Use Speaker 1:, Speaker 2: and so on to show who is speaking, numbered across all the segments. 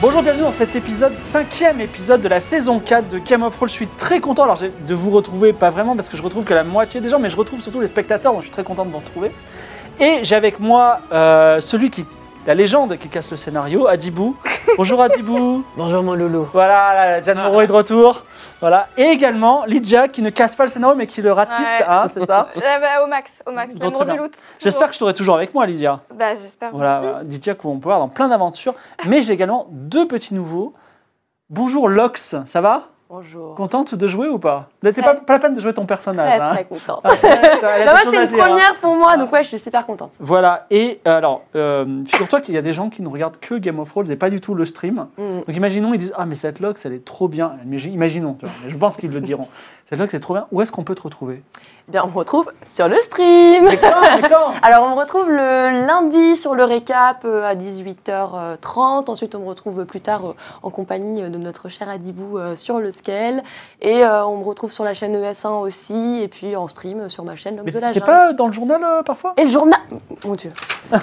Speaker 1: Bonjour, bienvenue dans cet épisode, cinquième épisode de la saison 4 de Game of Thrones. Je suis très content alors j'ai- de vous retrouver, pas vraiment parce que je retrouve que la moitié des gens, mais je retrouve surtout les spectateurs, donc je suis très content de vous retrouver. Et j'ai avec moi euh, celui qui, la légende qui casse le scénario, Adibou. Bonjour Adibou.
Speaker 2: Bonjour mon loulou.
Speaker 1: voilà, là, là, Jeanne Moreau est de retour. Voilà. Et également Lydia qui ne casse pas le scénario mais qui le ratisse,
Speaker 3: Ouais.
Speaker 1: hein, c'est ça
Speaker 3: Ah bah, au max, au max.
Speaker 1: D'autres
Speaker 3: L'amour du
Speaker 1: bien.
Speaker 3: loot.
Speaker 1: J'espère que je t'aurai toujours avec moi Lydia.
Speaker 3: toujours. Bah, j'espère.
Speaker 1: Voilà,
Speaker 3: aussi.
Speaker 1: voilà, Lydia qu'on peut voir dans plein d'aventures. Mais j'ai également deux petits nouveaux. Bonjour Lox, ça va
Speaker 4: Bonjour.
Speaker 1: Contente de jouer ou pas Là, T'es pas, pas la peine de jouer ton personnage.
Speaker 4: Très
Speaker 1: hein.
Speaker 4: très contente.
Speaker 1: Ah, t'as- elle
Speaker 4: Non,
Speaker 1: a des
Speaker 4: moi,
Speaker 1: choses
Speaker 4: c'est
Speaker 1: à
Speaker 4: une
Speaker 1: dire, hein.
Speaker 4: première pour moi, donc ouais, je suis super contente.
Speaker 1: Voilà, et euh, alors, euh, figure-toi qu'il y a des gens qui ne regardent que Game of Thrones et pas du tout le stream.
Speaker 4: Mm.
Speaker 1: Donc imaginons, ils disent Ah, mais cette Lox, elle est trop bien. Imagine- Imaginons, tu vois, mais je pense qu'ils le diront. Cette Lox, elle est trop bien. Où est-ce qu'on peut te retrouver
Speaker 4: Eh bien, on me retrouve sur le stream.
Speaker 1: Ah, d'accord.
Speaker 4: Alors, on me retrouve le lundi sur le récap euh, à 18h30. Ensuite, on me retrouve plus tard euh, en compagnie de notre cher Adibou euh, sur le scale. Et euh, on me retrouve sur la chaîne ES1 aussi. Et puis en stream euh, sur ma chaîne L'Homme
Speaker 1: Mais
Speaker 4: de la
Speaker 1: t'es
Speaker 4: Jungle.
Speaker 1: pas dans le journal euh, parfois
Speaker 4: Et le journal. Mon Dieu.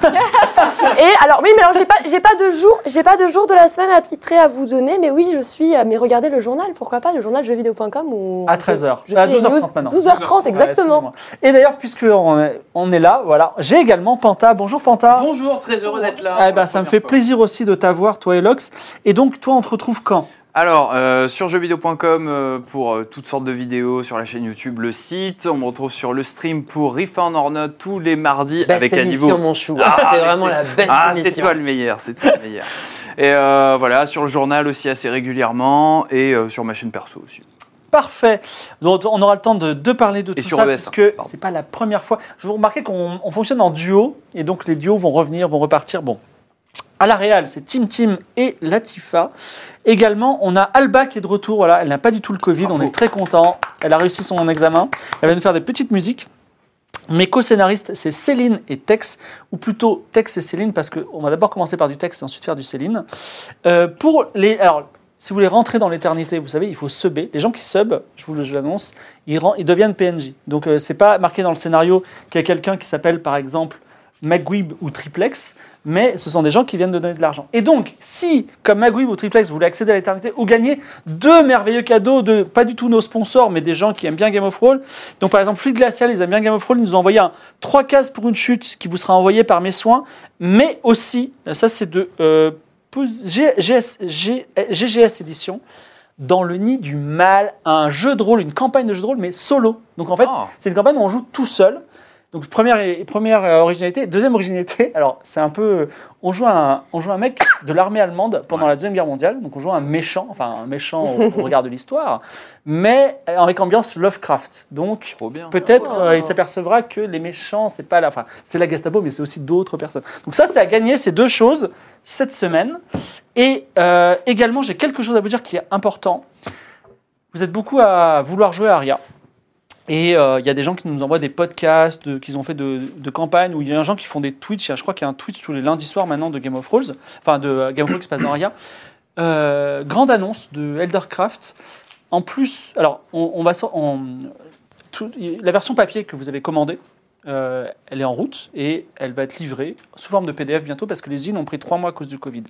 Speaker 4: et alors, oui, mais alors, j'ai pas, j'ai pas de jour, j'ai pas de jour de la semaine attitré à vous donner, mais oui, je suis. euh, Mais regardez le journal, pourquoi pas, le journal jeuxvideo.com ou.
Speaker 1: À 13h.
Speaker 4: Je
Speaker 1: À
Speaker 4: fais les
Speaker 1: 12h30
Speaker 4: news-
Speaker 1: maintenant.
Speaker 4: 12h30, exactement.
Speaker 1: Ouais, excusez-moi. et d'ailleurs, puisque on est, on est là, voilà, j'ai également Panta. Bonjour Panta.
Speaker 5: Bonjour, très heureux d'être là.
Speaker 1: Ah. Eh ben, ça me fait plaisir aussi de t'avoir, toi et Lox. Et donc, toi, on te retrouve quand
Speaker 5: Alors, euh, sur jeuxvideo.com euh, pour euh, toutes sortes de vidéos, sur la chaîne YouTube, le site. On me retrouve sur le stream pour Refound or Not tous les mardis
Speaker 2: Belle
Speaker 5: avec
Speaker 2: émission,
Speaker 5: Adibou.
Speaker 2: mon chou.
Speaker 5: Ah,
Speaker 2: c'est
Speaker 5: mais
Speaker 2: vraiment
Speaker 5: t'es-
Speaker 2: la belle
Speaker 5: Ah, c'est
Speaker 2: émission.
Speaker 5: toi le meilleur, c'est toi le meilleur. Et euh, voilà, sur le journal aussi assez régulièrement et euh, sur ma chaîne perso aussi.
Speaker 1: Parfait. Donc, on aura le temps de, de parler de
Speaker 5: Et
Speaker 1: tout
Speaker 5: sur
Speaker 1: ça
Speaker 5: ES1,
Speaker 1: parce que
Speaker 5: pardon.
Speaker 1: c'est pas la première fois. Je vous remarquez qu'on on fonctionne en duo et donc les duos vont revenir, vont repartir. Bon, à la Real, c'est Tim Tim et Latifa. Également, on a Alba qui est de retour. Voilà, elle n'a pas du tout le Covid.
Speaker 5: Bravo.
Speaker 1: On est très content. Elle a réussi son examen. Elle va nous faire des petites musiques. Mes co-scénaristes, c'est Céline et Tex, ou plutôt Tex et Céline, parce qu'on va d'abord commencer par du Tex et ensuite faire du Céline. Euh, pour les, alors, si vous voulez rentrer dans l'éternité, vous savez, il faut subber. Les gens qui sub, je vous le- je l'annonce, ils, ren- ils deviennent PNJ. Donc, euh, c'est pas marqué dans le scénario qu'il y a quelqu'un qui s'appelle, par exemple, Magwib ou Triplex, mais ce sont des gens qui viennent de donner de l'argent. Et donc, si, comme Magwib ou Triplex, vous voulez accéder à l'éternité ou gagner deux merveilleux cadeaux de, pas du tout nos sponsors, mais des gens qui aiment bien Game of Thrones, donc par exemple, Fluide Glacial, ils aiment bien Game of Thrones, ils nous ont envoyé un 3 cases pour une chute qui vous sera envoyée par mes soins, mais aussi, ça c'est de euh, Pous- G- GS, G- GGS Édition, dans le nid du mal, un jeu de rôle, une campagne de jeu de rôle, mais solo. Donc en fait,
Speaker 5: Ah.
Speaker 1: c'est une campagne où on joue tout seul. Donc première, et- première euh, originalité. Deuxième originalité, alors c'est un peu... euh, On joue un, on joue un mec de l'armée allemande pendant la Deuxième Guerre mondiale, donc on joue un méchant, enfin un méchant au, au regard de l'histoire, mais euh, avec ambiance Lovecraft. Donc
Speaker 5: Trop bien.
Speaker 1: peut-être
Speaker 4: Oh.
Speaker 1: euh, il s'apercevra que les méchants, c'est pas la... Enfin, c'est la Gestapo, mais c'est aussi d'autres personnes. Donc ça, c'est à gagner ces deux choses cette semaine. Et euh, également, j'ai quelque chose à vous dire qui est important. Vous êtes beaucoup à vouloir jouer à Aria. Et euh, il y a des gens qui nous envoient des podcasts de- qu'ils ont fait de, de campagne, ou il y a des gens qui font des Twitch. Je crois qu'il y a un Twitch tous les lundis soirs maintenant de Game of Thrones, enfin de euh, Game of Thrones qui se passe dans Aria. Euh, grande annonce de Eldercraft. En plus, alors on, on va sor- on- tout- la version papier que vous avez commandée, euh, elle est en route et elle va être livrée sous forme de PDF bientôt parce que les îles ont pris trois mois à cause du Covid.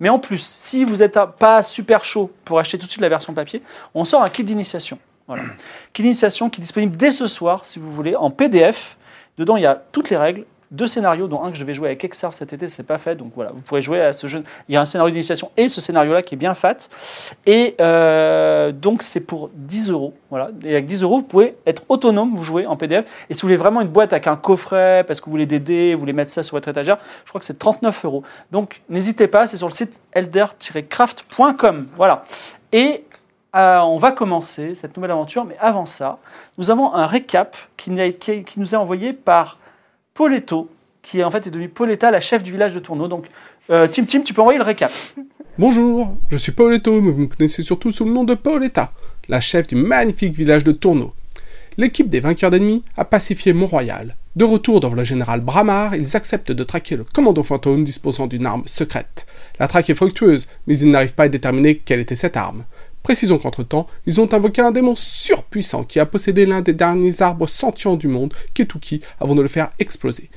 Speaker 1: Mais en plus, si vous n'êtes pas super chaud pour acheter tout de suite la version papier, on sort un kit d'initiation. Voilà. Kit d'initiation qui est disponible dès ce soir, si vous voulez, en PDF. Dedans, il y a toutes les règles, deux scénarios, dont un que je vais jouer avec Exarf cet été, c'est pas fait, donc voilà, vous pourrez jouer à ce jeu. Il y a un scénario d'initiation et ce scénario-là qui est bien fat. Et euh, donc c'est pour 10 euros, voilà. Et avec 10 euros, vous pouvez être autonome, vous jouez en PDF. Et si vous voulez vraiment une boîte avec un coffret, parce que vous voulez des dés, vous voulez mettre ça sur votre étagère, je crois que c'est 39 euros. Donc n'hésitez pas, c'est sur le site elder-craft.com, voilà. Et euh, on va commencer cette nouvelle aventure, mais avant ça, nous avons un récap qui, nous a- qui- qui nous est envoyé par Poletto, qui en fait est devenu Poletta, la chef du village de Tourneau. Donc, euh, Tim Tim, tu peux envoyer le récap.
Speaker 2: Bonjour, je suis Pauletto, mais vous me connaissez surtout sous le nom de Pauletta, la chef du magnifique village de Tourneau. L'équipe des vainqueurs d'ennemis a pacifié Mont-Royal. De retour devant le général Bramar, ils acceptent de traquer le commando fantôme disposant d'une arme secrète. La traque est fructueuse, mais ils n'arrivent pas à déterminer quelle était cette arme. Précisons qu'entre-temps, ils ont invoqué un démon surpuissant qui a possédé l'un des derniers arbres sentients du monde, Ketuki, avant de le faire exploser.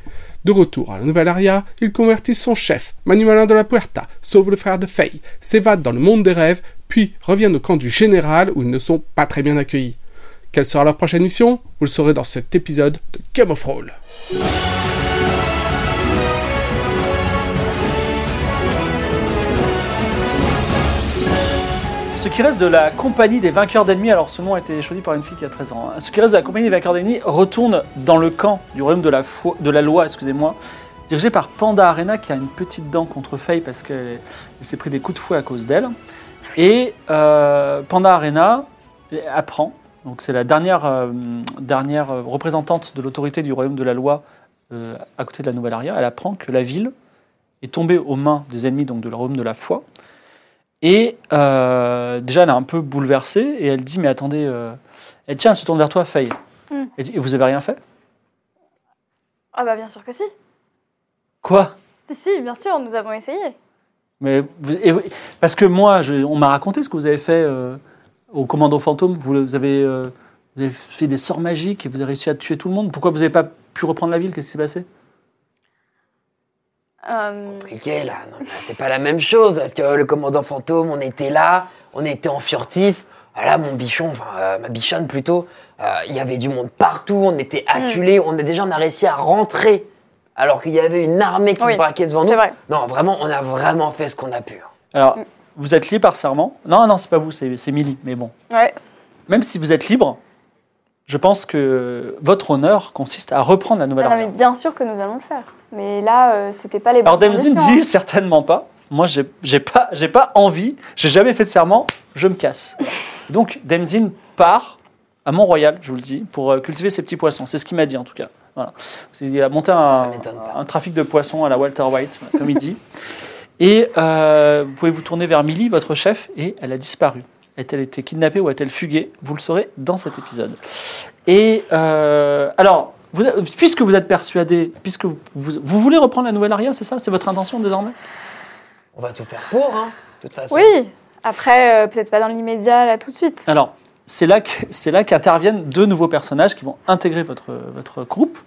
Speaker 2: De retour à la nouvelle aria, ils convertissent son chef, Manuelin de la Puerta, sauvent le frère de Faye, s'évadent dans le monde des rêves, puis reviennent au camp du général où ils ne sont pas très bien accueillis. Quelle sera leur prochaine mission Vous le saurez dans cet épisode de Game of Roll.
Speaker 1: Ce qui reste de la compagnie des vainqueurs d'ennemis, alors ce nom a été choisi par une fille qui a 13 ans, hein. ce qui reste de la compagnie des vainqueurs d'ennemis retourne dans le camp du royaume de la, foi- de la loi, excusez-moi, dirigé par Panda Arena qui a une petite dent contre Faye parce qu'elle elle s'est pris des coups de fouet à cause d'elle. Et euh, Panda Arena apprend, donc c'est la dernière, euh, dernière euh, représentante de l'autorité du royaume de la loi euh, à côté de la Nouvelle Aria, elle apprend que la ville est tombée aux mains des ennemis donc de le royaume de la foi. Et euh, déjà, elle est un peu bouleversée et elle dit Mais attendez, euh... et tiens, elle se tourne vers toi, Faye.
Speaker 4: Hmm.
Speaker 1: Et, et vous avez rien fait
Speaker 3: Ah bah bien sûr que si.
Speaker 1: Quoi
Speaker 3: Si, si, bien sûr, nous avons essayé.
Speaker 1: Mais vous- et vous- Parce que moi, je- on m'a raconté ce que vous avez fait euh, au commando fantôme. Vous, vous avez, euh, vous avez fait des sorts magiques et vous avez réussi à tuer tout le monde. Pourquoi vous n'avez pas pu reprendre la ville Qu'est-ce qui s'est passé
Speaker 3: Euh,
Speaker 6: compliqué là. Non, mais c'est pas la même chose parce que euh, le commandant fantôme, on était là, on était en furtif. Ah Là, mon bichon, enfin euh, ma bichonne plutôt, euh, il y avait du monde partout, on était
Speaker 3: Mm.
Speaker 6: acculés, on a déjà on a réussi à rentrer alors qu'il y avait une armée qui
Speaker 3: Oui,
Speaker 6: se braquait devant nous.
Speaker 3: c'est vrai.
Speaker 6: Non, vraiment, on a vraiment fait ce qu'on a pu. hein.
Speaker 3: Hmm.
Speaker 1: Alors, vous êtes lié par serment Non, non, c'est pas vous, c'est c'est Millie, mais bon.
Speaker 3: Ouais.
Speaker 1: Même si vous êtes libre, je pense que votre honneur consiste à reprendre la Nouvelle
Speaker 3: Ah non,
Speaker 1: Aria.
Speaker 3: mais bien sûr que nous allons le faire. Mais là, euh, c'était pas les
Speaker 1: Alors
Speaker 3: bonnes
Speaker 1: Demzin
Speaker 3: conditions,
Speaker 1: dit certainement pas. Moi, j'ai j'ai pas, j'ai pas envie. J'ai jamais fait de serment. Je me casse. Donc Demzin part à Mont-Royal, je vous le dis, pour euh, cultiver ses petits poissons. C'est ce qu'il m'a dit en tout cas. Voilà. Il a monté un,
Speaker 6: m'étonne
Speaker 1: un trafic de poissons à la Walter White, comme il dit. Et euh, vous pouvez vous tourner vers Millie, votre chef, et elle a disparu. A-t-elle été kidnappée ou a-t-elle fugué Vous le saurez dans cet épisode. Et euh, alors, vous- puisque vous êtes persuadé, puisque vous, vous- vous voulez reprendre la nouvelle aria, c'est ça C'est votre intention désormais
Speaker 6: On va tout faire pour, hein, de toute façon.
Speaker 3: Oui. Après, euh, peut-être pas dans l'immédiat, là, tout de suite.
Speaker 1: Alors, c'est là que- c'est là qu'interviennent deux nouveaux personnages qui vont intégrer votre, votre groupe.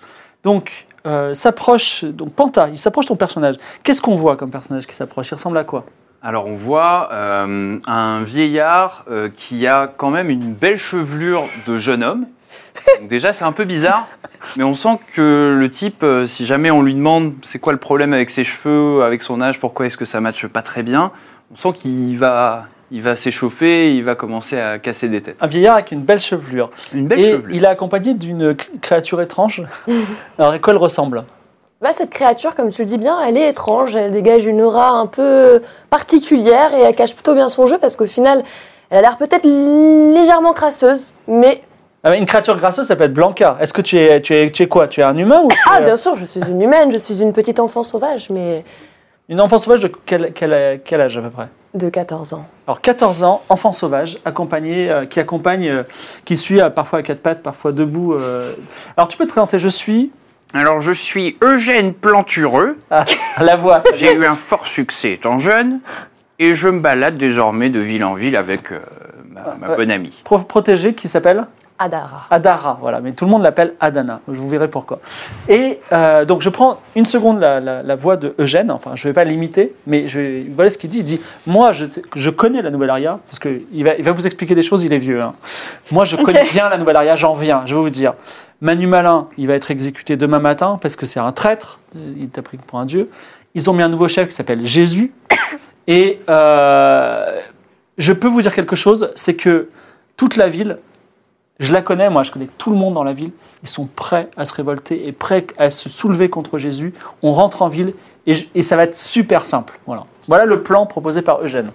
Speaker 1: Donc, euh, s'approche, donc Panta, il s'approche ton personnage. Qu'est-ce qu'on voit comme personnage qui s'approche Il ressemble à quoi
Speaker 5: Alors on voit euh, un vieillard euh, qui a quand même une belle chevelure de jeune homme. Donc déjà c'est un peu bizarre, mais on sent que le type, euh, si jamais on lui demande c'est quoi le problème avec ses cheveux, avec son âge, pourquoi est-ce que ça matche pas très bien, on sent qu'il va, il va s'échauffer, il va commencer à casser des têtes.
Speaker 1: Un vieillard avec une belle chevelure.
Speaker 5: Une belle
Speaker 1: et
Speaker 5: chevelure.
Speaker 1: il est accompagné d'une cr- créature étrange.
Speaker 4: Mhm.
Speaker 1: Alors, à quoi elle ressemble
Speaker 4: Bah, cette créature, comme tu le dis bien, elle est étrange. Elle dégage une aura un peu particulière et elle cache plutôt bien son jeu parce qu'au final, elle a l'air peut-être légèrement crasseuse, mais
Speaker 1: Ah, mais Une créature grasseuse, ça peut être Blanca. Est-ce que tu es, tu es, tu es quoi Tu es un humain ou tu
Speaker 4: ah
Speaker 1: es-
Speaker 4: bien sûr, je suis une humaine, je suis une petite enfant sauvage, mais
Speaker 1: Une enfant sauvage de quel, quel- quel âge à peu près
Speaker 4: de 14 ans.
Speaker 1: Alors 14 ans, enfant sauvage, accompagné, euh, qui accompagne, euh, qui suit euh, parfois à quatre pattes, parfois debout. euh. Alors tu peux te présenter, je suis
Speaker 5: Alors je suis Eugène Plantureux,
Speaker 1: Ah, la voix.
Speaker 5: j'ai eu un fort succès étant jeune, et je me balade désormais de ville en ville avec euh, ma, ma
Speaker 1: Ouais.
Speaker 5: bonne amie.
Speaker 1: Prof protégée qui s'appelle
Speaker 4: Adara.
Speaker 1: Adara, voilà, mais tout le monde l'appelle Adana, je vous verrai pourquoi. Et euh, donc je prends une seconde la, la- la voix de Eugène, enfin je ne vais pas l'imiter, mais je, vais- voilà ce qu'il dit, il dit « Moi, je, je connais la Nouvelle Aria, parce qu'il va, il va vous expliquer des choses, il est vieux. hein. Moi, je connais bien la Nouvelle Aria, j'en viens, je vais vous dire. Manu Malin, il va être exécuté demain matin parce que c'est un traître. Euh, Il t'a pris pour un dieu. Ils ont mis un nouveau chef qui s'appelle Jésus. Et euh, je peux vous dire quelque chose, c'est que toute la ville, je la connais, moi, je connais tout le monde dans la ville. Ils sont prêts à se révolter et prêts à se soulever contre Jésus. On rentre en ville et, je- et ça va être super simple. Voilà. Voilà le plan proposé par Eugène.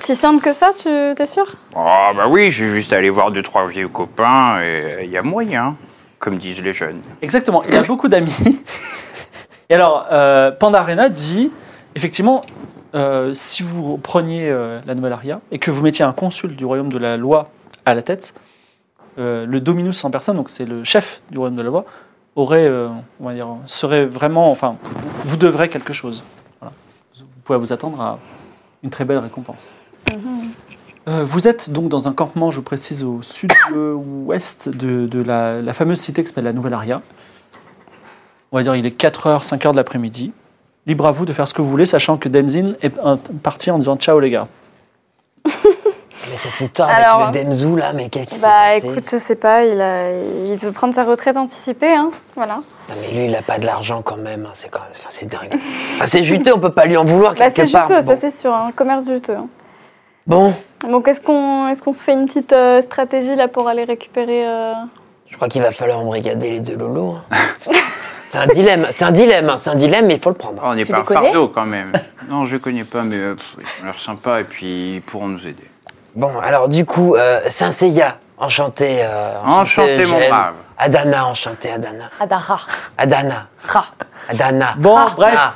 Speaker 3: Si simple que ça, tu t'es sûr
Speaker 5: Ah bah oui, j'ai juste allé voir deux, trois vieux copains et il y a moyen, comme disent les jeunes.
Speaker 1: Exactement, il a beaucoup d'amis. Et alors, euh, Pandarena dit, effectivement, euh, si vous preniez euh, la nouvelle Aria et que vous mettiez un consul du royaume de la loi à la tête, euh, le Dominus en personne, donc c'est le chef du royaume de la loi, aurait, euh, on va dire, serait vraiment, enfin, vous devrez quelque chose. Voilà. Vous vous pouvez vous attendre à une très belle récompense. Euh, vous êtes donc dans un campement, je vous précise, au sud-ouest de, de la, la fameuse cité qui s'appelle la Nouvelle Aria. On va dire il est 4h, 5h de l'après-midi. Libre à vous de faire ce que vous voulez, sachant que Demzin est euh, parti en disant ciao les gars.
Speaker 6: Mais cette histoire
Speaker 3: Alors,
Speaker 6: avec le Demzou, là, mais qu'est-ce qui
Speaker 3: Bah
Speaker 6: s'est passé
Speaker 3: écoute, je sais pas, il, a- il veut prendre sa retraite anticipée, hein. Voilà.
Speaker 6: Non, mais lui, il a pas de l'argent quand même. hein, C'est quand même... Enfin, c'est dingue. Enfin, c'est juteux, on peut pas lui en vouloir
Speaker 3: Bah
Speaker 6: quelque
Speaker 3: c'est
Speaker 6: part.
Speaker 3: juteux, ça
Speaker 6: bon.
Speaker 3: c'est sûr, hein. commerce juteux. hein.
Speaker 6: Bon,
Speaker 3: Donc est-ce qu'on est qu'on se fait une petite euh, stratégie là pour aller récupérer... euh,
Speaker 6: je crois qu'il va falloir embrigader les deux lolos. hein. c'est un dilemme, c'est un dilemme, hein, c'est un dilemme, mais il faut le prendre. hein.
Speaker 5: Ah, on n'est
Speaker 4: Tu
Speaker 5: pas
Speaker 4: les
Speaker 5: un
Speaker 4: connais
Speaker 5: fardeau quand même. non, je connais pas, mais euh, pff, ils ont l'air sympas et puis ils pourront nous aider.
Speaker 6: Bon, alors du coup, euh, Saint Seiya, enchanté. euh,
Speaker 5: Enchanté, mon
Speaker 6: Eugène.
Speaker 5: brave.
Speaker 6: Adana, enchanté, Adana.
Speaker 4: Adara.
Speaker 6: Adana.
Speaker 4: Ra.
Speaker 6: Adana.
Speaker 1: Bon, bref,
Speaker 6: Ah.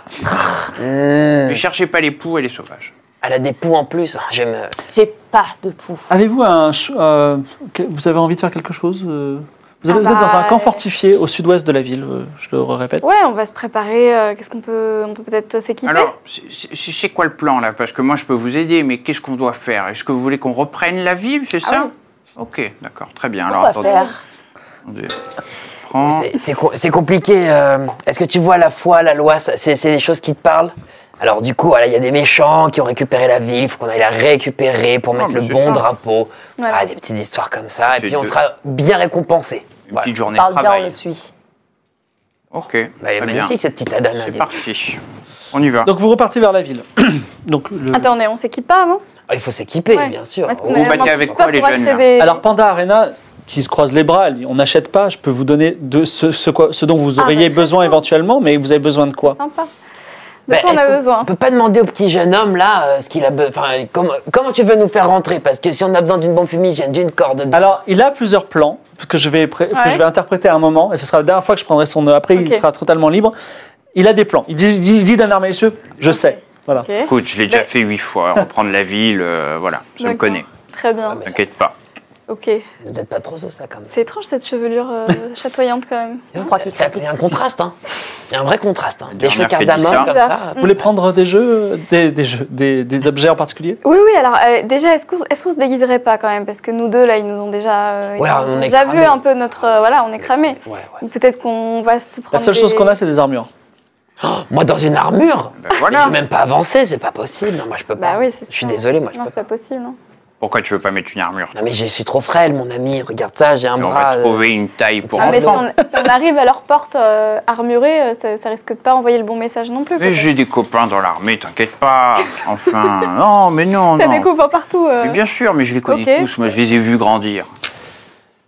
Speaker 6: Mm.
Speaker 5: Ne cherchez pas les poux et les sauvages.
Speaker 6: Elle a des poux en plus. Ah, J'aime. euh,
Speaker 4: J'ai pas de poux.
Speaker 1: avez-vous un... ch- euh, que- vous avez envie de faire quelque chose euh, vous, avez-
Speaker 3: Ah
Speaker 1: vous êtes dans un
Speaker 3: bah,
Speaker 1: camp
Speaker 3: euh,
Speaker 1: fortifié au sud-ouest de la ville, euh, je le répète.
Speaker 3: Ouais, on va se préparer, euh, qu'est-ce qu'on peut... On peut peut-être s'équiper
Speaker 5: Alors, euh, c'est- c'est c'est quoi le plan là Parce que moi je peux vous aider, mais qu'est-ce qu'on doit faire Est-ce que vous voulez qu'on reprenne la ville, c'est ça Ok, d'accord, très bien. Alors
Speaker 4: Pourquoi
Speaker 5: attendez.
Speaker 4: faire
Speaker 5: attendez. Prends.
Speaker 6: c'est- C'est co- c'est compliqué. euh, Est-ce que tu vois la foi, la loi, ça- c'est c'est des choses qui te parlent alors du coup, voilà, il y a des méchants qui ont récupéré la ville, il faut qu'on aille la récupérer pour mettre
Speaker 5: mais
Speaker 6: le
Speaker 5: c'est
Speaker 6: bon
Speaker 5: ça.
Speaker 6: drapeau.
Speaker 3: Voilà.
Speaker 6: Ah, des petites histoires comme ça, et
Speaker 5: C'est
Speaker 6: puis on
Speaker 5: de-
Speaker 6: sera bien récompensé.
Speaker 5: Une petite journée de
Speaker 4: Parle bien, on
Speaker 5: travail.
Speaker 4: le suit.
Speaker 5: ok,
Speaker 6: Bah, elle est
Speaker 5: très bien.
Speaker 6: magnifique cette petite Adana.
Speaker 5: C'est
Speaker 6: dis-
Speaker 5: parti. On y va.
Speaker 1: Donc vous repartez vers la ville. Donc, le-
Speaker 3: Attendez, on s'équipe pas avant
Speaker 6: Ah, il faut s'équiper,
Speaker 3: Ouais.
Speaker 6: bien sûr.
Speaker 3: Est-ce qu'on
Speaker 6: Oh,
Speaker 3: a
Speaker 5: vous
Speaker 3: vraiment
Speaker 5: battez avec
Speaker 3: tout
Speaker 5: quoi,
Speaker 3: ça
Speaker 5: les
Speaker 3: pour
Speaker 5: jeunes,
Speaker 3: acheter
Speaker 5: là
Speaker 3: des-
Speaker 1: Alors Panda Arena, qui se croise les bras, elle dit, on n'achète pas, je peux vous donner de ce, ce quoi- ce dont vous
Speaker 3: Ah,
Speaker 1: auriez
Speaker 3: bah,
Speaker 1: besoin éventuellement, mais vous avez besoin de quoi
Speaker 3: Sympa. De
Speaker 6: Bah,
Speaker 3: quoi on
Speaker 6: est-ce
Speaker 3: a
Speaker 6: qu'on-
Speaker 3: besoin
Speaker 6: On peut pas demander au petit jeune homme là euh, ce qu'il a be- Enfin, comment, comment tu veux nous faire rentrer Parce que si on a besoin d'une bombe fumigène, d'une corde. de-
Speaker 1: Alors, il a plusieurs plans que je vais, pré- que
Speaker 3: Ouais.
Speaker 1: je vais interpréter à un moment, et ce sera la dernière fois que je prendrai son. Après, il
Speaker 3: Ok.
Speaker 1: sera totalement libre. Il a des plans. Il dit, il dit- il dit d'un air malicieux, je sais. Voilà.
Speaker 3: Ok,
Speaker 5: Écoute, je l'ai déjà
Speaker 3: Mais-
Speaker 5: fait huit fois. Reprendre la ville, euh, voilà, je me
Speaker 3: D'accord.
Speaker 5: connais.
Speaker 3: Très bien.
Speaker 5: T'inquiète pas.
Speaker 3: Ok.
Speaker 6: Vous êtes pas trop sur ça quand même.
Speaker 3: C'est étrange cette chevelure euh, chatoyante quand même.
Speaker 6: Je
Speaker 4: crois qu'il
Speaker 6: y a un contraste, hein. Il y a un vrai contraste. Hein.
Speaker 5: La
Speaker 6: Des cheveux
Speaker 5: dernière fait dix
Speaker 6: cardamome
Speaker 5: ans.
Speaker 6: comme ça.
Speaker 3: Mm.
Speaker 1: Vous voulez prendre des jeux, des, des jeux, des, des objets en particulier
Speaker 3: Oui, oui, alors euh, déjà, est-ce qu'on est qu'on se déguiserait pas quand même Parce que nous deux, là, ils nous ont déjà, euh, ils
Speaker 6: Ouais,
Speaker 3: nous
Speaker 6: on
Speaker 3: ont
Speaker 6: est
Speaker 3: déjà
Speaker 6: cramés.
Speaker 3: vu un peu notre. euh, voilà, on est cramés.
Speaker 6: Ouais, ouais.
Speaker 3: Donc Peut-être qu'on va se prendre.
Speaker 1: La seule chose
Speaker 3: des-
Speaker 1: qu'on a, c'est des armures.
Speaker 6: Oh, moi dans une armure.
Speaker 5: Ben voilà.
Speaker 6: Je peux même pas avancer, c'est pas possible. Non, moi je peux pas.
Speaker 3: Bah oui, c'est
Speaker 6: Je suis
Speaker 3: ça.
Speaker 6: désolé, moi je
Speaker 3: Non,
Speaker 6: peux
Speaker 3: c'est
Speaker 6: pas.
Speaker 3: pas possible. hein.
Speaker 5: Pourquoi tu veux pas mettre une armure
Speaker 6: Non mais je suis trop frêle, mon ami. Regarde ça, j'ai un
Speaker 5: Et On
Speaker 6: bras.
Speaker 5: va
Speaker 6: euh,
Speaker 5: trouver une taille pour
Speaker 6: Ah,
Speaker 3: Ah, mais si
Speaker 6: non.
Speaker 3: on, si on arrive à leur porte euh, armurée, euh, ça, ça risque de pas envoyer le bon message non plus.
Speaker 5: Mais
Speaker 3: peut-être.
Speaker 5: j'ai des copains dans l'armée, t'inquiète pas. Enfin, non, mais non,
Speaker 3: T'as des
Speaker 5: non.
Speaker 3: coups partout. euh.
Speaker 5: Mais bien sûr, mais je les connais
Speaker 3: Ok.
Speaker 5: tous. Moi, je les ai vus grandir.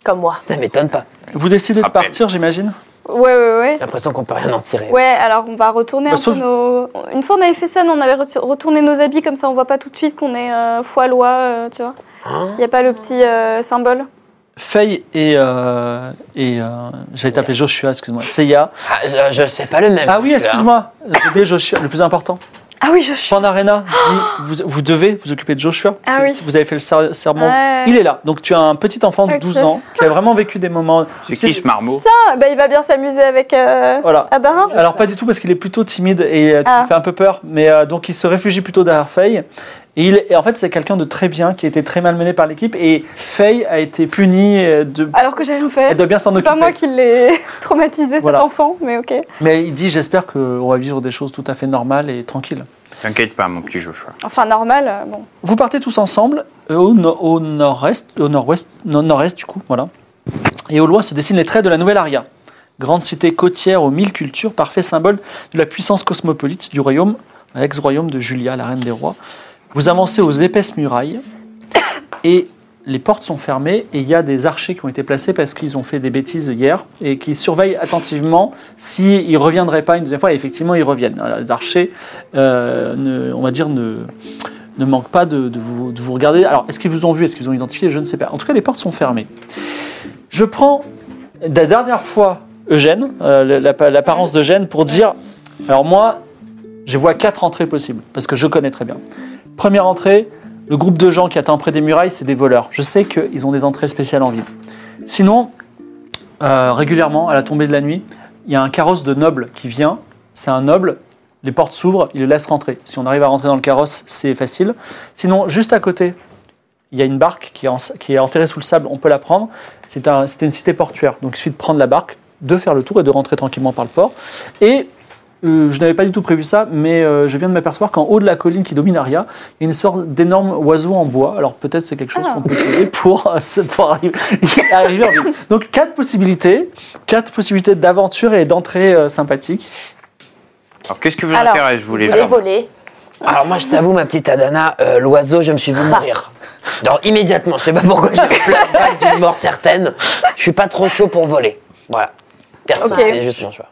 Speaker 4: Comme moi.
Speaker 6: Ça m'étonne pas.
Speaker 1: Vous décidez de
Speaker 5: Rappel.
Speaker 1: partir, j'imagine
Speaker 3: Ouais, ouais, ouais.
Speaker 6: J'ai l'impression qu'on peut rien en tirer.
Speaker 3: Ouais, alors on va retourner
Speaker 1: Bah,
Speaker 3: un
Speaker 1: sauf-
Speaker 3: peu nos. Une fois on avait fait ça, non, on avait reti- retourné nos habits comme ça, on voit pas tout de suite qu'on est euh, foi loi, euh, tu vois.
Speaker 6: Hein
Speaker 3: Il y a pas le petit euh, symbole.
Speaker 1: Faye et. euh, et euh, J'allais t'appeler Joshua, excuse-moi. Seiya.
Speaker 6: Ah, je, je sais pas le même. Euh,
Speaker 1: Ah oui,
Speaker 6: Je-
Speaker 1: excuse-moi. J'ai oublié Joshua, le plus important.
Speaker 3: Ah oui, je suis.
Speaker 1: Pan Arena, dit, vous, vous devez vous occuper de Joshua.
Speaker 3: Ah
Speaker 1: C'est-
Speaker 3: oui.
Speaker 1: Vous avez fait le ser- serment.
Speaker 3: Ouais.
Speaker 1: Il est là. Donc tu as un petit enfant de
Speaker 3: Ok.
Speaker 1: 12 ans qui a vraiment vécu des moments.
Speaker 5: C'est qui ce marmot
Speaker 3: Ah, bah il va bien s'amuser avec euh,
Speaker 1: Voilà.
Speaker 3: Adara.
Speaker 1: Alors pas du tout parce qu'il est plutôt timide et euh, tu
Speaker 3: Ah.
Speaker 1: me fais un peu peur, mais euh, donc il se réfugie plutôt derrière Faye. Et, il, et en fait c'est quelqu'un de très bien qui a été très malmené par l'équipe et Faye a été punie euh, de...
Speaker 3: Alors que j'ai rien fait.
Speaker 1: Elle doit bien s'en
Speaker 3: C'est pas
Speaker 1: occuper.
Speaker 3: moi qui l'ai traumatisé
Speaker 1: Voilà.
Speaker 3: cet enfant, mais ok.
Speaker 1: Mais il dit j'espère qu'on va vivre des choses tout à fait normales et tranquilles.
Speaker 5: T'inquiète pas, mon petit Joshua.
Speaker 3: Enfin normal, euh, bon.
Speaker 1: Vous partez tous ensemble euh, au, no- au nord-est, au nord-ouest, non, nord-est du coup, voilà. Et au loin se dessinent les traits de la nouvelle Aria, grande cité côtière aux mille cultures, parfait symbole de la puissance cosmopolite du royaume, l'ex-royaume de Julia, la reine des rois. Vous avancez aux épaisses murailles et les portes sont fermées et il y a des archers qui ont été placés parce qu'ils ont fait des bêtises hier et qui surveillent attentivement s'ils ne reviendraient pas une deuxième fois. Et effectivement, ils reviennent. Alors, les archers, euh, ne- on va dire, ne, ne manquent pas de, de vous, de vous regarder. Alors, est-ce qu'ils vous ont vu Est-ce qu'ils vous ont identifié Je ne sais pas. En tout cas, les portes sont fermées. Je prends la dernière fois Eugène, euh, le- l'appa- l'apparence d'Eugène, pour dire alors moi, je vois quatre entrées possibles, parce que je connais très bien. Première entrée, le groupe de gens qui attend près des murailles, c'est des voleurs. Je sais qu'ils ont des entrées spéciales en ville. Sinon, euh, régulièrement, à la tombée de la nuit, il y a un carrosse de nobles qui vient. C'est un noble, les portes s'ouvrent, il le laisse rentrer. Si on arrive à rentrer dans le carrosse, c'est facile. Sinon, juste à côté, il y a une barque qui est, en- qui est enterrée sous le sable, on peut la prendre. C'est un- C'était une cité portuaire, donc il suffit de prendre la barque, de faire le tour et de rentrer tranquillement par le port. Et euh, je n'avais pas du tout prévu ça, mais euh, je viens de m'apercevoir qu'en haut de la colline qui domine Aria, il y a une sorte d'énorme oiseau en bois. Alors peut-être c'est quelque chose
Speaker 3: Ah.
Speaker 1: qu'on peut trouver pour, euh, se- pour arriver, arriver en ville. Donc quatre possibilités, quatre possibilités d'aventure et d'entrée euh, sympathique.
Speaker 5: Alors qu'est-ce qui vous
Speaker 7: Alors,
Speaker 5: intéresse, vous les
Speaker 7: Vous voulez
Speaker 5: gens
Speaker 7: voler
Speaker 6: Alors moi, je t'avoue, ma petite Adana, euh, l'oiseau, je me suis vu
Speaker 3: Ah.
Speaker 6: mourir. Genre immédiatement, je sais pas pourquoi j'ai un flashback d'une mort certaine. Je suis pas trop chaud pour voler. Voilà. Personne,
Speaker 3: Ok.
Speaker 6: c'est juste mon choix.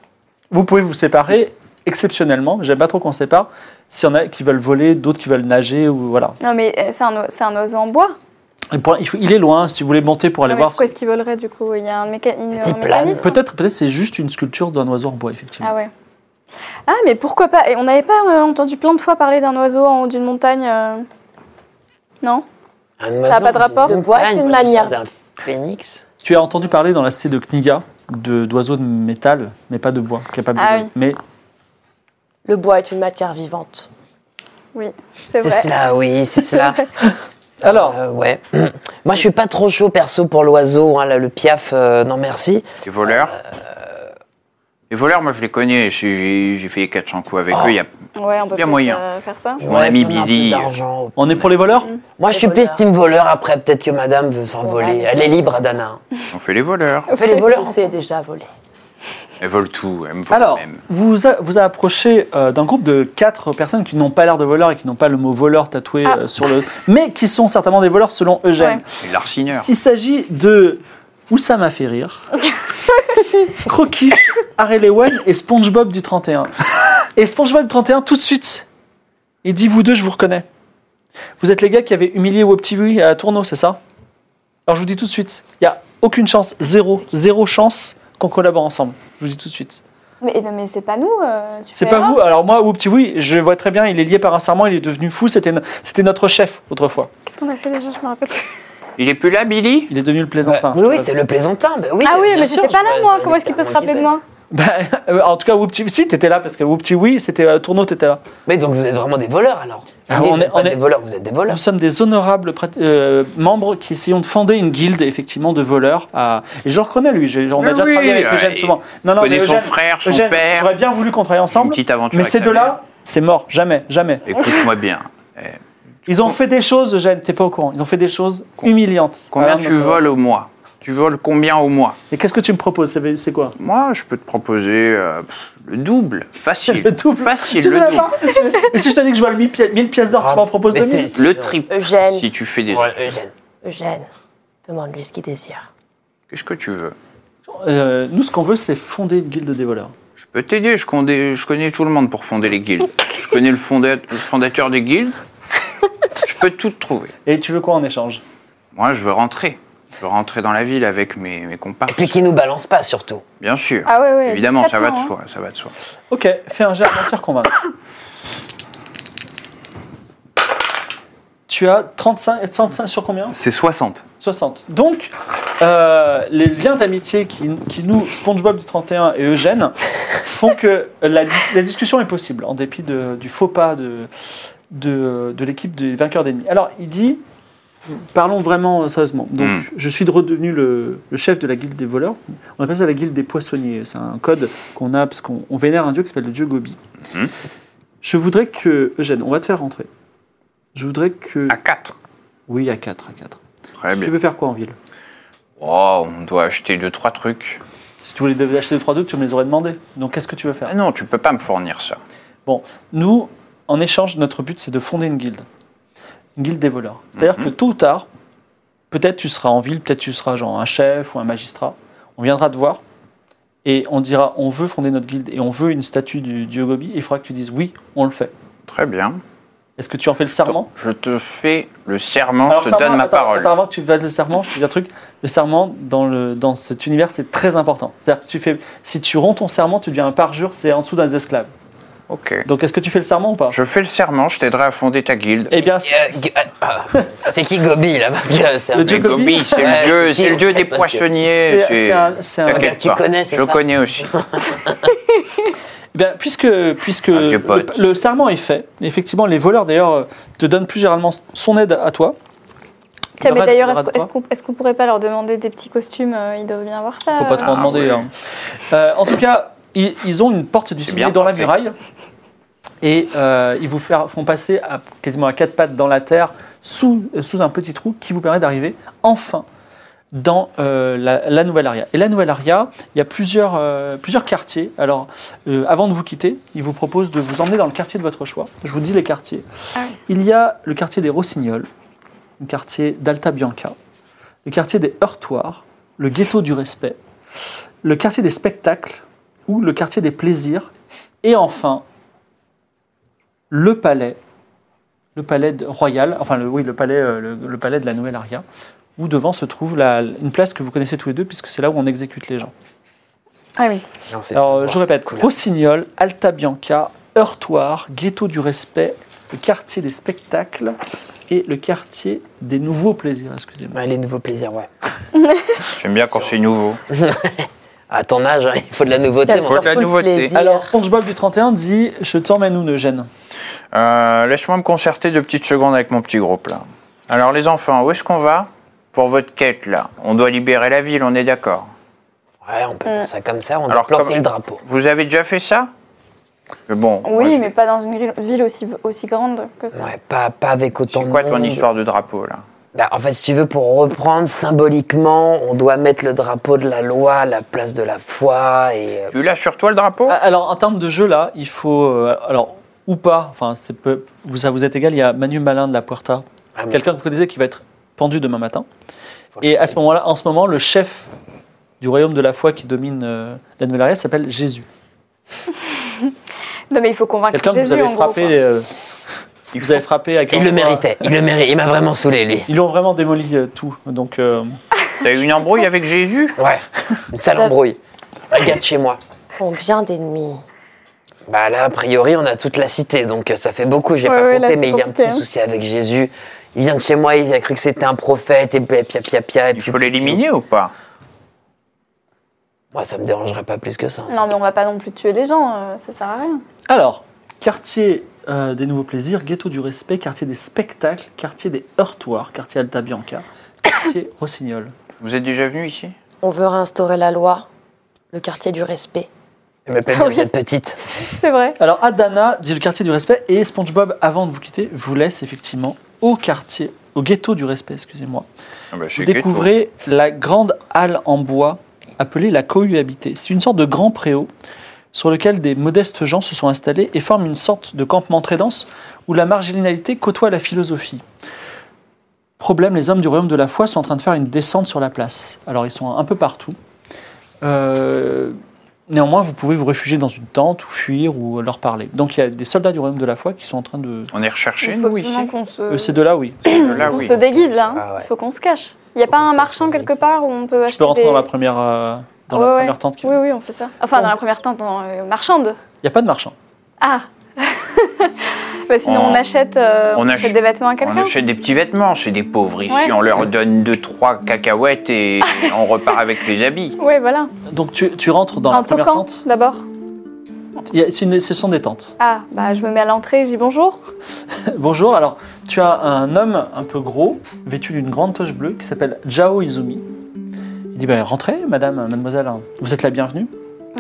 Speaker 1: Vous pouvez vous séparer exceptionnellement, j'aime pas trop qu'on se sépare, s'il y en a qui veulent voler, d'autres qui veulent nager, ou voilà.
Speaker 3: Non, mais euh, c'est un, o- c'est un oiseau en bois.
Speaker 1: Et pour- il, faut- il est loin, si vous voulez monter pour aller
Speaker 3: Non, mais
Speaker 1: voir.
Speaker 3: Ah pourquoi est-ce qu'il volerait du coup Il y a un, méca- une-
Speaker 6: Petit
Speaker 3: un
Speaker 6: plane.
Speaker 3: mécanisme.
Speaker 1: Peut-être peut c'est juste une sculpture d'un oiseau en bois, effectivement.
Speaker 3: Ah ouais. Ah, mais pourquoi pas Et on n'avait pas euh, entendu plein de fois parler d'un oiseau en haut d'une montagne euh, Non
Speaker 6: Un oiseau
Speaker 3: pas de
Speaker 6: d'une
Speaker 3: rapport
Speaker 6: montagne,
Speaker 7: Bois avec une
Speaker 6: voilà,
Speaker 7: manière.
Speaker 6: sorte d'un phénix.
Speaker 1: Tu as entendu parler dans la cité de Kniga de- d'oiseaux de métal, mais pas de bois, capable
Speaker 3: Ah
Speaker 1: de
Speaker 3: oui.
Speaker 1: Mais
Speaker 7: Le bois est une matière vivante.
Speaker 3: Oui, c'est
Speaker 6: C'est
Speaker 3: vrai. Oh.
Speaker 6: cela, oui, c'est cela.
Speaker 1: alors,
Speaker 6: Euh, ouais. Moi, je suis pas trop chaud perso pour l'oiseau, hein, là, le piaf. euh, non, merci.
Speaker 5: Les voleurs Les voleurs, moi je les connais, j'ai j'ai fait 400 coups avec eux. Il y a...
Speaker 3: Ouais, on peut
Speaker 5: Il y a
Speaker 3: peut-être,
Speaker 5: moyen.
Speaker 3: euh, faire ça.
Speaker 5: Mon ami
Speaker 6: on a un peu
Speaker 5: Billy.
Speaker 6: d'argent.
Speaker 1: on est pour les voleurs
Speaker 3: Mm.
Speaker 6: Moi, je suis
Speaker 7: voleurs.
Speaker 6: plus team voleur. Après, peut-être que madame veut s'envoler.
Speaker 7: Ouais.
Speaker 6: Elle est libre, Adana.
Speaker 5: On fait les voleurs.
Speaker 6: On fait les voleurs.
Speaker 7: Je sais déjà voler.
Speaker 5: Elles volent tout, elles me volent
Speaker 1: Alors,
Speaker 5: même.
Speaker 1: vous a- vous a approché euh, d'un groupe de quatre personnes qui n'ont pas l'air de voleurs et qui n'ont pas le mot voleur tatoué
Speaker 3: Ah.
Speaker 1: euh, sur le. Mais qui sont certainement des voleurs selon Eugène.
Speaker 3: Ouais.
Speaker 5: C'est l'arsigneur.
Speaker 1: S'il s'agit de Oussama Ferrir, Croquiche, Arelewan et SpongeBob du 31. Et SpongeBob du 31, tout de suite, il dit Vous deux, je vous reconnais. Vous êtes les gars qui avaient humilié WebTV à Tourneau, c'est ça Alors je vous dis tout de suite, il n'y a aucune chance, zéro, zéro chance qu'on collabore ensemble. Je vous dis tout de suite.
Speaker 3: Mais, non, mais c'est pas nous. euh, tu
Speaker 1: C'est
Speaker 3: fais
Speaker 1: pas
Speaker 3: erreur.
Speaker 1: vous Alors moi, WebTV, je vois très bien, il est lié par un serment, il est devenu fou, c'était c'était notre chef autrefois.
Speaker 3: Qu'est-ce qu'on a fait déjà Je me rappelle plus.
Speaker 5: Il est plus là, Billy
Speaker 1: Il est devenu le plaisantin. Euh,
Speaker 6: Oui, oui, c'est le plaisantin. bah oui,
Speaker 3: Ah oui,
Speaker 6: bien
Speaker 3: mais
Speaker 6: sûr,
Speaker 3: j'étais pas
Speaker 6: je-
Speaker 3: là,
Speaker 6: je-
Speaker 3: moi.
Speaker 6: je-
Speaker 3: Comment est-ce qu'il peut se
Speaker 6: je-
Speaker 3: rappeler de moi
Speaker 1: Bah, euh, en tout cas, Whoopty, si t'étais là parce que Whoopty, oui, c'était euh, Tourneau, t'étais là.
Speaker 6: Mais donc, vous êtes vraiment des voleurs alors
Speaker 1: Ah,
Speaker 6: Vous
Speaker 1: on
Speaker 6: n'êtes
Speaker 1: est-
Speaker 6: pas
Speaker 1: on est-
Speaker 6: des voleurs, vous êtes des voleurs.
Speaker 1: Nous sommes des honorables prat- euh, membres qui essayons de fonder une guilde effectivement de voleurs. À... Et je le reconnais lui, j'ai- on a
Speaker 5: Mais
Speaker 1: déjà
Speaker 5: oui,
Speaker 1: travaillé avec
Speaker 5: ouais,
Speaker 1: Eugène
Speaker 5: il
Speaker 1: souvent. Non, non,
Speaker 5: connaît
Speaker 1: mais
Speaker 5: son
Speaker 1: Eugène-
Speaker 5: frère, son
Speaker 1: Eugène,
Speaker 5: père.
Speaker 1: J'aurais bien voulu qu'on travaille
Speaker 5: Une
Speaker 1: ensemble,
Speaker 5: petite aventure.
Speaker 1: mais
Speaker 5: avec
Speaker 1: ces
Speaker 5: sa mère.
Speaker 1: deux-là, c'est mort, jamais, jamais.
Speaker 5: Écoute-moi bien. Eh,
Speaker 1: Ils ont fait des choses, Eugène, t'es pas au courant. Ils ont fait des choses
Speaker 5: Com-
Speaker 1: humiliantes.
Speaker 5: Combien
Speaker 1: Voilà,
Speaker 5: tu
Speaker 1: notre-
Speaker 5: voles au mois Tu voles combien au mois
Speaker 1: Et qu'est-ce que tu me proposes C'est c'est quoi
Speaker 5: Moi, je peux te proposer euh, pff, le double. Facile.
Speaker 1: Le double.
Speaker 5: Facile,
Speaker 1: Tu sais
Speaker 5: le
Speaker 1: même
Speaker 5: double.
Speaker 1: pas Et si je te dis que je vole 1000 pi- 1000 pièces d'or,
Speaker 6: Ah,
Speaker 1: tu m'en proposes
Speaker 6: mais
Speaker 1: 2000
Speaker 6: c'est-
Speaker 5: Le triple.
Speaker 7: Eugène,
Speaker 5: Si tu fais des.
Speaker 6: Ouais, Eugène.
Speaker 7: Eugène, demande-lui ce qu'il désire.
Speaker 5: Qu'est-ce que tu veux
Speaker 1: Euh, Nous, ce qu'on veut, c'est fonder une guilde des voleurs.
Speaker 5: Je peux t'aider, je connais, je connais tout le monde pour fonder les guildes. Je connais le, fondat- le fondateur des guildes. Je peux tout te trouver.
Speaker 1: Et tu veux quoi en échange
Speaker 5: Moi, je veux rentrer. Je veux rentrer dans la ville avec mes, mes
Speaker 6: Et
Speaker 5: comparses.
Speaker 6: puis qui nous balance pas surtout.
Speaker 5: Bien sûr.
Speaker 3: Ah ouais, ouais.
Speaker 5: Évidemment, ça va de
Speaker 3: discrètement, hein.
Speaker 5: soi, ça va de soi.
Speaker 1: Ok, fais un jet à mentir convaincre. Tu as 35, 35 sur combien
Speaker 5: C'est 60.
Speaker 1: 60. Donc, euh, les liens d'amitié qui, qui nous, SpongeBob du 31 et Eugène, font que la, dis- la discussion est possible, en dépit de- du faux pas de, de, de l'équipe des vainqueurs d'ennemis. Alors, il dit, parlons vraiment euh, sérieusement. Donc,
Speaker 5: Mm.
Speaker 1: je suis redevenu le, le chef de la guilde des voleurs. On appelle ça la guilde des poissonniers. C'est un code qu'on a, parce qu'on on vénère un dieu qui s'appelle le dieu Gobi.
Speaker 5: Mhm.
Speaker 1: Je voudrais que, Eugène, on va te faire rentrer. Je voudrais que...
Speaker 5: À Ah, 4.
Speaker 1: Oui, à 4, à 4.
Speaker 5: Très
Speaker 1: Tu
Speaker 5: bien.
Speaker 1: veux faire quoi en ville
Speaker 5: Oh, on doit acheter deux, trois trucs.
Speaker 1: Si tu voulais acheter 3 trucs, tu me les aurais demandé. Donc qu'est-ce que tu veux
Speaker 5: Ah
Speaker 1: faire
Speaker 5: non, tu peux pas me fournir ça.
Speaker 1: Bon, nous, en échange, notre but, c'est de fonder une guilde. Une guilde des voleurs. C'est-à-dire
Speaker 5: Mhm.
Speaker 1: que tôt ou tard, peut-être tu seras en ville, peut-être tu seras genre un chef ou un magistrat. On viendra te voir et on dira on veut fonder notre guilde et on veut une statue du dieu Gobi. Et il faudra que tu dises oui, on le fait.
Speaker 5: Très bien.
Speaker 1: Est-ce que tu en fais le serment
Speaker 5: Je te fais le serment, je te
Speaker 1: serment,
Speaker 5: donne ma
Speaker 1: attends,
Speaker 5: parole.
Speaker 1: attends, avant que tu fasses le serment, je te dis un truc. Le serment, dans, le, dans cet univers, c'est très important. C'est-à-dire que si tu, fais, si tu romps ton serment, tu deviens un parjure, c'est en dessous d'un esclave.
Speaker 5: Ok.
Speaker 1: Donc est-ce que tu fais le serment ou pas
Speaker 5: Je fais le serment, je t'aiderai à fonder ta guilde.
Speaker 1: Eh bien,
Speaker 6: Euh, gu- ah, ah, c'est qui Gobi là Parce que c'est un
Speaker 1: Le
Speaker 5: Mais
Speaker 1: dieu
Speaker 6: mec-
Speaker 1: Gobi,
Speaker 5: Gobi, c'est
Speaker 6: Ouais,
Speaker 5: le dieu,
Speaker 6: c'est
Speaker 5: c'est
Speaker 6: qui,
Speaker 5: le dieu
Speaker 6: ouais,
Speaker 5: des
Speaker 6: parce que
Speaker 5: poissonniers.
Speaker 1: c'est- c'est un- c'est un-
Speaker 5: T'inquiète
Speaker 6: Tu
Speaker 5: pas,
Speaker 6: connais, c'est
Speaker 5: Je
Speaker 6: ça
Speaker 5: connais aussi.
Speaker 1: Eh bien, puisque, puisque
Speaker 5: Un vieux
Speaker 1: le,
Speaker 5: pote.
Speaker 1: le serment est fait, effectivement, les voleurs d'ailleurs euh, te donnent plus généralement son aide à toi.
Speaker 3: Tiens,
Speaker 1: Le
Speaker 3: mais
Speaker 1: rat-
Speaker 3: d'ailleurs,
Speaker 1: le rat de
Speaker 3: est-ce qu'on- est-ce
Speaker 1: toi
Speaker 3: qu'on est-ce qu'on pourrait pas leur demander des petits costumes euh, Ils doivent bien avoir ça.
Speaker 1: Faut pas trop en
Speaker 5: Ah,
Speaker 1: demander.
Speaker 5: ouais.
Speaker 1: hein. Euh, en tout cas, ils, ils ont une porte dissimulée
Speaker 5: bien
Speaker 1: dans la
Speaker 5: porté.
Speaker 1: muraille et euh, ils vous faire- font passer à- quasiment à quatre pattes dans la terre sous, euh, sous un petit trou qui vous permet d'arriver enfin dans euh, la, la nouvelle aria. Et la nouvelle aria, il y a plusieurs, euh, plusieurs quartiers. Alors, euh, avant de vous quitter, ils vous proposent de vous emmener dans le quartier de votre choix. Je vous dis les quartiers. Il y a le quartier des Rossignols, le quartier d'Alta Bianca, le quartier des Heurtoirs, le ghetto du respect, le quartier des spectacles ou le quartier des plaisirs. Et enfin, le palais, le palais de- royal, enfin le, oui, le palais, euh, le, le palais de la Nouvelle Aria, où devant se trouve la- une place que vous connaissez tous les deux, puisque c'est là où on exécute les gens.
Speaker 3: Ah oui.
Speaker 6: Non, c'est
Speaker 1: Alors,
Speaker 6: pas
Speaker 1: euh,
Speaker 6: voir,
Speaker 1: je répète,
Speaker 6: c'est cool.
Speaker 1: Rossignol, Alta Bianca, Heurtoir, Ghetto du Respect, le quartier des spectacles et le quartier des nouveaux plaisirs, excusez-moi.
Speaker 6: Ouais, les nouveaux plaisirs, ouais.
Speaker 5: J'aime bien quand c'est nouveau.
Speaker 6: À ton âge, hein, il faut de la nouveauté.
Speaker 7: Quel
Speaker 6: mon
Speaker 5: Faut de la
Speaker 7: surtout le
Speaker 5: nouveauté.
Speaker 7: plaisir.
Speaker 1: Alors, SpongeBob du 31 dit « Je t'emmène où, Eugène
Speaker 5: Euh, Laisse-moi me concerter deux petites secondes avec mon petit groupe là. Alors les enfants, où est-ce qu'on va pour votre quête là On doit libérer la ville, on est d'accord.
Speaker 6: Ouais, on peut faire ça comme ça, on doit
Speaker 5: Mm. Alors,
Speaker 6: planter
Speaker 5: comme-
Speaker 6: le drapeau.
Speaker 5: Vous avez déjà fait ça Mais Bon. moi,
Speaker 3: Oui,
Speaker 5: je-
Speaker 3: mais pas dans une grille- ville aussi, aussi grande que ça.
Speaker 6: Ouais, pas, pas avec autant
Speaker 5: C'est
Speaker 6: de
Speaker 5: quoi ton
Speaker 6: monde.
Speaker 5: histoire de drapeau là
Speaker 6: Bah, En fait, si tu veux, pour reprendre symboliquement, on doit mettre le drapeau de la loi à la place de la foi et... euh,
Speaker 5: Tu l'as sur toi le drapeau
Speaker 1: Ah, Alors, en termes de jeu, là, il faut... euh, alors, ou pas, enfin, c'est peu, vous- ça vous est égal, il y a Manu Malin de la Puerta,
Speaker 6: ah, mais-
Speaker 1: quelqu'un que vous connaissez qui va être pendu demain matin.
Speaker 6: faut le
Speaker 1: Et à
Speaker 6: faire.
Speaker 1: ce moment-là, en ce moment, le chef du royaume de la foi qui domine euh, la nouvelle Aria s'appelle Jésus.
Speaker 3: Non, mais il faut convaincre
Speaker 1: Quelqu'un que vous
Speaker 3: Jésus,
Speaker 1: avez
Speaker 3: en gros,
Speaker 1: frappé...
Speaker 3: quoi.
Speaker 1: euh, vous avez frappé à
Speaker 6: Il le méritait, il le méritait, il m'a vraiment saoulé, lui.
Speaker 1: Ils ont vraiment démoli euh, tout. Donc, euh,
Speaker 5: T'as eu une embrouille avec Jésus
Speaker 6: Ouais, une sale embrouille. Regarde chez moi.
Speaker 7: Combien d'ennemis
Speaker 6: Bah là, a priori, on a toute la cité, donc euh, ça fait beaucoup, j'ai
Speaker 3: Ouais,
Speaker 6: pas
Speaker 3: ouais, là,
Speaker 6: compté,
Speaker 3: c'est
Speaker 6: mais il y a un
Speaker 3: compliqué,
Speaker 6: petit
Speaker 3: hein.
Speaker 6: souci avec Jésus. Il vient de chez moi, il a cru que c'était un prophète, et puis pia pia pia. Et
Speaker 5: Il
Speaker 6: puis,
Speaker 5: faut l'éliminer ou pas
Speaker 6: Moi, ça me dérangerait pas plus que ça.
Speaker 3: Non, bah, mais on va pas non plus tuer les gens, euh, ça sert à rien.
Speaker 1: Alors, quartier euh, des nouveaux plaisirs, ghetto du respect, quartier des spectacles, quartier des heurtoirs, quartier Alta Bianca, quartier Rossignol.
Speaker 5: Vous êtes déjà venu ici
Speaker 7: On veut réinstaurer la loi, le quartier du respect.
Speaker 6: Elle m'appelle
Speaker 3: ah
Speaker 6: bien, vous êtes petite.
Speaker 3: C'est vrai.
Speaker 1: Alors, Adana dit le quartier du respect et SpongeBob, avant de vous quitter, vous laisse effectivement au quartier, au ghetto du respect, excusez-moi.
Speaker 5: ah bah,
Speaker 1: Vous
Speaker 5: chez Ghetto.
Speaker 1: découvrez la grande halle en bois appelée la cohue habitée. C'est une sorte de grand préau sur lequel des modestes gens se sont installés et forment une sorte de campement très dense où la marginalité côtoie la philosophie. Problème, les hommes du royaume de la foi sont en train de faire une descente sur la place. Alors ils sont un peu partout. Euh, néanmoins, vous pouvez vous réfugier dans une tente ou fuir ou leur parler. Donc il y a des soldats du royaume de la foi qui sont en train de...
Speaker 5: On est recherché
Speaker 3: Il faut
Speaker 5: nous ici
Speaker 3: absolument qu'on se...
Speaker 1: Euh, ces deux-là, oui.
Speaker 5: Là
Speaker 3: on
Speaker 5: oui.
Speaker 3: se déguise là,
Speaker 6: Ah ouais.
Speaker 3: il faut qu'on se cache. Il n'y a pas
Speaker 6: qu'on
Speaker 3: un
Speaker 6: se
Speaker 3: marchand
Speaker 6: cache.
Speaker 3: quelque part où on peut
Speaker 1: Je
Speaker 3: acheter
Speaker 1: peux rentrer
Speaker 3: des-
Speaker 1: dans la première, euh, dans
Speaker 3: Ouais,
Speaker 1: la
Speaker 3: ouais.
Speaker 1: première tente. qui- Il
Speaker 3: Oui, oui, on fait ça. Enfin, dans la première tente, dans euh, marchande.
Speaker 1: n'y a pas de marchand.
Speaker 3: Ah Bah, Sinon,
Speaker 5: On-
Speaker 3: on, achète, euh, on
Speaker 5: on achète-
Speaker 3: achète des vêtements à
Speaker 5: On
Speaker 3: quelqu'un.
Speaker 5: achète des petits vêtements chez des pauvres ici,
Speaker 3: Ouais.
Speaker 5: on leur donne deux trois cacahuètes et on repart avec les habits.
Speaker 3: Ouais, voilà.
Speaker 1: Donc tu, tu rentres dans la
Speaker 3: en
Speaker 1: première
Speaker 3: toquant,
Speaker 1: tente.
Speaker 3: d'abord.
Speaker 1: Il y a- c'est une- ce sont des tentes.
Speaker 3: Ah, bah, je me mets à l'entrée, je dis bonjour.
Speaker 1: Bonjour, alors tu as un homme un peu gros, vêtu d'une grande toche bleue, qui s'appelle Jao Izumi. Il dit ben, Rentrez, madame, mademoiselle, hein. vous êtes la bienvenue.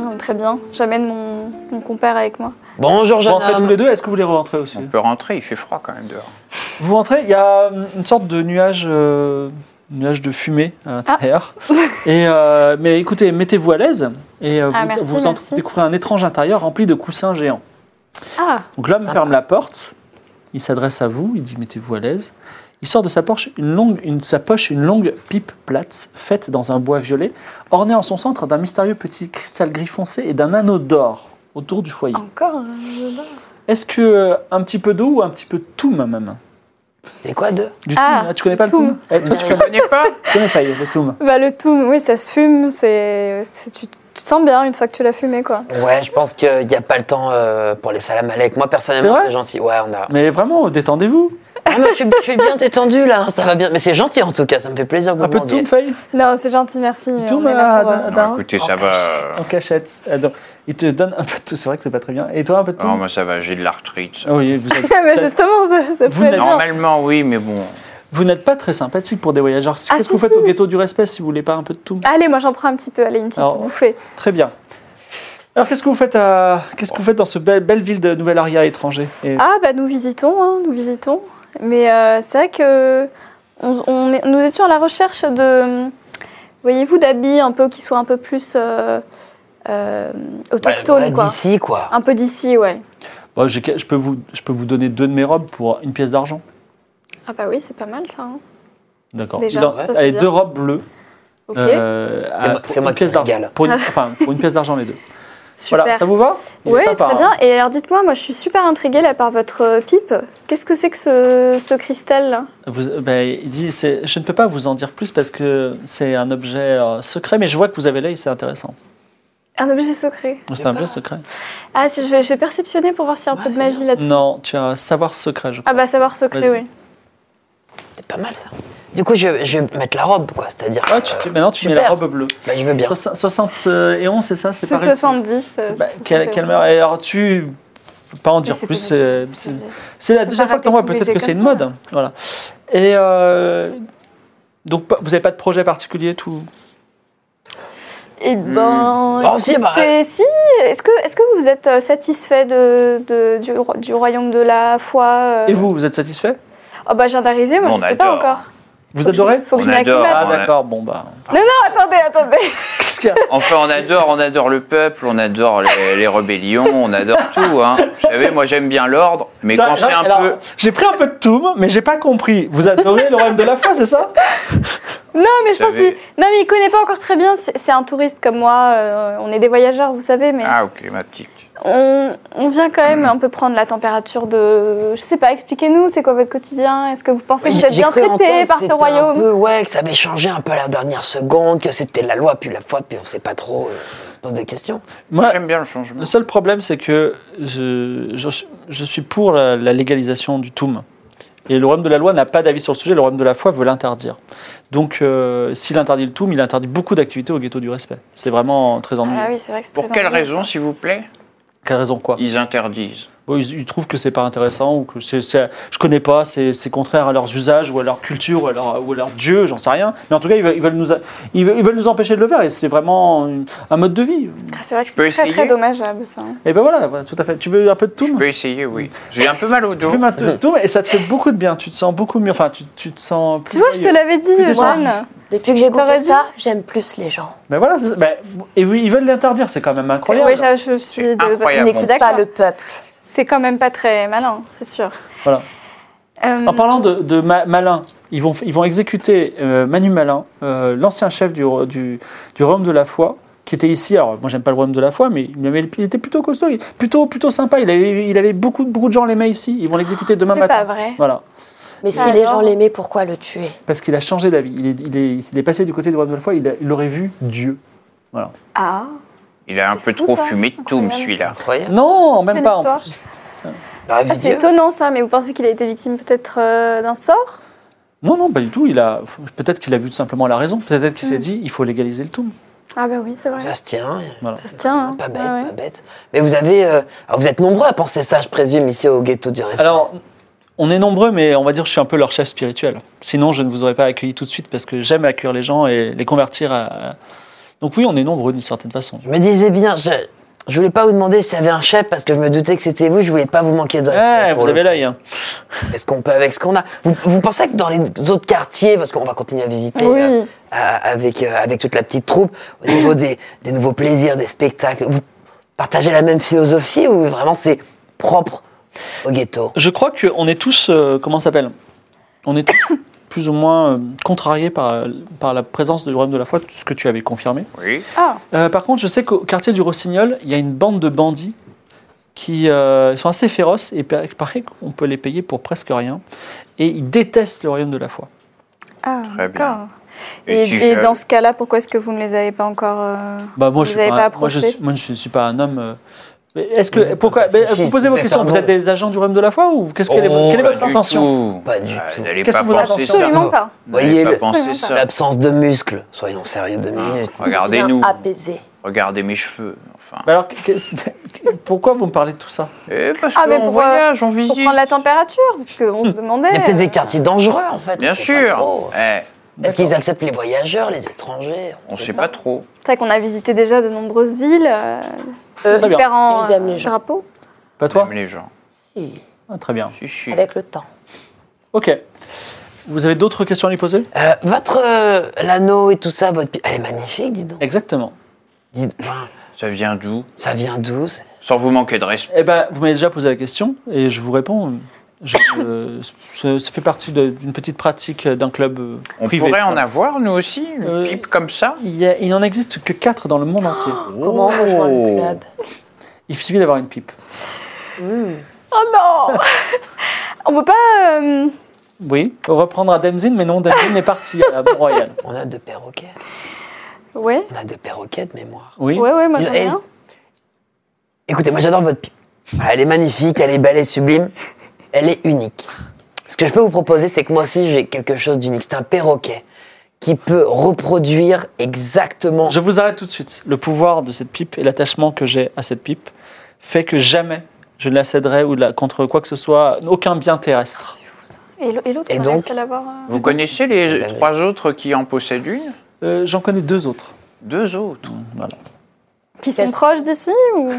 Speaker 3: Hum, très bien, j'amène mon, mon compère avec moi.
Speaker 6: Bonjour,
Speaker 1: Vous
Speaker 6: jeune
Speaker 1: rentrez tous
Speaker 6: homme.
Speaker 1: les deux, est-ce que vous voulez rentrer aussi
Speaker 5: On peut rentrer, il fait froid quand même dehors.
Speaker 1: Vous rentrez, il y a hum, une sorte de nuage euh, nuage de fumée à l'intérieur. Et, euh, mais écoutez, mettez-vous à l'aise et euh,
Speaker 3: Ah,
Speaker 1: vous,
Speaker 3: merci,
Speaker 1: vous entre-
Speaker 3: merci.
Speaker 1: découvrez un étrange intérieur rempli de coussins géants.
Speaker 3: Ah,
Speaker 1: Donc l'homme ferme la porte, il s'adresse à vous, il dit mettez-vous à l'aise. Il sort de sa poche une longue, une, sa poche une longue pipe plate faite dans un bois violet, ornée en son centre d'un mystérieux petit cristal gris foncé et d'un anneau d'or autour du foyer.
Speaker 3: encore
Speaker 5: hein,
Speaker 3: un jeu d'or.
Speaker 1: Est-ce que euh, un petit peu d'eau ou un petit peu de toum même
Speaker 6: C'est quoi deux
Speaker 1: Du
Speaker 3: Ah,
Speaker 1: toum, ah, tu connais
Speaker 3: du
Speaker 1: pas le toum
Speaker 3: toum.
Speaker 1: Eh, Toi tu connais,
Speaker 5: pas
Speaker 1: tu connais pas le toum.
Speaker 3: Bah, le tout, oui, ça se fume. C'est, c'est- tu, tu te sens bien une fois que tu l'as fumé, quoi.
Speaker 6: Ouais, je pense qu'il n'y a pas le temps euh, pour les salamalek. Moi,
Speaker 1: C'est
Speaker 6: personnellement,
Speaker 1: vrai
Speaker 6: c'est gentil. Ouais, on a.
Speaker 1: Mais vraiment, détendez-vous.
Speaker 6: Ah, mais je, suis, je suis bien détendu là, hein, ça va bien. Mais c'est gentil en tout cas, ça me fait plaisir que vous
Speaker 1: Un peu de
Speaker 6: demandiez.
Speaker 1: toum, Faye
Speaker 3: Non, c'est gentil, merci. mais
Speaker 1: toum
Speaker 3: on est là
Speaker 1: à-
Speaker 3: pour, euh,
Speaker 1: à-
Speaker 6: Ah,
Speaker 1: Daron
Speaker 5: Écoutez, ça va.
Speaker 1: En cachette. Ah, donc, il te donne un peu de tout, c'est vrai que c'est pas très bien. Et toi, un peu de
Speaker 6: Ah,
Speaker 1: tout
Speaker 5: Non,
Speaker 6: bah.
Speaker 5: moi ça va, j'ai de l'arthrite. ça.
Speaker 1: Ah oui, vous êtes-
Speaker 3: mais justement, ça, ça
Speaker 1: Vous
Speaker 3: peut être
Speaker 1: n'avez-
Speaker 3: bien.
Speaker 5: Normalement, oui, mais bon.
Speaker 1: vous n'êtes pas très sympathique pour des voyageurs. Qu'est-ce
Speaker 3: Ah,
Speaker 1: que
Speaker 3: si,
Speaker 1: vous faites
Speaker 3: si.
Speaker 1: au ghetto du respect si vous voulez pas un peu de tout
Speaker 3: Allez, moi j'en prends un petit peu. Allez, une petite
Speaker 1: Alors-
Speaker 3: bouffée.
Speaker 1: Très bien. Alors, qu'est-ce que vous faites à... qu'est-ce que vous faites dans ce bel- belle ville de Nouvelle-Aria étranger Et-
Speaker 3: Ah, bah nous visitons, hein, nous visitons. Mais euh, c'est vrai que on, on est- nous étions à la recherche de, voyez-vous, d'habits un peu qui soient un peu plus euh,
Speaker 1: Bah,
Speaker 3: euh, autochtones,
Speaker 6: Bah, Voilà,
Speaker 3: quoi.
Speaker 6: D'ici quoi.
Speaker 3: Un peu d'ici, ouais.
Speaker 1: Bon, Oh, j'ai- je, peux vous... je peux vous donner deux de mes robes pour une pièce d'argent.
Speaker 3: Ah bah oui, c'est pas mal ça. hein.
Speaker 1: D'accord.
Speaker 3: Déjà,
Speaker 1: Il en-
Speaker 3: ça, c'est
Speaker 1: Allez,
Speaker 3: bien.
Speaker 1: deux robes bleues.
Speaker 3: Ok,
Speaker 1: euh, à-
Speaker 6: C'est moi-
Speaker 1: pour
Speaker 6: c'est
Speaker 1: une
Speaker 6: moi qui
Speaker 1: pièce
Speaker 6: me
Speaker 1: d'argent.
Speaker 6: régale.
Speaker 1: Pour une- Enfin, pour une pièce d'argent, les deux.
Speaker 3: super.
Speaker 1: Voilà, ça vous va Il est
Speaker 3: oui,
Speaker 1: sympa,
Speaker 3: très
Speaker 1: hein.
Speaker 3: bien. Et alors dites-moi, moi je suis super intriguée là par votre euh, pipe. Qu'est-ce que c'est que ce, ce cristal là
Speaker 1: Vous- euh, ben, il dit, c'est- je ne peux pas vous en dire plus parce que c'est un objet euh, secret, mais je vois que vous avez l'œil, c'est intéressant.
Speaker 3: Un objet secret.
Speaker 1: C'est un objet secret.
Speaker 3: Ah, si, je vais, je vais perceptionner pour voir s'il y a un peu de magie là-dessus.
Speaker 1: Non, tu as un savoir secret, je crois.
Speaker 3: Ah bah savoir secret,
Speaker 1: Vas-y.
Speaker 3: oui.
Speaker 6: C'est pas mal ça. Du coup, je, je vais mettre la robe quoi, c'est-à-dire.
Speaker 3: Ah.
Speaker 1: Ouais, Ah, tu,
Speaker 6: euh,
Speaker 1: tu- maintenant, tu mets la
Speaker 6: super.
Speaker 1: robe bleue.
Speaker 6: Bah, je veux bien.
Speaker 1: Soix- 71, c'est ça C'est
Speaker 3: J'ai
Speaker 1: pas Bah, réussi.
Speaker 3: 70. euh,
Speaker 1: C'est pas-
Speaker 3: c'est-
Speaker 1: Quelle,
Speaker 3: c'est-
Speaker 1: quelle meilleure- Alors, tu. faut Pas en
Speaker 3: Mais
Speaker 1: dire
Speaker 3: c'est
Speaker 1: plus. euh,
Speaker 3: pas-
Speaker 1: C'est
Speaker 3: c'est-
Speaker 1: c'est- c'est la
Speaker 3: peux
Speaker 1: deuxième
Speaker 3: pas
Speaker 1: fois que
Speaker 3: rater
Speaker 1: t'en vois,
Speaker 3: tous les
Speaker 1: peut-être
Speaker 3: jets
Speaker 1: que c'est une
Speaker 3: comme ça.
Speaker 1: mode. Voilà. Et. euh, donc, pas- vous n'avez pas de projet particulier tout...
Speaker 3: Eh
Speaker 1: Hmm.
Speaker 3: ben.
Speaker 6: Oh, si, bah,
Speaker 3: écoutez, si. Est-ce que, est que vous êtes euh, satisfait de, de- du, roi- du royaume de la foi euh,
Speaker 1: Et vous, vous êtes satisfait
Speaker 3: Oh, bah, je viens d'arriver, moi,
Speaker 5: On
Speaker 3: je sais pas
Speaker 5: adore.
Speaker 3: encore.
Speaker 1: Vous
Speaker 3: Faut que je-
Speaker 1: adorez
Speaker 3: Faut que
Speaker 5: On
Speaker 3: je m'y
Speaker 5: adore.
Speaker 3: acclimate.
Speaker 1: Ah,
Speaker 5: Ouais.
Speaker 1: d'accord, bon, bah.
Speaker 3: Attendez, attendez.
Speaker 1: Qu'est-ce qu'il y a
Speaker 5: Enfin, on adore, on adore le peuple, on adore les, les rébellions, on adore tout. Hein. Vous savez, moi j'aime bien l'ordre, mais
Speaker 1: Non,
Speaker 5: quand c'est
Speaker 1: non,
Speaker 5: un
Speaker 1: alors,
Speaker 5: peu.
Speaker 1: J'ai pris un peu de toum, mais j'ai pas compris. Vous adorez le royaume de la foi, c'est ça
Speaker 3: Non, mais je
Speaker 5: Vous
Speaker 3: pense
Speaker 5: savez-
Speaker 3: qu'il- Non, mais il connaît pas encore très bien. C'est c'est un touriste comme moi. euh, on est des voyageurs, vous savez, mais.
Speaker 5: Ah, ok, ma petite.
Speaker 3: On, on vient quand même un peu prendre la température de. Je sais pas, expliquez-nous, c'est quoi votre quotidien Est-ce que vous pensez que vous
Speaker 6: J'ai-
Speaker 3: êtes
Speaker 6: j'ai
Speaker 3: bien
Speaker 6: cru entendre
Speaker 3: traité
Speaker 6: que
Speaker 3: par ce
Speaker 6: c'était Un
Speaker 3: royaume
Speaker 6: peu, ouais, que ça avait changé un peu à la dernière seconde, que c'était la loi, puis la foi, puis on sait pas trop. euh, On se pose des questions.
Speaker 1: Moi,
Speaker 5: J'aime bien le changement.
Speaker 1: le seul problème, c'est que je, je, je suis pour la, la légalisation du toum. Et le royaume de la loi n'a pas d'avis sur le sujet, le royaume de la foi veut l'interdire. Donc, euh, s'il interdit le toum, il interdit beaucoup d'activités au ghetto du respect. C'est vraiment très ennuyeux.
Speaker 3: Ah oui, c'est vrai que c'est
Speaker 5: Pour
Speaker 3: très
Speaker 5: quelle
Speaker 3: ennuyeux,
Speaker 5: raison,
Speaker 3: ça.
Speaker 5: s'il vous plaît
Speaker 1: Quelle raison, quoi
Speaker 5: Ils interdisent.
Speaker 1: Bon, ils, ils trouvent que c'est pas intéressant ou que c'est, c'est- je connais pas, c'est, c'est contraire à leurs usages ou à leur culture ou à leur, ou à leur dieu, j'en sais rien. Mais en tout cas, ils veulent, ils veulent nous, a- ils veulent, ils veulent nous empêcher de le faire et c'est vraiment une- un mode de vie.
Speaker 3: Ah, C'est vrai que
Speaker 5: peux
Speaker 3: c'est très, très
Speaker 5: essayer
Speaker 3: dommageable ça. hein.
Speaker 1: Et ben voilà, voilà, tout à fait. Tu veux un peu de
Speaker 5: Je
Speaker 1: tout
Speaker 5: peux essayer, oui. J'ai un peu mal au dos.
Speaker 1: Fume un peu de tout et ça te fait beaucoup de bien. Tu te sens beaucoup mieux. Enfin, tu, tu te sens plus.
Speaker 3: Tu vois, je te
Speaker 1: joyeux.
Speaker 3: l'avais dit,
Speaker 1: Plus
Speaker 3: Jeanne.
Speaker 7: Depuis que j'ai
Speaker 3: T'aurais
Speaker 7: goûté
Speaker 3: dû.
Speaker 7: ça, j'aime plus les gens.
Speaker 1: Ben voilà, c'est- ben, et oui, ils veulent l'interdire, c'est quand même incroyable.
Speaker 3: Oui, je, je suis de-
Speaker 5: incroyable.
Speaker 3: je suis
Speaker 5: Bon,
Speaker 7: Pas
Speaker 3: d'accord.
Speaker 7: le peuple.
Speaker 3: C'est quand même pas très malin, c'est sûr.
Speaker 1: Voilà.
Speaker 3: Euh,
Speaker 1: En parlant de, de Ma- Malin, ils vont, ils vont exécuter euh, Manu Malin, euh, l'ancien chef du, ro- du, du royaume de la foi, qui était ici. Alors, moi, j'aime pas le royaume de la foi, mais il, avait- il était plutôt costaud, il- plutôt, plutôt sympa. Il avait, il avait beaucoup, beaucoup de gens l'aimaient ici. Ils vont l'exécuter demain
Speaker 3: c'est
Speaker 1: matin.
Speaker 3: pas vrai.
Speaker 1: Voilà,
Speaker 7: Mais si
Speaker 3: Alors
Speaker 7: les gens l'aimaient, pourquoi le tuer
Speaker 1: parce qu'il a changé d'avis. Il est, il, est, il est passé du côté du royaume de la foi, il, a- il aurait vu Dieu. Voilà.
Speaker 3: Ah,
Speaker 5: Il a un peu
Speaker 3: fou,
Speaker 5: trop
Speaker 3: ça.
Speaker 5: fumé de toum,
Speaker 3: Incroyable.
Speaker 5: celui-là.
Speaker 6: Incroyable.
Speaker 1: Non,
Speaker 3: quelle
Speaker 1: même pas. en
Speaker 3: histoire.
Speaker 1: plus.
Speaker 6: La
Speaker 3: Ah, c'est
Speaker 6: vidéo.
Speaker 3: étonnant ça, mais vous pensez qu'il a été victime peut-être euh, d'un sort
Speaker 1: Non, non, pas du tout. Il a, peut-être qu'il a vu tout simplement la raison. Peut-être qu'il s'est
Speaker 3: Mm.
Speaker 1: dit, il faut légaliser le tout.
Speaker 3: Ah bah oui, c'est vrai.
Speaker 6: Ça se tient.
Speaker 1: Voilà.
Speaker 3: Ça se tient, hein.
Speaker 6: Pas bête,
Speaker 3: Ah ouais.
Speaker 6: pas bête. Mais vous avez, euh, alors vous êtes nombreux à penser ça, je présume, ici au ghetto du reste.
Speaker 1: Alors, on est nombreux, mais on va dire que je suis un peu leur chef spirituel. Sinon, je ne vous aurais pas accueilli tout de suite parce que j'aime accueillir les gens et les convertir à. Donc oui, on est nombreux d'une certaine façon.
Speaker 6: je me disais bien, je- Je voulais pas vous demander s'il y avait un chef parce que je me doutais que c'était vous. Je voulais pas vous manquer de respect.
Speaker 1: Eh,
Speaker 6: pour
Speaker 1: vous
Speaker 6: le
Speaker 1: avez l'œil. hein.
Speaker 6: est ce qu'on peut avec ce qu'on a. Vous, vous pensez que dans les autres quartiers, parce qu'on va continuer à visiter
Speaker 3: Oui.
Speaker 6: euh, à- avec, euh, avec toute la petite troupe, au niveau des, des nouveaux plaisirs, des spectacles, vous partagez la même philosophie ou vraiment c'est propre au ghetto
Speaker 1: Je crois qu'on est tous, euh, comment ça s'appelle On est tous plus ou moins euh, contrariés par, euh, par la présence du royaume de la foi, ce que tu avais confirmé.
Speaker 5: Oui.
Speaker 3: Ah,
Speaker 1: Euh, par contre, je sais qu'au quartier du Rossignol, il y a une bande de bandits qui euh, sont assez féroces et pa- paraît qu'on peut les payer pour presque rien. Et ils détestent le royaume de la foi.
Speaker 3: ah
Speaker 5: Très bien.
Speaker 3: d'accord. Et,
Speaker 5: si
Speaker 3: et
Speaker 5: je-
Speaker 3: dans ce cas-là, pourquoi est-ce que vous ne les avez pas encore euh,
Speaker 1: Bah, moi,
Speaker 3: Vous
Speaker 1: je
Speaker 3: avez
Speaker 1: suis
Speaker 3: pas
Speaker 1: moi, je,
Speaker 3: approché
Speaker 1: suis- moi, je ne suis pas un homme. euh, mais est-ce
Speaker 6: Vous
Speaker 1: que
Speaker 6: êtes
Speaker 1: pourquoi
Speaker 6: un
Speaker 1: ben,
Speaker 6: pacifiste,
Speaker 1: Vous posez
Speaker 6: vous
Speaker 1: vos
Speaker 6: êtes
Speaker 1: questions.
Speaker 6: un
Speaker 1: Vous êtes des agents du royaume de la foi ou qu'est-ce qu'elle est,
Speaker 6: Oh,
Speaker 1: quelle est
Speaker 5: Pas
Speaker 1: votre
Speaker 5: du
Speaker 1: intention
Speaker 5: tout.
Speaker 6: Pas du
Speaker 5: Ah,
Speaker 6: tout.
Speaker 5: N'allez
Speaker 1: Qu'est-ce
Speaker 5: pas
Speaker 1: que vous
Speaker 5: penser ça.
Speaker 3: Absolument pas.
Speaker 5: N'allez
Speaker 6: Voyez
Speaker 5: pas
Speaker 6: le-
Speaker 5: penser
Speaker 3: Absolument
Speaker 5: ça.
Speaker 6: L'absence de muscles, soyons sérieux deux minutes.
Speaker 5: Regardez-nous.
Speaker 3: Ah.
Speaker 7: Bien apaisé.
Speaker 5: Regardez mes cheveux. Enfin.
Speaker 1: Bah alors, qu'est-ce- pourquoi vous me parlez de tout ça
Speaker 5: Eh, parce
Speaker 3: Ah, mais
Speaker 5: qu'on
Speaker 3: pour,
Speaker 5: voyage, on
Speaker 3: Pour
Speaker 5: visite.
Speaker 3: prendre la température, parce qu'on se demandait.
Speaker 6: Hmm. Il y a peut-être
Speaker 3: euh,
Speaker 6: des quartiers dangereux en fait. on
Speaker 5: Bien
Speaker 6: sait pas
Speaker 5: sûr.
Speaker 6: trop.
Speaker 5: Eh,
Speaker 6: Est-ce qu'ils acceptent les voyageurs, les étrangers
Speaker 5: on sait pas trop.
Speaker 3: C'est vrai qu'on a visité déjà de nombreuses villes, euh, sous
Speaker 1: très
Speaker 7: Euh,
Speaker 1: bien.
Speaker 3: différents
Speaker 7: Ils aiment les
Speaker 3: euh,
Speaker 7: gens.
Speaker 3: drapeaux.
Speaker 1: Pas toi
Speaker 5: Même les gens.
Speaker 7: Si,
Speaker 1: Ah, Très bien.
Speaker 5: Si, si.
Speaker 7: avec le temps.
Speaker 1: Ok. Vous avez d'autres questions à lui poser
Speaker 6: Euh, votre euh, l'anneau et tout ça, votre pi- elle est magnifique, dis donc.
Speaker 1: Exactement.
Speaker 6: Dis- enfin,
Speaker 5: Ça vient d'où
Speaker 6: ça vient d'où c'est-
Speaker 5: Sans vous manquer de respect.
Speaker 1: Eh ben, vous m'avez déjà posé la question et je vous réponds. Je, euh, ça- ça fait partie de- d'une petite pratique d'un club euh,
Speaker 5: On
Speaker 1: privé.
Speaker 5: pourrait en avoir, nous aussi, une
Speaker 1: Euh,
Speaker 5: pipe comme ça
Speaker 1: Il, y a- il n'en existe que 4 dans le monde entier.
Speaker 7: Comment rejoindre le club
Speaker 1: Il suffit d'avoir une pipe.
Speaker 3: Oh non On peut pas. euh,
Speaker 1: Oui, faut reprendre à Demzin, mais non, Demzin est parti à Mont-Royal.
Speaker 6: On a deux perroquets.
Speaker 3: Ouais,
Speaker 6: On a deux perroquets de mémoire.
Speaker 1: Oui.
Speaker 3: ouais, ouais, moi j'en ai
Speaker 6: Et-
Speaker 3: un.
Speaker 6: Écoutez, moi j'adore votre pipe. Voilà, elle est magnifique, elle est belle, elle est sublime. Elle est unique. Ce que je peux vous proposer, c'est que moi aussi j'ai quelque chose d'unique. C'est un perroquet qui peut reproduire exactement.
Speaker 1: Je vous arrête tout de suite. Le pouvoir de cette pipe et l'attachement que j'ai à cette pipe fait que jamais je ne la céderai ou la, contre quoi que ce soit, aucun bien terrestre.
Speaker 3: Et l'au- et l'autre,
Speaker 6: Et
Speaker 3: on a
Speaker 6: donc-
Speaker 3: réussi à l'avoir. euh,
Speaker 5: Vous connaissez les trois autres qui en possèdent une
Speaker 1: Euh, J'en connais deux autres.
Speaker 5: Deux autres.
Speaker 1: Voilà.
Speaker 3: Qui sont
Speaker 7: Quels-
Speaker 3: proches d'ici ou...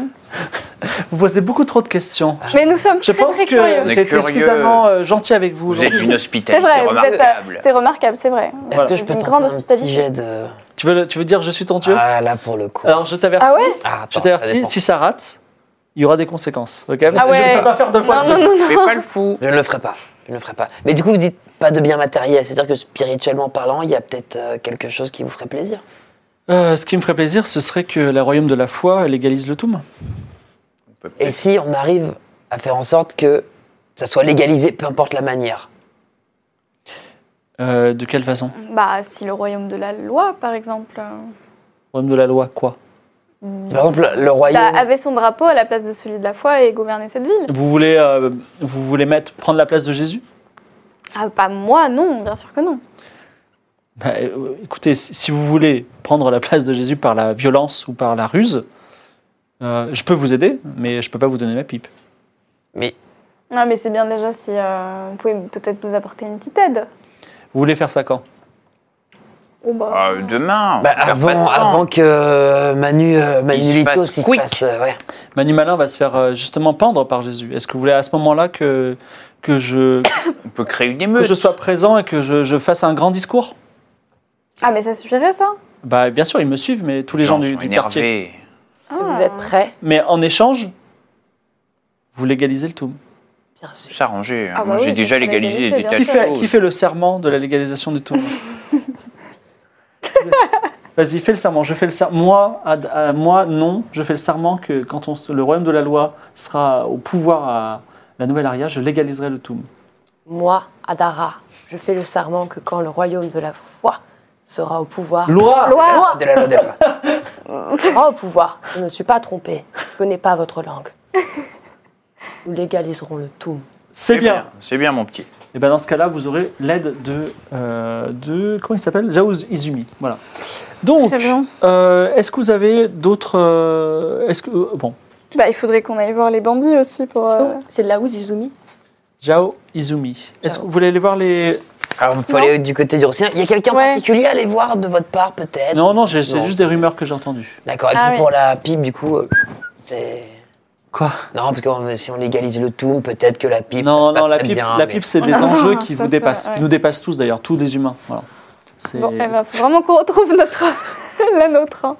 Speaker 1: Vous posez beaucoup trop de questions.
Speaker 3: Mais nous sommes
Speaker 1: Je
Speaker 3: très,
Speaker 1: pense
Speaker 3: très
Speaker 1: que
Speaker 3: curieux.
Speaker 1: j'ai
Speaker 5: On est
Speaker 1: été
Speaker 5: curieux.
Speaker 1: suffisamment euh, gentil avec vous.
Speaker 5: Vous êtes
Speaker 1: aujourd'hui.
Speaker 5: une
Speaker 3: C'est
Speaker 5: hospitalité
Speaker 3: vrai, vous êtes, euh,
Speaker 5: remarquable.
Speaker 3: c'est remarquable, c'est vrai.
Speaker 6: Est-ce
Speaker 1: Voilà.
Speaker 6: que je peux
Speaker 3: Une
Speaker 6: tenter
Speaker 3: grande
Speaker 6: un petit
Speaker 3: hospitalité.
Speaker 6: jet de.
Speaker 1: Tu, veux, le- tu veux dire je suis ton dieu
Speaker 6: Ah là pour le coup.
Speaker 1: Alors je t'avertis.
Speaker 3: Ah ouais
Speaker 6: Ah,
Speaker 1: je
Speaker 6: attends, ça
Speaker 1: t'avertis,
Speaker 6: dépend.
Speaker 1: si ça rate, il y aura des conséquences. ok Parce
Speaker 3: Ah
Speaker 1: que je ne
Speaker 3: ouais.
Speaker 1: peux pas faire deux fois.
Speaker 3: Non, non, non, non.
Speaker 5: Fais pas le fou.
Speaker 6: Je ne le ferai pas. Je ne le ferai pas. Mais du coup, vous dites pas de bien matériel. C'est-à-dire que spirituellement parlant, il y a peut-être euh, quelque chose qui vous ferait plaisir.
Speaker 1: Euh, ce qui me ferait plaisir, ce serait que le royaume de la foi légalise le tout.
Speaker 6: Et si on arrive à faire en sorte que ça soit légalisé, peu importe la manière.
Speaker 1: Euh, de quelle façon
Speaker 3: Bah, si le royaume de la loi, par exemple, euh,
Speaker 1: Royaume de la loi, quoi
Speaker 6: Par exemple, le royaume.
Speaker 3: bah, avait son drapeau à la place de celui de la foi et gouvernait cette ville.
Speaker 1: Vous voulez, euh, vous voulez mettre, prendre la place de Jésus
Speaker 3: Ah, pas moi, non, bien sûr que non.
Speaker 1: Bah, euh, Écoutez, si si vous voulez prendre la place de Jésus par la violence ou par la ruse, euh, je peux vous aider, mais je peux pas vous donner ma pipe.
Speaker 6: Mais
Speaker 3: Non, mais c'est bien déjà si euh, vous pouvez peut-être nous apporter une petite aide.
Speaker 1: Vous voulez faire ça quand
Speaker 3: Oh, bah.
Speaker 5: Euh, demain. on
Speaker 6: bah,
Speaker 5: perd pas de
Speaker 6: avant,
Speaker 5: temps.
Speaker 6: avant que euh, Manu, euh, Manu
Speaker 5: Il se
Speaker 6: Lito
Speaker 5: fasse
Speaker 6: s'y
Speaker 5: quick.
Speaker 6: fasse. euh, ouais.
Speaker 1: Manu Malin va se faire euh, justement pendre par Jésus. Est-ce que vous voulez à ce moment-là que, que, je,
Speaker 5: On peut créer une
Speaker 1: que
Speaker 5: émeute.
Speaker 1: je sois présent et que je, je fasse un grand discours
Speaker 3: Ah, mais ça suffirait ça
Speaker 1: bah, Bien sûr, ils me suivent, mais tous les gens, du,
Speaker 5: sont
Speaker 1: du quartier.
Speaker 5: énervés.
Speaker 7: Si
Speaker 3: Ah.
Speaker 7: vous êtes prêts,
Speaker 1: Mais en échange, vous légalisez le tout.
Speaker 7: bien sûr.
Speaker 5: S'arranger. hein.
Speaker 3: Ah bah
Speaker 5: Moi,
Speaker 3: oui,
Speaker 5: j'ai
Speaker 3: ça,
Speaker 5: déjà
Speaker 3: c'est
Speaker 5: légalisé
Speaker 3: légalisé,
Speaker 5: des
Speaker 3: bien
Speaker 5: tas
Speaker 1: Qui
Speaker 5: de
Speaker 3: sûr.
Speaker 1: fait, qui
Speaker 5: choses.
Speaker 1: fait le serment de la légalisation du tout Vas-y, fais le serment. Je fais le serment. Moi, ad- à moi, non. Je fais le serment que quand on, se- le royaume de la loi sera au pouvoir à la nouvelle aria, je légaliserai le tout.
Speaker 7: Moi, Adara, je fais le serment que quand le royaume de la foi sera au pouvoir,
Speaker 1: Loi
Speaker 3: Ah. Loi
Speaker 6: De la loi de la loi.
Speaker 7: sera au pouvoir, je ne me suis pas trompée, je ne connais pas votre langue. Nous légaliserons le tout.
Speaker 1: C'est Eh bien.
Speaker 5: C'est bien, mon petit.
Speaker 1: Et ben dans ce cas-là, vous aurez l'aide de, euh, de comment il s'appelle Jaouz Izumi. Voilà. Donc,
Speaker 3: Très bien.
Speaker 1: euh, est-ce que vous avez d'autres euh, Est-ce que euh, bon,
Speaker 3: Bah, il faudrait qu'on aille voir les bandits aussi pour. euh,
Speaker 7: C'est là où Zizumi
Speaker 1: Jao Izumi. Est-ce
Speaker 7: Jao.
Speaker 1: que vous voulez aller voir les
Speaker 6: Alors, il faut aller du côté du Roussien. Il y a quelqu'un en
Speaker 3: Ouais.
Speaker 6: particulier à aller voir de votre part, peut-être
Speaker 1: Non, non, j'ai- c'est
Speaker 6: Non.
Speaker 1: juste des rumeurs que j'ai entendues.
Speaker 6: D'accord. Et
Speaker 3: Ah
Speaker 6: puis
Speaker 3: oui.
Speaker 6: pour la pipe, du coup, euh, C'est-
Speaker 1: Quoi
Speaker 6: Non, parce que euh, si on légalise le tout, peut-être que la pipe.
Speaker 1: Non,
Speaker 6: ça se
Speaker 1: non, la
Speaker 6: passerait
Speaker 1: pipe,
Speaker 6: bien,
Speaker 1: la
Speaker 6: mais-
Speaker 1: pipe, c'est des
Speaker 3: Ah,
Speaker 1: enjeux qui vous
Speaker 3: ça, ça,
Speaker 1: dépassent,
Speaker 3: ouais.
Speaker 1: qui nous dépassent tous d'ailleurs, tous les humains. Voilà. C'est-
Speaker 3: Bon, eh ben, faut vraiment qu'on retrouve notre, la nôtre. hein.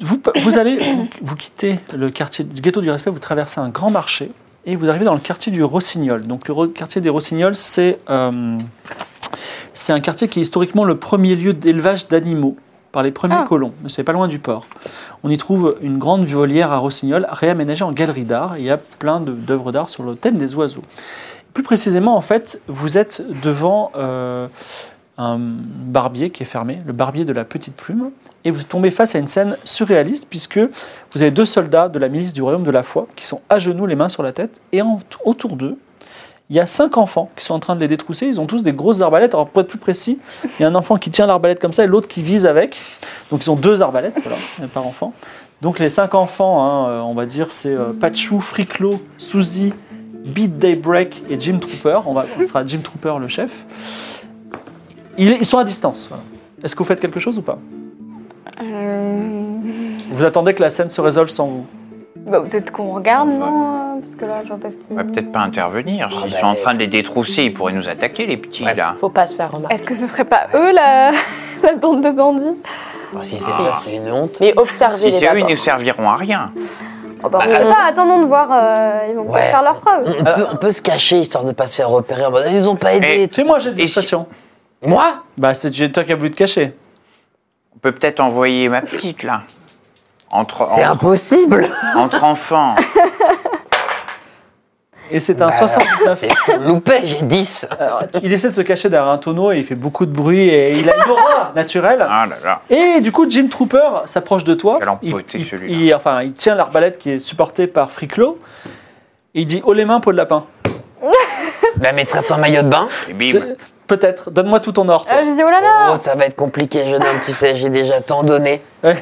Speaker 1: vous, vous allez, vous, vous quittez le quartier du ghetto du respect, vous traversez un grand marché et vous arrivez dans le quartier du Rossignol. Donc le ro- quartier des Rossignols, c'est euh, c'est un quartier qui est historiquement le premier lieu d'élevage d'animaux par les premiers
Speaker 3: Ah.
Speaker 1: colons. C'est pas loin du port. On y trouve une grande volière à Rossignol réaménagée en galerie d'art. Il y a plein de- d'œuvres d'art sur le thème des oiseaux. Plus précisément, en fait, vous êtes devant euh, un barbier qui est fermé, le barbier de la petite plume, et vous tombez face à une scène surréaliste puisque vous avez deux soldats de la milice du royaume de la foi qui sont à genoux, les mains sur la tête, et en- autour d'eux, il y a cinq enfants qui sont en train de les détrousser. Ils ont tous des grosses arbalètes. Alors pour être plus précis, il y a un enfant qui tient l'arbalète comme ça et l'autre qui vise avec. Donc ils ont deux arbalètes voilà, par enfant. Donc les cinq enfants, hein, euh, on va dire, c'est euh, Pachou, Friclo, Suzy, Beat Daybreak et Jim Trooper. On va, ce sera Jim Trooper le chef. Ils, ils sont à distance. voilà. Est-ce que vous faites quelque chose ou pas
Speaker 3: Euh,
Speaker 1: Vous attendez que la scène se résolve sans vous.
Speaker 3: Bah, peut-être qu'on regarde, non euh, Parce que là, je vois pas ce
Speaker 5: On
Speaker 3: qu'il
Speaker 5: va peut-être pas intervenir. S'ils
Speaker 6: bah,
Speaker 5: sont en
Speaker 6: les-
Speaker 5: train de les détrousser, ils pourraient nous attaquer, les petits, là.
Speaker 7: Faut pas se faire remarquer.
Speaker 3: Est-ce que ce serait pas eux, la, la bande de bandits
Speaker 6: Bon, si c'est
Speaker 5: Ah.
Speaker 6: ça, c'est une honte.
Speaker 7: Mais observez
Speaker 5: Si
Speaker 7: les
Speaker 5: c'est eux, ils
Speaker 7: d'abord.
Speaker 5: ne serviront à rien.
Speaker 3: oh, bah, On
Speaker 6: Bah,
Speaker 3: sait
Speaker 6: euh,
Speaker 3: pas, attendons de voir, euh, ils vont
Speaker 6: Ouais. Mm.
Speaker 3: peut-être faire leurs
Speaker 6: On,
Speaker 3: preuves.
Speaker 1: Ah.
Speaker 6: on peut, on peut se cacher histoire de pas se faire repérer en mode ah, ils nous ont pas aidés.
Speaker 5: Mais-
Speaker 6: tout
Speaker 1: C'est moi, j'ai des
Speaker 5: Et si-
Speaker 1: expressions.
Speaker 6: ça. Moi
Speaker 1: Bah, c'est toi qui as voulu te cacher.
Speaker 5: On peut peut-être envoyer ma petite, là. Entre,
Speaker 6: C'est
Speaker 1: Oh.
Speaker 5: en-
Speaker 6: impossible
Speaker 5: entre enfants.
Speaker 1: Et c'est un
Speaker 6: Bah,
Speaker 1: 79.
Speaker 6: C'est loupé, j'ai 10.
Speaker 1: Alors, il essaie de se cacher derrière un tonneau et il fait beaucoup de bruit et il a une aura naturelle.
Speaker 5: Ah là là.
Speaker 1: Et du coup, Jim Trooper s'approche de toi.
Speaker 5: Quel
Speaker 1: Il,
Speaker 5: empoté,
Speaker 1: il-
Speaker 5: celui-là.
Speaker 1: il- enfin, il tient l'arbalète qui est supportée par Friclo. Il dit Oh les mains, peau de lapin.
Speaker 6: La maîtresse en maillot de bain.
Speaker 5: Et bim.
Speaker 1: C'est- Peut-être. Donne-moi tout ton or. toi.
Speaker 3: Euh, je dis, oh là là
Speaker 6: Oh, ça va être compliqué, jeune homme, tu sais, j'ai déjà tant donné.
Speaker 5: Ah.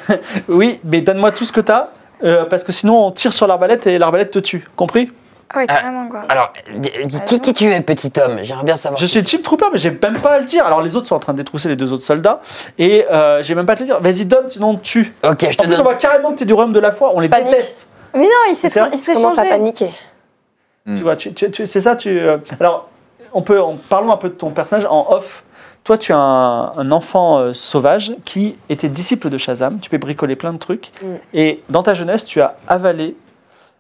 Speaker 1: Oui, mais donne-moi tout ce que t'as. euh, parce que sinon, on tire sur l'arbalète et l'arbalète te tue. Compris
Speaker 3: Ah Ouais, carrément, quoi.
Speaker 6: Alors, dis, dis,
Speaker 3: Ah
Speaker 6: qui, qui tu es, petit homme J'aimerais bien savoir.
Speaker 1: Je suis Chip Trooper, mais j'ai même pas à le dire. Alors, les autres sont en train de détrousser les deux autres soldats. Et euh, j'ai même pas à te le dire. Vas-y, donne, sinon on te tue.
Speaker 6: Ok, je
Speaker 1: En plus,
Speaker 6: te
Speaker 1: on
Speaker 6: donne.
Speaker 1: voit carrément que t'es du royaume de la foi. On les
Speaker 7: Panique.
Speaker 1: déteste.
Speaker 3: Mais non, il s'est
Speaker 1: C'est vrai
Speaker 3: il s'est
Speaker 7: Commence à
Speaker 3: changé.
Speaker 7: paniquer.
Speaker 1: Tu vois, tu, tu- tu- c'est ça. Tu, euh, alors, on peut, en- parlons un peu de ton personnage en off. Toi, tu as un, un enfant euh, sauvage qui était disciple de Shazam. Tu peux bricoler plein de trucs.
Speaker 7: Mm.
Speaker 1: Et dans ta jeunesse, tu as avalé.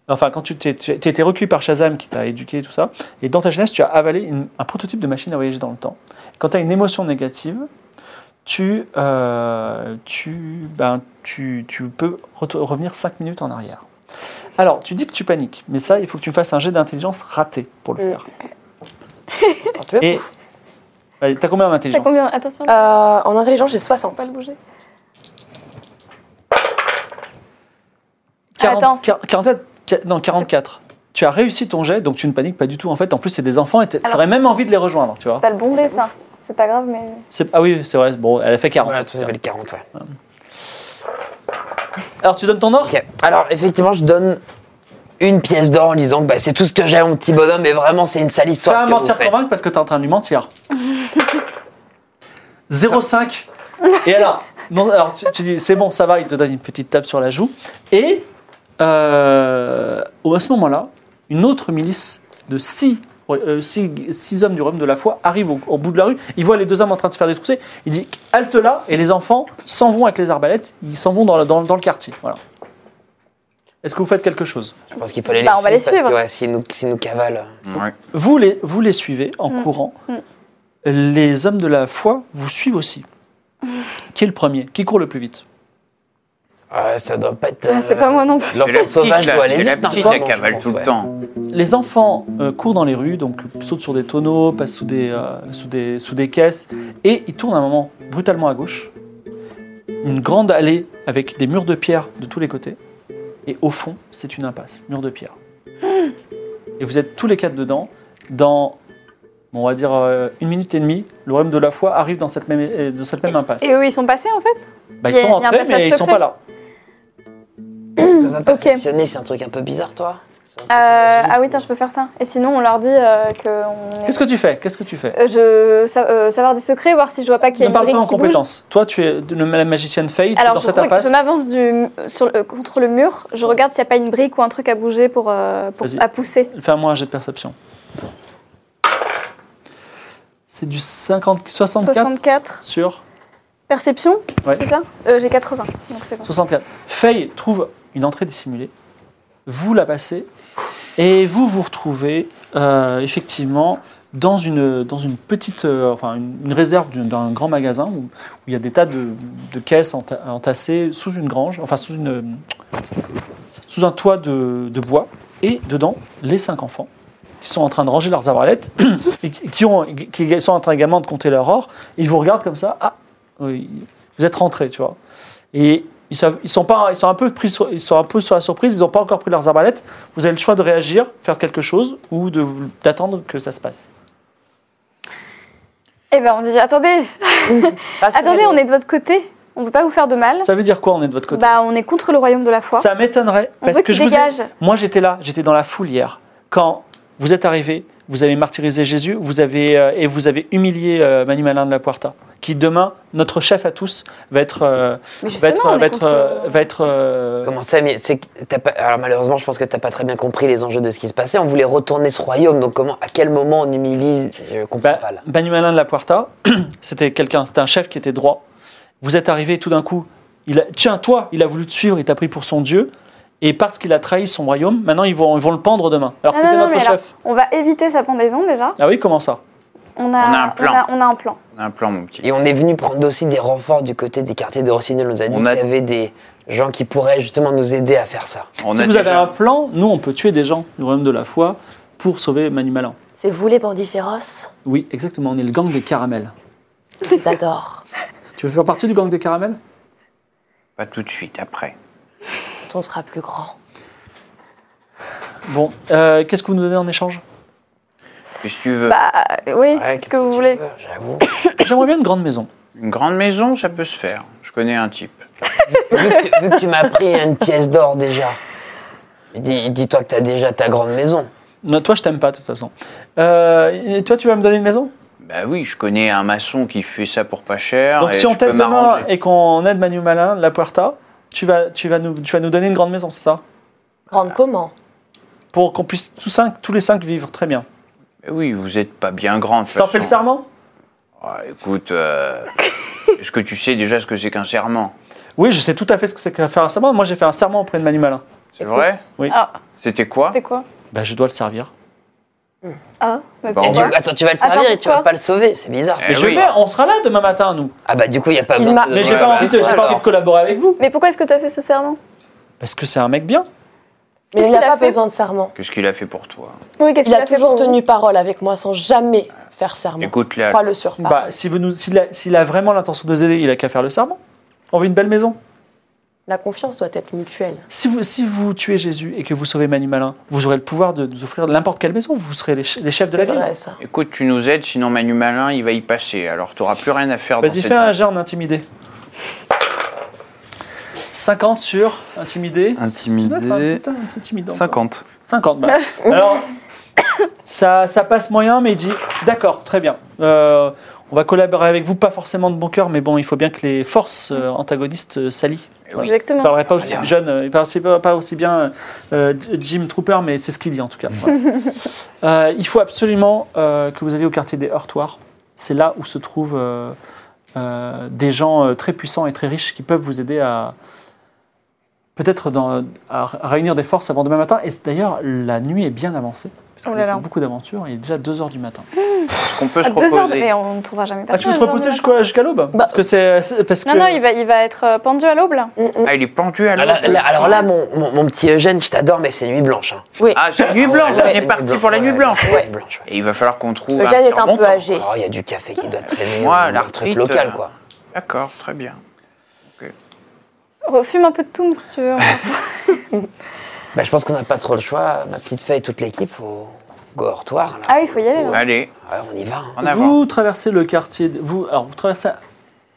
Speaker 1: Enfin, quand tu t'es- tu as été recueilli par Shazam qui t'a éduqué et tout ça, et dans ta jeunesse, tu as avalé une- un prototype de machine à voyager dans le temps. Quand tu as une émotion négative, tu, euh, tu, ben, tu, tu peux retou- revenir 5 minutes en arrière. Alors, tu dis que tu paniques, mais ça, il faut que tu me fasses un jet d'intelligence raté pour le
Speaker 3: Euh,
Speaker 7: Mm.
Speaker 1: faire.
Speaker 7: Tente-le.
Speaker 1: Et. Allez, T'as combien en
Speaker 3: T'as
Speaker 1: intelligence
Speaker 3: combien Attention, faut
Speaker 7: Euh, en intelligence, j'ai 60.
Speaker 3: pas le bouger. Attends.
Speaker 1: 40, 44, non, 44. Tu as réussi ton jet, donc tu ne paniques pas du tout. En fait, en plus, c'est des enfants et
Speaker 3: Alors-
Speaker 1: t'aurais même envie de les rejoindre, tu vois.
Speaker 3: C'est pas le bon dessin. C'est pas grave, mais.
Speaker 1: C'est- Ah oui, c'est vrai. Bon, elle a fait 40.
Speaker 6: Ouais, ça s'appelle 40, ouais.
Speaker 1: Alors, tu donnes ton or
Speaker 6: Ok, alors effectivement, je donne une pièce d'or en disant que bah, c'est tout ce que j'ai, mon petit bonhomme, et vraiment, c'est une sale
Speaker 1: Fais
Speaker 6: histoire.
Speaker 1: un
Speaker 6: ce que vous
Speaker 1: mentir
Speaker 6: faites.
Speaker 1: convaincre parce que t'es en train de lui mentir. 0,5. Et alors, non, alors tu, tu dis, c'est bon, ça va, il te donne une petite tape sur la joue. Et euh, à ce moment-là, une autre milice de six, euh, six, six hommes du royaume de la foi arrive au, au bout de la rue. Il voit les deux hommes en train de se faire détrousser. Il dit, halte là, et les enfants s'en vont avec les arbalètes. Ils s'en vont dans, la- dans, dans le quartier. Voilà. Est-ce que vous faites quelque chose
Speaker 6: Je pense qu'il fallait les
Speaker 3: Bah, on va les
Speaker 6: suivre,
Speaker 3: suivre.
Speaker 6: parce que, ouais, s'ils nous, s'ils nous cavalent.
Speaker 5: Ouais.
Speaker 1: Vous les, vous les suivez en
Speaker 3: Mm.
Speaker 1: courant.
Speaker 3: Mm.
Speaker 1: Les hommes de la foi vous suivent aussi. Qui est le premier Qui court le plus vite
Speaker 6: Ah, ça doit pas être.
Speaker 3: Ah, C'est
Speaker 6: euh,
Speaker 3: pas moi non plus.
Speaker 5: C'est la
Speaker 6: L'enfant
Speaker 5: petite,
Speaker 6: sauvage
Speaker 5: là,
Speaker 6: doit aller
Speaker 5: c'est
Speaker 6: vite.
Speaker 5: la
Speaker 1: hein.
Speaker 5: petite,
Speaker 6: normalement,
Speaker 5: elle cavale
Speaker 6: je
Speaker 5: tout
Speaker 6: pense,
Speaker 5: le
Speaker 6: ouais.
Speaker 5: temps.
Speaker 1: Les enfants euh, courent dans les rues, donc sautent sur des tonneaux, passent sous des, euh, sous des, sous des caisses, et ils tournent un moment brutalement à gauche. Une grande allée avec des murs de pierre de tous les côtés, et au fond, c'est une impasse, mur de pierre. Et vous êtes tous les quatre dedans. Dans, bon, on va dire, euh, une minute et demie, le royaume de la foi arrive dans cette même, euh, dans cette même impasse.
Speaker 3: Et eux, ils sont passés en fait
Speaker 1: Bah,
Speaker 3: Il
Speaker 1: ils
Speaker 3: y a-
Speaker 1: sont
Speaker 3: il y a un
Speaker 1: rentrés,
Speaker 3: passage
Speaker 1: mais ils sont
Speaker 3: secret.
Speaker 1: pas là.
Speaker 6: Tu peux pas
Speaker 3: Ok.
Speaker 6: perceptionner, c'est un truc un peu bizarre, toi. ça.
Speaker 3: Euh, ah oui, tiens, je peux faire ça. Et sinon, on leur dit euh, que. on est-
Speaker 1: Qu'est-ce que tu fais Qu'est-ce que tu fais
Speaker 3: Euh, je sa- euh, savoir des secrets, voir si je vois pas qu'il y a
Speaker 1: Ne
Speaker 3: une
Speaker 1: parle
Speaker 3: brique
Speaker 1: pas en
Speaker 3: qui bouge.
Speaker 1: compétence. Toi, tu es le- la magicienne Faye, tu es
Speaker 3: Alors
Speaker 1: dans
Speaker 3: je,
Speaker 1: cette
Speaker 3: crois que
Speaker 1: impasse.
Speaker 3: je m'avance du sur le- contre le mur. Je regarde s'il n'y a pas une brique ou un truc à bouger pour, euh, pour
Speaker 1: Vas-y.
Speaker 3: à pousser.
Speaker 1: Fais-moi un jet de perception. C'est du 50, 64
Speaker 3: 64.
Speaker 1: sur
Speaker 3: Perception,
Speaker 1: Ouais.
Speaker 3: c'est ça Euh, J'ai 80, donc c'est bon.
Speaker 1: 64. Faye trouve une entrée dissimulée. Vous la passez. Et vous vous retrouvez euh, effectivement dans une, dans une petite euh, enfin une, une réserve d'une- d'un grand magasin où, où il y a des tas de, de caisses enta- entassées sous une grange, enfin sous, une, sous un toit de, de bois. Et dedans, les cinq enfants qui sont en train de ranger leurs arbalètes et qui, qui ont, qui sont en train également de compter leur or. Ils vous regardent comme ça. Ah, oui, vous êtes rentrés, tu vois. Et ils, savent- ils sont pas, ils sont un peu pris, sur- ils sont un peu sur la surprise. Ils n'ont pas encore pris leurs arbalètes. Vous avez le choix de réagir, faire quelque chose, ou de vous- d'attendre que ça se passe.
Speaker 3: Eh ben on dit attendez,
Speaker 7: Ah,
Speaker 3: attendez, on est de votre côté. On ne veut pas vous faire de mal.
Speaker 1: Ça veut dire quoi On est de votre côté.
Speaker 3: Bah on est contre le royaume de la foi.
Speaker 1: ça m'étonnerait
Speaker 3: on
Speaker 1: parce
Speaker 3: veut
Speaker 1: que
Speaker 3: qu'il
Speaker 1: je vous ai-
Speaker 3: dégage.
Speaker 1: Moi, j'étais là, j'étais dans la foule hier. Quand vous êtes arrivés, vous avez martyrisé Jésus, vous avez euh, et vous avez humilié euh, Manu Malin de la Puerta, qui demain notre chef à tous va être euh, va
Speaker 3: Mais justement,
Speaker 1: être
Speaker 3: on est
Speaker 1: va être
Speaker 3: contre-
Speaker 1: euh, va être euh,
Speaker 6: Comment ça mais c'est que t'as pas- Alors malheureusement, je pense que t'as pas très bien compris les enjeux de ce qui se passait. On voulait retourner ce royaume, donc comment, à quel moment on humilie Je comprends
Speaker 1: Bah,
Speaker 6: pas là.
Speaker 1: Banu Malin de la Puerta, c'était quelqu'un, c'était un chef qui était droit. Vous êtes arrivé tout d'un coup, il a- tiens, toi, il a voulu te suivre, il t'a pris pour son dieu, et parce qu'il a trahi son royaume, maintenant ils vont, ils vont le pendre demain. Alors
Speaker 3: Ah,
Speaker 1: que c'était
Speaker 3: non, non,
Speaker 1: notre
Speaker 3: mais
Speaker 1: chef.
Speaker 3: alors, on va éviter sa pendaison déjà.
Speaker 1: Ah oui, comment ça
Speaker 3: On a,
Speaker 5: On a un plan.
Speaker 3: On a, on a un plan.
Speaker 5: On a un plan, mon petit.
Speaker 6: Et on est venu prendre aussi des renforts du côté des quartiers de Rossignol. On nous a dit
Speaker 5: On a-
Speaker 6: qu'il y avait des gens qui pourraient justement nous aider à faire ça.
Speaker 5: On
Speaker 1: Si
Speaker 5: a
Speaker 1: vous avez
Speaker 5: déjà-
Speaker 1: un plan, nous on peut tuer des gens du royaume de la foi pour sauver Manu Malin.
Speaker 7: C'est vous les bandits féroces
Speaker 1: Oui, exactement, on est le gang des caramels.
Speaker 7: Je les adore.
Speaker 1: Tu veux faire partie du gang des caramels
Speaker 5: Pas tout de suite, après.
Speaker 7: Quand on sera plus grand.
Speaker 1: Bon, euh, qu'est-ce que vous nous donnez en échange
Speaker 5: Qu'est-ce que tu veux
Speaker 3: Bah euh, oui,
Speaker 6: Ouais,
Speaker 3: ce que vous voulez.
Speaker 6: tu veux, J'avoue.
Speaker 1: J'aimerais bien une grande maison.
Speaker 5: Une grande maison, ça peut se faire. Je connais un type.
Speaker 6: vu, que, vu que tu m'as pris une pièce d'or déjà, dis- dis-toi que t'as déjà ta grande maison.
Speaker 1: Non, toi, je t'aime pas de toute façon. Euh, et toi, tu vas me donner une maison
Speaker 5: Bah oui, je connais un maçon qui fait ça pour pas cher.
Speaker 1: Donc
Speaker 5: et
Speaker 1: si on
Speaker 5: Ah je peux
Speaker 1: t'aide demain
Speaker 5: m'arranger.
Speaker 1: et qu'on aide Manu Malin, la Puerta, tu vas, tu vas, nous, tu vas nous donner une grande maison, c'est ça
Speaker 7: Grande comment
Speaker 1: Pour qu'on puisse tous, cinq, tous les cinq vivre, très bien.
Speaker 5: Bah oui, vous êtes pas bien grand. de toute
Speaker 1: euh, T'en fais le
Speaker 5: façon.
Speaker 1: serment
Speaker 5: Ah, écoute, euh, est-ce que tu sais déjà ce que c'est qu'un serment
Speaker 1: Oui, je sais tout à fait ce que c'est que faire un serment. Moi, j'ai fait un serment auprès de Manu Malin.
Speaker 5: C'est vrai
Speaker 1: Oui.
Speaker 3: Ah.
Speaker 5: C'était quoi
Speaker 3: C'est quoi
Speaker 1: Bah, je dois le servir.
Speaker 3: Ah, mais
Speaker 5: Bah, on
Speaker 6: Et du
Speaker 3: pourquoi
Speaker 5: Ouais.
Speaker 6: coup, attends, tu vas le
Speaker 3: Attends,
Speaker 6: servir et tu
Speaker 3: pourquoi
Speaker 6: vas pas le sauver, c'est bizarre.
Speaker 5: Eh
Speaker 1: Mais je
Speaker 5: oui.
Speaker 1: vais, on sera là demain matin, nous.
Speaker 6: Ah bah du coup, il n'y a pas
Speaker 7: Il
Speaker 6: besoin
Speaker 7: m'a-
Speaker 6: de...
Speaker 1: Mais j'ai
Speaker 5: Ouais,
Speaker 1: pas,
Speaker 5: bah,
Speaker 1: envie,
Speaker 5: c'est
Speaker 1: de, j'ai
Speaker 5: ça,
Speaker 1: pas envie
Speaker 6: alors.
Speaker 1: de collaborer avec vous.
Speaker 3: Mais pourquoi est-ce que tu as fait ce serment
Speaker 1: Parce que c'est un mec bien.
Speaker 7: Mais
Speaker 3: Qu'est-ce
Speaker 7: il n'a
Speaker 3: qu'il a
Speaker 7: pas
Speaker 3: fait
Speaker 7: besoin de serment.
Speaker 5: Qu'est-ce qu'il a fait pour toi
Speaker 3: Oui, qu'est-ce
Speaker 7: Il
Speaker 3: qu'il
Speaker 7: a
Speaker 3: a fait
Speaker 7: toujours
Speaker 3: pour vous
Speaker 7: tenu parole avec moi sans jamais faire serment.
Speaker 5: Écoute, là,
Speaker 7: Crois-le sur pas.
Speaker 1: Bah, s'il, veut nous, s'il, a, s'il a vraiment l'intention de nous aider, il a qu'à faire le serment. On veut une belle maison.
Speaker 7: La confiance doit être mutuelle.
Speaker 1: Si vous, si vous tuez Jésus et que vous sauvez Manu Malin, vous aurez le pouvoir de nous offrir n'importe quelle maison. Vous serez les, che- les chefs de la
Speaker 7: C'est
Speaker 1: ville.
Speaker 7: vrai, ça.
Speaker 5: écoute, tu nous aides, sinon Manu Malin, il va y passer. Alors, t'auras plus rien à faire dans
Speaker 1: Vas-y,
Speaker 5: cette...
Speaker 1: fais un jet en intimidé. 50 sur intimidé.
Speaker 5: Intimidé...
Speaker 1: Putain, c'est intimidant.
Speaker 5: 50.
Speaker 1: 50. bah. Alors, ça, ça passe moyen, mais il dit D'accord, très bien. Euh, on va collaborer avec vous, pas forcément de bon cœur, mais bon, il faut bien que les forces euh, antagonistes euh, s'allient. Voilà. Je ne
Speaker 3: Exactement.
Speaker 1: parlerai pas aussi
Speaker 5: Allez.
Speaker 1: jeune, euh, il parlerait pas, pas aussi bien euh, Jim Trooper, mais c'est ce qu'il dit en tout cas. Voilà. Euh, il faut absolument euh, que vous alliez au quartier des Heurtoirs. C'est là où se trouvent euh, euh, des gens euh, très puissants et très riches qui peuvent vous aider à peut-être dans- à réunir des forces avant demain matin. Et c'est- d'ailleurs, la nuit est bien avancée. Parce
Speaker 3: Oh
Speaker 1: qu'on
Speaker 3: là
Speaker 1: a
Speaker 3: là.
Speaker 1: fait beaucoup d'aventures. Il est déjà 2h du matin.
Speaker 5: Est-ce qu'on peut
Speaker 3: À
Speaker 5: se
Speaker 3: deux heures, de-
Speaker 5: reposer
Speaker 3: mais on ne trouvera jamais
Speaker 1: Ah, tu
Speaker 3: personne.
Speaker 1: veux te
Speaker 3: à deux heures
Speaker 1: reposer
Speaker 3: du matin.
Speaker 1: jusqu'à jusqu'à l'aube Parce que c'est... parce
Speaker 3: Bah, Non,
Speaker 1: que-
Speaker 3: non, il va, il va être euh, pendu à l'aube là.
Speaker 5: Ah, il est pendu à
Speaker 6: Ah,
Speaker 5: l'eau.
Speaker 6: là- là- alors là, mon, mon- mon petit Eugène, je t'adore, mais c'est nuit blanche. hein.
Speaker 7: Oui.
Speaker 5: Ah, c'est nuit
Speaker 6: Ah ouais,
Speaker 5: blanche,
Speaker 6: là,
Speaker 5: on
Speaker 6: c'est
Speaker 5: est
Speaker 6: nuit
Speaker 5: parti
Speaker 6: blanche.
Speaker 5: pour la
Speaker 6: Ouais,
Speaker 5: nuit
Speaker 6: ouais,
Speaker 5: blanche.
Speaker 6: ouais, nuit blanche, ouais.
Speaker 5: Et il va falloir qu'on trouve un
Speaker 7: Eugène
Speaker 5: petit
Speaker 7: est un peu
Speaker 5: remontant.
Speaker 7: âgé.
Speaker 6: Alors, il y a du café qui doit traîner.
Speaker 5: Moi,
Speaker 6: euh,
Speaker 5: la
Speaker 6: un truc
Speaker 5: retraite, euh,
Speaker 6: local, quoi.
Speaker 5: D'accord, très bien.
Speaker 3: Refume un peu de tout, si tu veux.
Speaker 6: Bah, je pense qu'on n'a pas trop le choix. Ma petite feuille et toute l'équipe, faut go au hortoir. là.
Speaker 3: Ah oui, il faut y aller là.
Speaker 5: Allez,
Speaker 6: Ouais, on y va. hein.
Speaker 5: en avant.
Speaker 1: Vous traversez le quartier, de- vous, alors vous traversez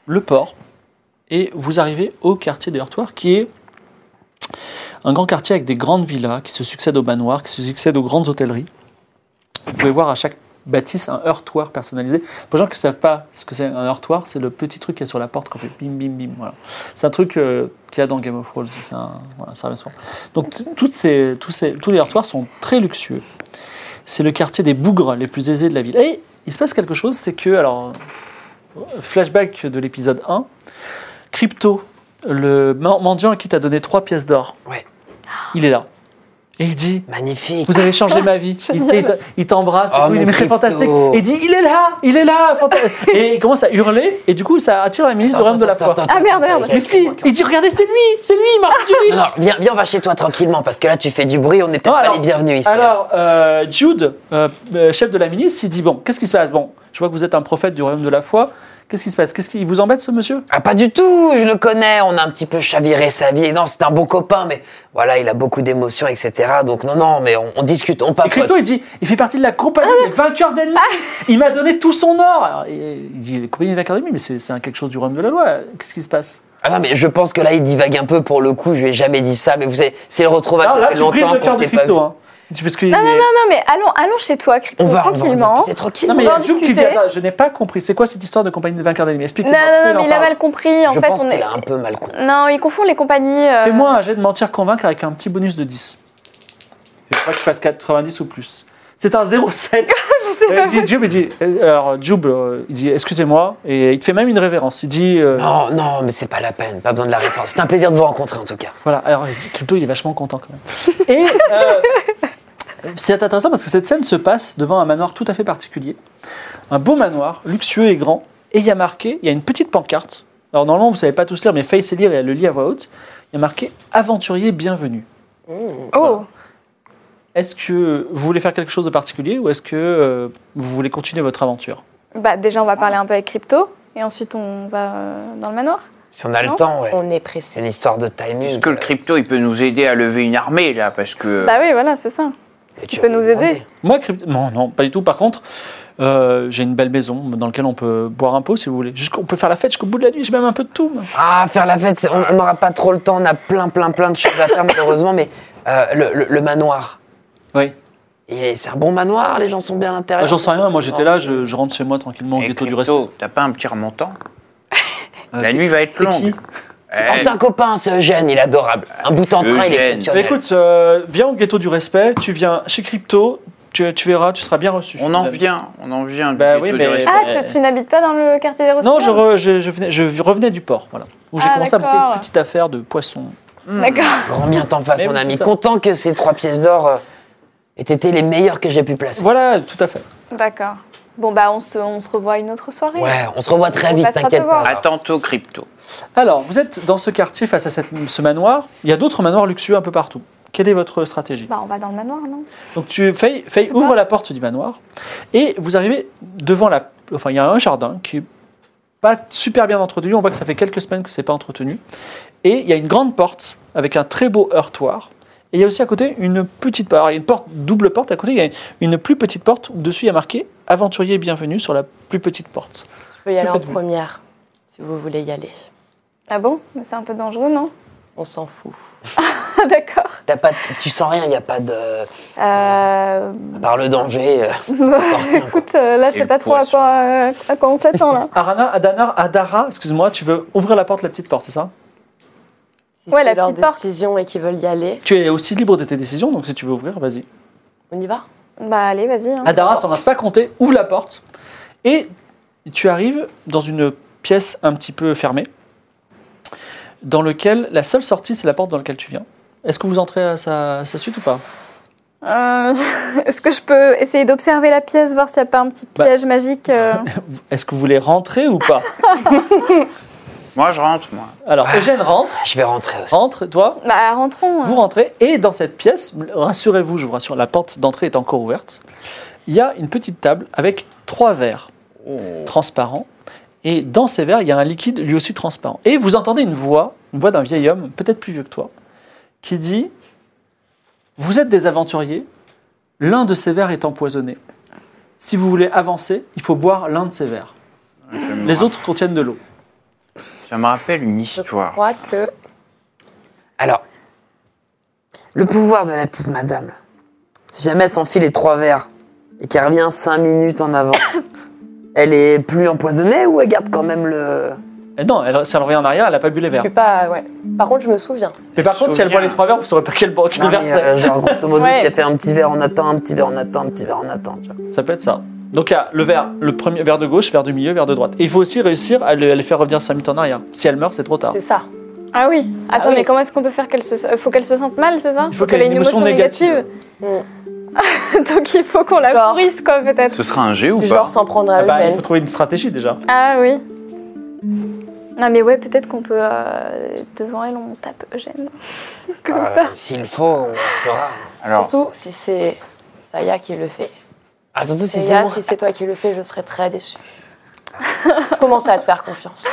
Speaker 1: le port et vous arrivez au quartier des Heurtoirs qui est un grand quartier avec des grandes villas qui se succèdent aux manoirs, qui se succèdent aux grandes hôtelleries. Vous pouvez voir à chaque bâtisse un heurtoir personnalisé. Pour les gens qui ne savent pas ce que c'est un heurtoir, c'est le petit truc qui est sur la porte qu'on fait bim bim bim. Voilà. C'est un truc euh, qu'il y a dans Game of Thrones. C'est un, voilà, ça reste fort. Donc t- toutes ces, tous, ces, tous les heurtoirs sont très luxueux. C'est le quartier des bougres les plus aisés de la ville. Et il se passe quelque chose, c'est que, alors, flashback de l'épisode 1, Crypto, le men- mendiant à qui t'a donné trois pièces d'or,
Speaker 6: Ouais.
Speaker 1: il est là. Et il dit
Speaker 6: Magnifique.
Speaker 1: vous avez changé ma vie. Il, il t- il t'embrasse, et
Speaker 6: Oh,
Speaker 1: tout, il dit,
Speaker 6: mon
Speaker 1: mais c'est
Speaker 6: crypto.
Speaker 1: fantastique. Et il dit, il est là, il est là. fanta- et il commence à hurler, et du coup, ça attire la ministre du Royaume de la Foi.
Speaker 3: Ah, merde, merde.
Speaker 1: Mais si, il dit, regardez, c'est lui, c'est lui, il m'a rendu riche.
Speaker 6: Non, viens, viens, on va chez toi tranquillement parce que là tu fais du bruit, on n'est peut-être
Speaker 1: Non,
Speaker 6: pas
Speaker 1: alors-
Speaker 6: les bienvenus ici. hein.
Speaker 1: Alors, euh, Jude, euh, euh, chef de la ministre, il dit, bon, qu'est-ce qui se passe Bon, je vois que vous êtes un prophète du Royaume de la Foi. Qu'est-ce qui se passe Qu'est-ce qui il vous embête, ce monsieur
Speaker 6: Ah, pas du tout, je le connais, on a un petit peu chaviré sa vie. Non, c'est un bon copain, mais voilà, il a beaucoup d'émotions, etc. Donc non, non, mais on, on discute, on
Speaker 1: Et
Speaker 6: papote.
Speaker 1: Crypto, il dit, il fait partie de la compagnie des vainqueurs d'ennemis. Il m'a donné tout son or. Alors, il il dit, la compagnie des vainqueurs d'ennemis, mais c'est c'est un quelque chose du Royaume de la Loi. Qu'est-ce qui se passe
Speaker 6: Ah non, mais je pense que là, il divague un peu pour le coup, je lui ai jamais dit ça, mais vous savez, c'est le retrouvail,
Speaker 1: Alors
Speaker 6: ça
Speaker 1: là,
Speaker 6: fait
Speaker 1: tu brises
Speaker 6: longtemps
Speaker 1: le cœur
Speaker 6: qu'on
Speaker 1: de
Speaker 6: s'est pas vu.
Speaker 1: crypto. Hein. Tu- Parce que
Speaker 3: Non, non, non, non, mais allons, allons chez toi, Crypto,
Speaker 6: On va, on va en
Speaker 3: tranquillement.
Speaker 6: discuter tranquille.
Speaker 1: Non, mais il y
Speaker 3: va
Speaker 1: a
Speaker 3: en
Speaker 1: Jules qui dit
Speaker 3: discuter.
Speaker 1: Attends, Je n'ai pas compris. C'est quoi cette histoire de compagnie de vainqueurs d'animés
Speaker 3: Non,
Speaker 1: Explique-moi.
Speaker 3: non, non, mais il a mal compris. En
Speaker 6: je
Speaker 3: fait,
Speaker 6: pense hein.
Speaker 3: on est.
Speaker 6: qu'il a un peu mal compris.
Speaker 3: Non, il confond les compagnies. euh,
Speaker 1: Fais-moi un jet de mentir convaincre avec un petit bonus de 10. Je crois que tu fasses 90 ou plus. C'est un 0,7. Euh, il dit, Jube, il dit, euh, alors, Jube, euh, il dit, excusez-moi, et il te fait même une révérence. Il dit, euh,
Speaker 6: Non, non, mais c'est pas la peine, pas besoin de la réponse. C'est un plaisir de vous rencontrer en tout cas.
Speaker 1: Voilà, alors Crypto, il est vachement content quand même. Et euh, c'est intéressant parce que cette scène se passe devant un manoir tout à fait particulier. Un beau manoir, luxueux et grand. Et il y a marqué, il y a une petite pancarte. Alors normalement, vous savez pas tous lire, mais Faye sait lire et elle le lit à voix haute. Il y a marqué Aventurier bienvenu.
Speaker 3: Oh,
Speaker 1: Est-ce que vous voulez faire quelque chose de particulier ou est-ce que euh, vous voulez continuer votre aventure
Speaker 3: bah déjà, on va parler un peu avec Crypto. Et ensuite, on va euh, dans le manoir.
Speaker 6: Si on a le
Speaker 3: Non.
Speaker 6: temps, ouais.
Speaker 7: On est
Speaker 6: C'est
Speaker 7: pressé.
Speaker 6: une histoire de timing.
Speaker 5: Est-ce que le crypto, il peut nous aider à lever une armée, là Parce que.
Speaker 3: Bah oui, voilà, c'est ça.
Speaker 6: Est-ce
Speaker 3: qu'il peut nous aider
Speaker 1: Moi, Crypto. Non, non, pas du tout. Par contre, euh, j'ai une belle maison dans laquelle on peut boire un pot si vous voulez. Jusqu'au- on peut faire la fête jusqu'au bout de la nuit, j'ai même un peu de tout. moi.
Speaker 6: Ah, faire la fête, c'est- on on n'aura pas trop le temps, on a plein, plein, plein de choses à faire malheureusement, mais euh, le, le- le manoir,
Speaker 1: Oui.
Speaker 6: il est- c'est un bon manoir, les gens sont bien à l'intérieur.
Speaker 1: Ah, J'en sais rien, moi j'étais là, je, je rentre chez moi tranquillement au
Speaker 5: Eh,
Speaker 1: ghetto du reste.
Speaker 5: crypto, t'as pas un petit remontant
Speaker 1: Euh,
Speaker 5: La nuit va être
Speaker 1: C'est qui
Speaker 5: longue. Eh,
Speaker 6: Oh, c'est un copain, c'est Eugène, il est adorable. Un bout en train, il est
Speaker 5: Eugène.
Speaker 6: exceptionnel.
Speaker 1: Écoute, euh, viens au ghetto du respect, tu viens chez Crypto, tu, tu verras, tu seras bien reçu.
Speaker 5: On en vient, on en vient. du
Speaker 1: Bah
Speaker 5: ghetto
Speaker 1: oui,
Speaker 5: du
Speaker 1: mais-
Speaker 5: respect.
Speaker 3: Ah,
Speaker 1: Ouais.
Speaker 3: tu, tu n'habites pas dans le quartier des
Speaker 1: Non, je,
Speaker 3: Roseraines
Speaker 1: re- je, je venais- je revenais du port, voilà, où j'ai
Speaker 3: Ah,
Speaker 1: commencé à monter
Speaker 3: d'accord.
Speaker 1: une petite affaire de poisson.
Speaker 3: D'accord.
Speaker 6: Grand bien t'en fasse,
Speaker 1: Mais
Speaker 6: mon
Speaker 1: oui,
Speaker 6: ami.
Speaker 1: c'est ça.
Speaker 6: Content que ces trois pièces d'or euh, aient été les meilleures que j'ai pu placer.
Speaker 1: Voilà, tout à fait.
Speaker 3: D'accord. Bon, bah, on se, on se revoit une autre soirée.
Speaker 6: Ouais, on se revoit très
Speaker 3: On
Speaker 6: vite,
Speaker 3: passera
Speaker 6: t'inquiète
Speaker 3: te voir.
Speaker 6: pas.
Speaker 5: À tantôt, crypto.
Speaker 1: Alors, vous êtes dans ce quartier face à cette- ce manoir, il y a d'autres manoirs luxueux un peu partout. Quelle est votre stratégie
Speaker 3: Bah, on va dans le manoir, non
Speaker 1: Donc tu Faye- Faye ouvre la porte du manoir et vous arrivez devant la enfin il y a un jardin qui est pas super bien entretenu, on voit que ça fait quelques semaines que c'est pas entretenu et il y a une grande porte avec un très beau heurtoir et il y a aussi à côté une petite porte, il y a une porte double porte à côté, il y a une plus petite porte où dessus il y a marqué aventurier bienvenue sur la plus petite porte.
Speaker 7: Je peux y aller en
Speaker 1: Faites-vous.
Speaker 7: première, si vous voulez y aller.
Speaker 3: Ah bon Mais c'est un peu dangereux, non
Speaker 7: On s'en fout.
Speaker 3: Ah, d'accord.
Speaker 6: T'as pas, tu sens rien, il n'y a pas de.
Speaker 3: Euh,
Speaker 6: À part le danger. euh,
Speaker 3: écoute, euh, là, je
Speaker 5: Et
Speaker 3: sais
Speaker 5: le
Speaker 3: pas trop à
Speaker 5: poisson.
Speaker 3: quoi, euh, à quoi on s'attend, là.
Speaker 1: Arana, Adana, Adara, excuse-moi, tu veux ouvrir la porte la petite porte, c'est ça
Speaker 7: Si
Speaker 3: Ouais,
Speaker 7: c'est
Speaker 3: la
Speaker 7: leur
Speaker 3: petite porte.
Speaker 7: décision et qu'ils veulent y aller,
Speaker 1: Tu es aussi libre de tes décisions donc si tu veux ouvrir, vas-y.
Speaker 7: on y va
Speaker 3: Bah, allez, vas-y. hein.
Speaker 1: Adara s'en laisse pas compter, ouvre la porte et tu arrives dans une pièce un petit peu fermée dans laquelle la seule sortie c'est la porte dans laquelle tu viens. Est-ce que vous entrez à sa, à sa suite ou pas
Speaker 3: Euh, Est-ce que je peux essayer d'observer la pièce, voir s'il n'y a pas un petit
Speaker 1: Bah.
Speaker 3: piège magique euh,
Speaker 1: Est-ce que vous voulez rentrer ou pas
Speaker 5: Moi, je rentre, moi.
Speaker 1: Alors Eugène rentre,
Speaker 6: Je vais rentrer aussi.
Speaker 1: rentre, toi,
Speaker 3: Bah, rentrons.
Speaker 1: vous rentrez et dans cette pièce, rassurez-vous, je vous rassure, la porte d'entrée est encore ouverte. Il y a une petite table avec trois verres transparents et dans ces verres il y a un liquide lui aussi transparent. Et vous entendez une voix, une voix d'un vieil homme, peut-être plus vieux que toi, qui dit Vous êtes des aventuriers, l'un de ces verres est empoisonné. Si vous voulez avancer, il faut boire l'un de ces verres.
Speaker 5: Je me
Speaker 1: Les
Speaker 5: ra-
Speaker 1: autres contiennent de l'eau.
Speaker 5: Ça me rappelle une
Speaker 6: Ah.
Speaker 7: Je
Speaker 5: histoire.
Speaker 7: crois que
Speaker 6: Alors, Le pouvoir de la petite madame. Si jamais elle s'enfile les trois verres et qu'elle revient cinq minutes en avant, elle est plus empoisonnée ou elle garde quand même le.
Speaker 1: Et non, elle, si elle revient en arrière, elle n'a pas bu les
Speaker 7: Je
Speaker 1: verres.
Speaker 7: suis pas. Ouais. Par contre, je me souviens.
Speaker 1: Mais par contre, si elle boit les trois verres, vous saurez pas quel, quel
Speaker 6: Non,
Speaker 1: verre
Speaker 6: mais, euh,
Speaker 1: c'est.
Speaker 6: genre, grosso modo,
Speaker 3: Ouais.
Speaker 6: si elle fait un petit verre en attend, un petit verre en attend, un petit verre en attend. Tu vois.
Speaker 1: Ça peut être ça. Donc il y a le verre, le premier verre de gauche, verre du milieu, verre de droite. Et il faut aussi réussir à le, à les faire revenir 5 minutes en arrière. Si elle meurt, c'est trop tard.
Speaker 7: C'est ça.
Speaker 3: Ah oui. Attends,
Speaker 7: Ah oui.
Speaker 3: mais comment est-ce qu'on peut faire qu'elle se, euh, faut qu'elle se sente mal, c'est ça
Speaker 1: Il faut qu'elle ait une émotion négative.
Speaker 3: négative. Donc il faut qu'on la
Speaker 7: Genre.
Speaker 3: pourrisse, quoi, peut-être.
Speaker 5: Ce sera un G ou
Speaker 7: Du
Speaker 5: pas
Speaker 7: genre s'en prendre à
Speaker 1: Ah bah, il
Speaker 7: Eugène.
Speaker 1: faut trouver une stratégie déjà.
Speaker 3: Ah oui. Non mais ouais, peut-être qu'on peut euh, devant elle on tape Eugène. Comme ça.
Speaker 6: Euh, S'il faut, on le fera.
Speaker 5: Alors,
Speaker 7: Surtout si c'est Saya qui le fait.
Speaker 6: Ah, surtout si c'est
Speaker 7: Saya,
Speaker 6: moi.
Speaker 7: si c'est toi qui le fais, je serais très déçue. je commençais à te faire confiance.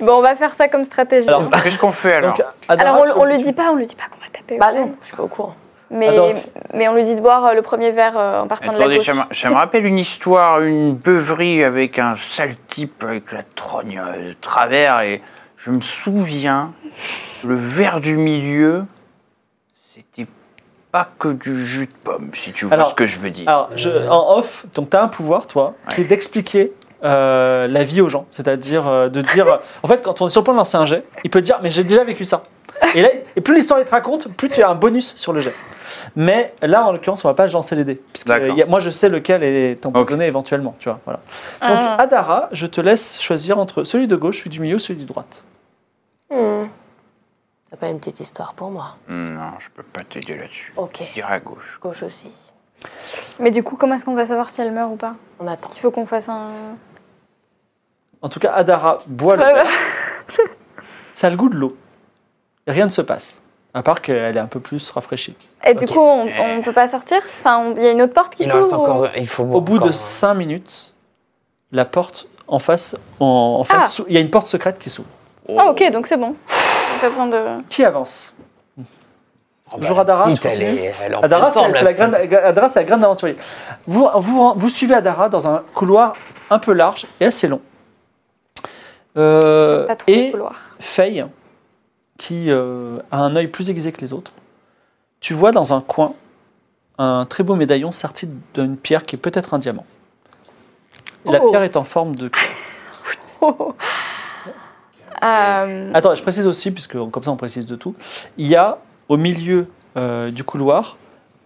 Speaker 3: Bon, on va faire ça comme stratégie.
Speaker 1: Alors,
Speaker 5: qu'est-ce qu'on fait alors
Speaker 1: Donc, Adara,
Speaker 3: Alors,
Speaker 1: tu
Speaker 3: on, on
Speaker 1: veux-
Speaker 3: lui dit pas, on lui dit pas qu'on va taper.
Speaker 7: Bah
Speaker 3: Eugène.
Speaker 7: non, je suis pas au courant.
Speaker 3: Mais,
Speaker 1: Attends.
Speaker 3: mais on lui dit de boire euh, le premier verre euh, en partant de la
Speaker 5: Attendez,
Speaker 3: gauche.
Speaker 5: ça me, ça me rappelle une histoire, une beuverie avec un sale type avec la trogne euh, de travers et je me souviens, le verre du milieu, c'était pas que du jus de pomme, si tu vois
Speaker 1: Alors-
Speaker 5: ce que je veux dire.
Speaker 1: Alors, je- en off, donc tu as un pouvoir, toi, qui est d'expliquer euh, la vie aux gens. C'est-à-dire euh, de dire. en fait, quand on est sur le point de lancer un jet, il peut dire Mais j'ai déjà vécu ça. Et, là, et plus l'histoire il te raconte, plus tu as un bonus sur le jet. Mais là, en l'occurrence, on va pas lancer les dés. Puisque
Speaker 5: D'accord.
Speaker 1: il y a- moi, je sais lequel est empoisonné éventuellement. Tu vois, voilà. Donc,
Speaker 3: Ah.
Speaker 1: Adara, je te laisse choisir entre celui de gauche, celui du milieu, celui du droite.
Speaker 7: Hmm. T'as pas une petite histoire pour moi
Speaker 5: Hmm, Non, je peux pas t'aider là-dessus.
Speaker 7: Ok.
Speaker 5: Je dirais à gauche.
Speaker 7: Gauche aussi.
Speaker 3: Mais du coup, comment est-ce qu'on va savoir si elle meurt ou pas
Speaker 7: On attend.
Speaker 3: Il faut qu'on fasse un.
Speaker 1: En tout cas, Adara boit le
Speaker 3: Ouais,
Speaker 1: verre. Ça a le goût de l'eau. Et Rien ne se passe. À part qu'elle est un peu plus rafraîchie.
Speaker 3: Et du
Speaker 6: Ok.
Speaker 3: coup, on, on peut pas sortir Enfin, on- il y a une autre porte qui
Speaker 6: Il en reste
Speaker 3: s'ouvre ou-
Speaker 6: encore. Il faut
Speaker 1: Au bout de
Speaker 6: encore-
Speaker 1: 5 minutes, la porte en face, en, en face,
Speaker 3: Ah.
Speaker 1: sou- il y a une porte secrète qui s'ouvre.
Speaker 3: Ah, ok, donc c'est bon. Pas besoin de.
Speaker 1: Qui avance
Speaker 6: Oh, bah,
Speaker 1: Bonjour
Speaker 6: la
Speaker 1: Adara,
Speaker 6: petite,
Speaker 1: je
Speaker 6: elle
Speaker 1: continue.
Speaker 6: est, elle est en
Speaker 1: Adara,
Speaker 6: pleine
Speaker 1: c'est
Speaker 6: forme,
Speaker 1: c'est la,
Speaker 6: petite.
Speaker 1: grande- Adara, c'est la grande aventurier. Vous, vous, vous suivez Adara dans un couloir un peu large et assez long. Euh,
Speaker 3: J'aime pas trop le
Speaker 1: et
Speaker 3: couloir.
Speaker 1: Faye, qui euh, a un œil plus aiguisé que les autres, tu vois dans un coin un très beau médaillon sorti d'une pierre qui est peut-être un diamant. Et La
Speaker 3: Oh.
Speaker 1: pierre est en forme de
Speaker 3: Euh,
Speaker 1: Attends, je précise aussi, puisque comme ça on précise de tout, il y a au milieu euh, du couloir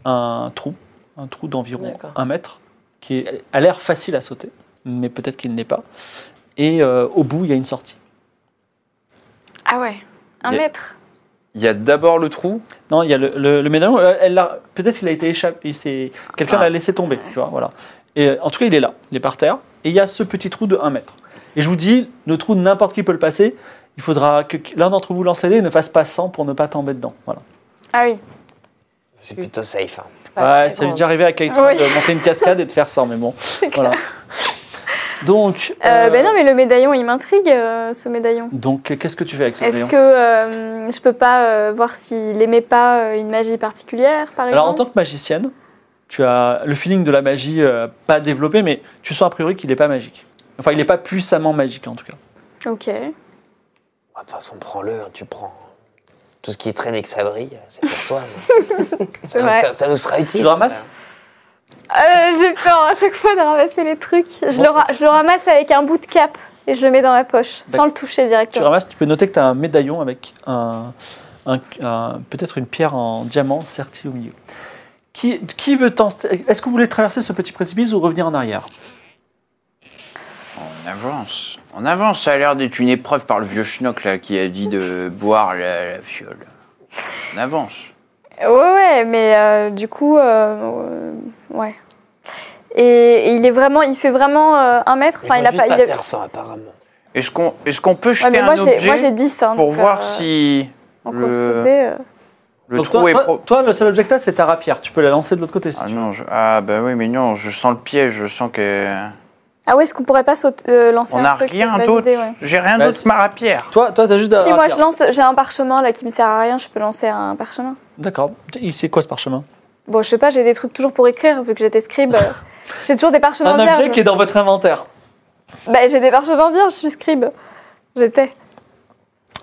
Speaker 1: un trou, un trou d'environ
Speaker 7: D'accord.
Speaker 1: un mètre, qui est- a l'air facile à sauter, mais peut-être qu'il n'est pas. Et euh, au bout, il y a une sortie.
Speaker 3: Ah ouais, un
Speaker 5: Il y a-
Speaker 3: mètre.
Speaker 5: Il y a d'abord le trou.
Speaker 1: Non, il y a le, le, le médaillon, euh, elle l'a- peut-être qu'il a été échappé, il s'est- quelqu'un
Speaker 5: Ah.
Speaker 1: l'a laissé tomber, tu vois, voilà. Et, euh, en tout cas, il est là, il est par terre, et il y a ce petit trou de 1 mètre. Et je vous dis, le trou, n'importe qui peut le passer, il faudra que l'un d'entre vous lance et ne fasse pas 100 pour ne pas tomber dedans, voilà.
Speaker 3: Ah oui.
Speaker 6: C'est plutôt safe. hein.
Speaker 7: Pas
Speaker 1: ouais,
Speaker 7: très
Speaker 1: ça lui est
Speaker 7: grande.
Speaker 1: déjà arrivé à Keitra
Speaker 3: Oui.
Speaker 1: de monter une cascade et de faire ça, mais bon. Voilà. Donc,
Speaker 3: Euh,
Speaker 1: euh,
Speaker 3: Ben non, mais le médaillon, il m'intrigue, euh, ce médaillon.
Speaker 1: donc qu'est-ce que tu fais avec ce
Speaker 3: Est-ce
Speaker 1: médaillon
Speaker 3: que euh, je peux pas euh, voir s'il aimait pas euh, une magie particulière, par exemple
Speaker 1: Alors, en tant que magicienne, tu as le feeling de la magie euh, pas développé, mais tu sens a priori qu'il n'est pas magique. Enfin, il n'est pas puissamment magique en tout cas.
Speaker 3: Ok.
Speaker 6: Bah, De toute façon, prends-le, hein, tu prends. Tout ce qui traîne et que ça brille, c'est pour toi. mais ça, nous,
Speaker 3: vrai.
Speaker 6: ça- ça nous sera utile.
Speaker 1: Tu le ramasses
Speaker 3: Euh, J'ai peur à chaque fois de ramasser les trucs. Je, le ra- je le ramasse avec un bout de cape et je le mets dans ma poche, sans
Speaker 1: D'accord.
Speaker 3: le toucher
Speaker 1: Tu
Speaker 3: directement.
Speaker 1: ramasses, tu peux noter que tu as un médaillon avec un, un- un- peut-être une pierre en diamant sertie au milieu. Qui, qui veut tenter Est-ce que vous voulez traverser ce petit précipice ou revenir en arrière
Speaker 5: On avance. On avance, ça a l'air d'être une épreuve par le vieux schnock là, qui a dit de boire la, la fiole. On avance.
Speaker 3: Ouais, ouais, mais euh, du coup, euh, euh, ouais. Et, et il est vraiment, il fait vraiment euh, un mètre.
Speaker 6: Mais
Speaker 3: Enfin, il a
Speaker 6: juste
Speaker 3: pas.
Speaker 6: pas
Speaker 3: il a-
Speaker 6: persan, apparemment.
Speaker 5: Est-ce qu'on est qu'on peut
Speaker 3: Ouais,
Speaker 5: jeter
Speaker 3: mais
Speaker 5: un
Speaker 3: moi j'ai,
Speaker 5: objet
Speaker 3: moi j'ai 10. Hein,
Speaker 5: pour
Speaker 3: donc,
Speaker 5: voir
Speaker 3: euh,
Speaker 5: si
Speaker 3: en
Speaker 5: le-
Speaker 3: cours de sauter, euh.
Speaker 5: le
Speaker 1: Donc
Speaker 5: trou
Speaker 1: toi,
Speaker 5: est
Speaker 1: toi-
Speaker 5: pro...
Speaker 1: toi, le seul objet que t'as, c'est ta rapière. Tu peux la lancer de l'autre côté. si
Speaker 5: Ah
Speaker 1: tu
Speaker 5: non, je... ah bah oui, mais non, je sens le piège, je sens que...
Speaker 3: Ah ouais, est-ce qu'on pourrait pas sauter, euh, lancer
Speaker 5: On
Speaker 3: un
Speaker 5: n'a
Speaker 3: truc
Speaker 5: rien
Speaker 3: c'est une bonne
Speaker 5: d'autre.
Speaker 3: idée, ouais.
Speaker 5: J'ai rien
Speaker 1: Bah,
Speaker 5: d'autre
Speaker 1: c'est-
Speaker 5: que ma rapière.
Speaker 1: Toi, toi, t'as juste de la
Speaker 3: Si moi
Speaker 1: rapière.
Speaker 3: je lance, j'ai un parchemin là qui me sert à rien, je peux lancer un parchemin.
Speaker 1: D'accord. Il- C'est quoi ce parchemin
Speaker 3: Bon, je sais pas, j'ai des trucs toujours pour écrire vu que j'étais scribe. euh, j'ai toujours des parchemins
Speaker 1: Un objet
Speaker 3: vierges.
Speaker 1: qui est dans votre inventaire.
Speaker 3: Bah, j'ai des parchemins vierges, je suis scribe. J'étais.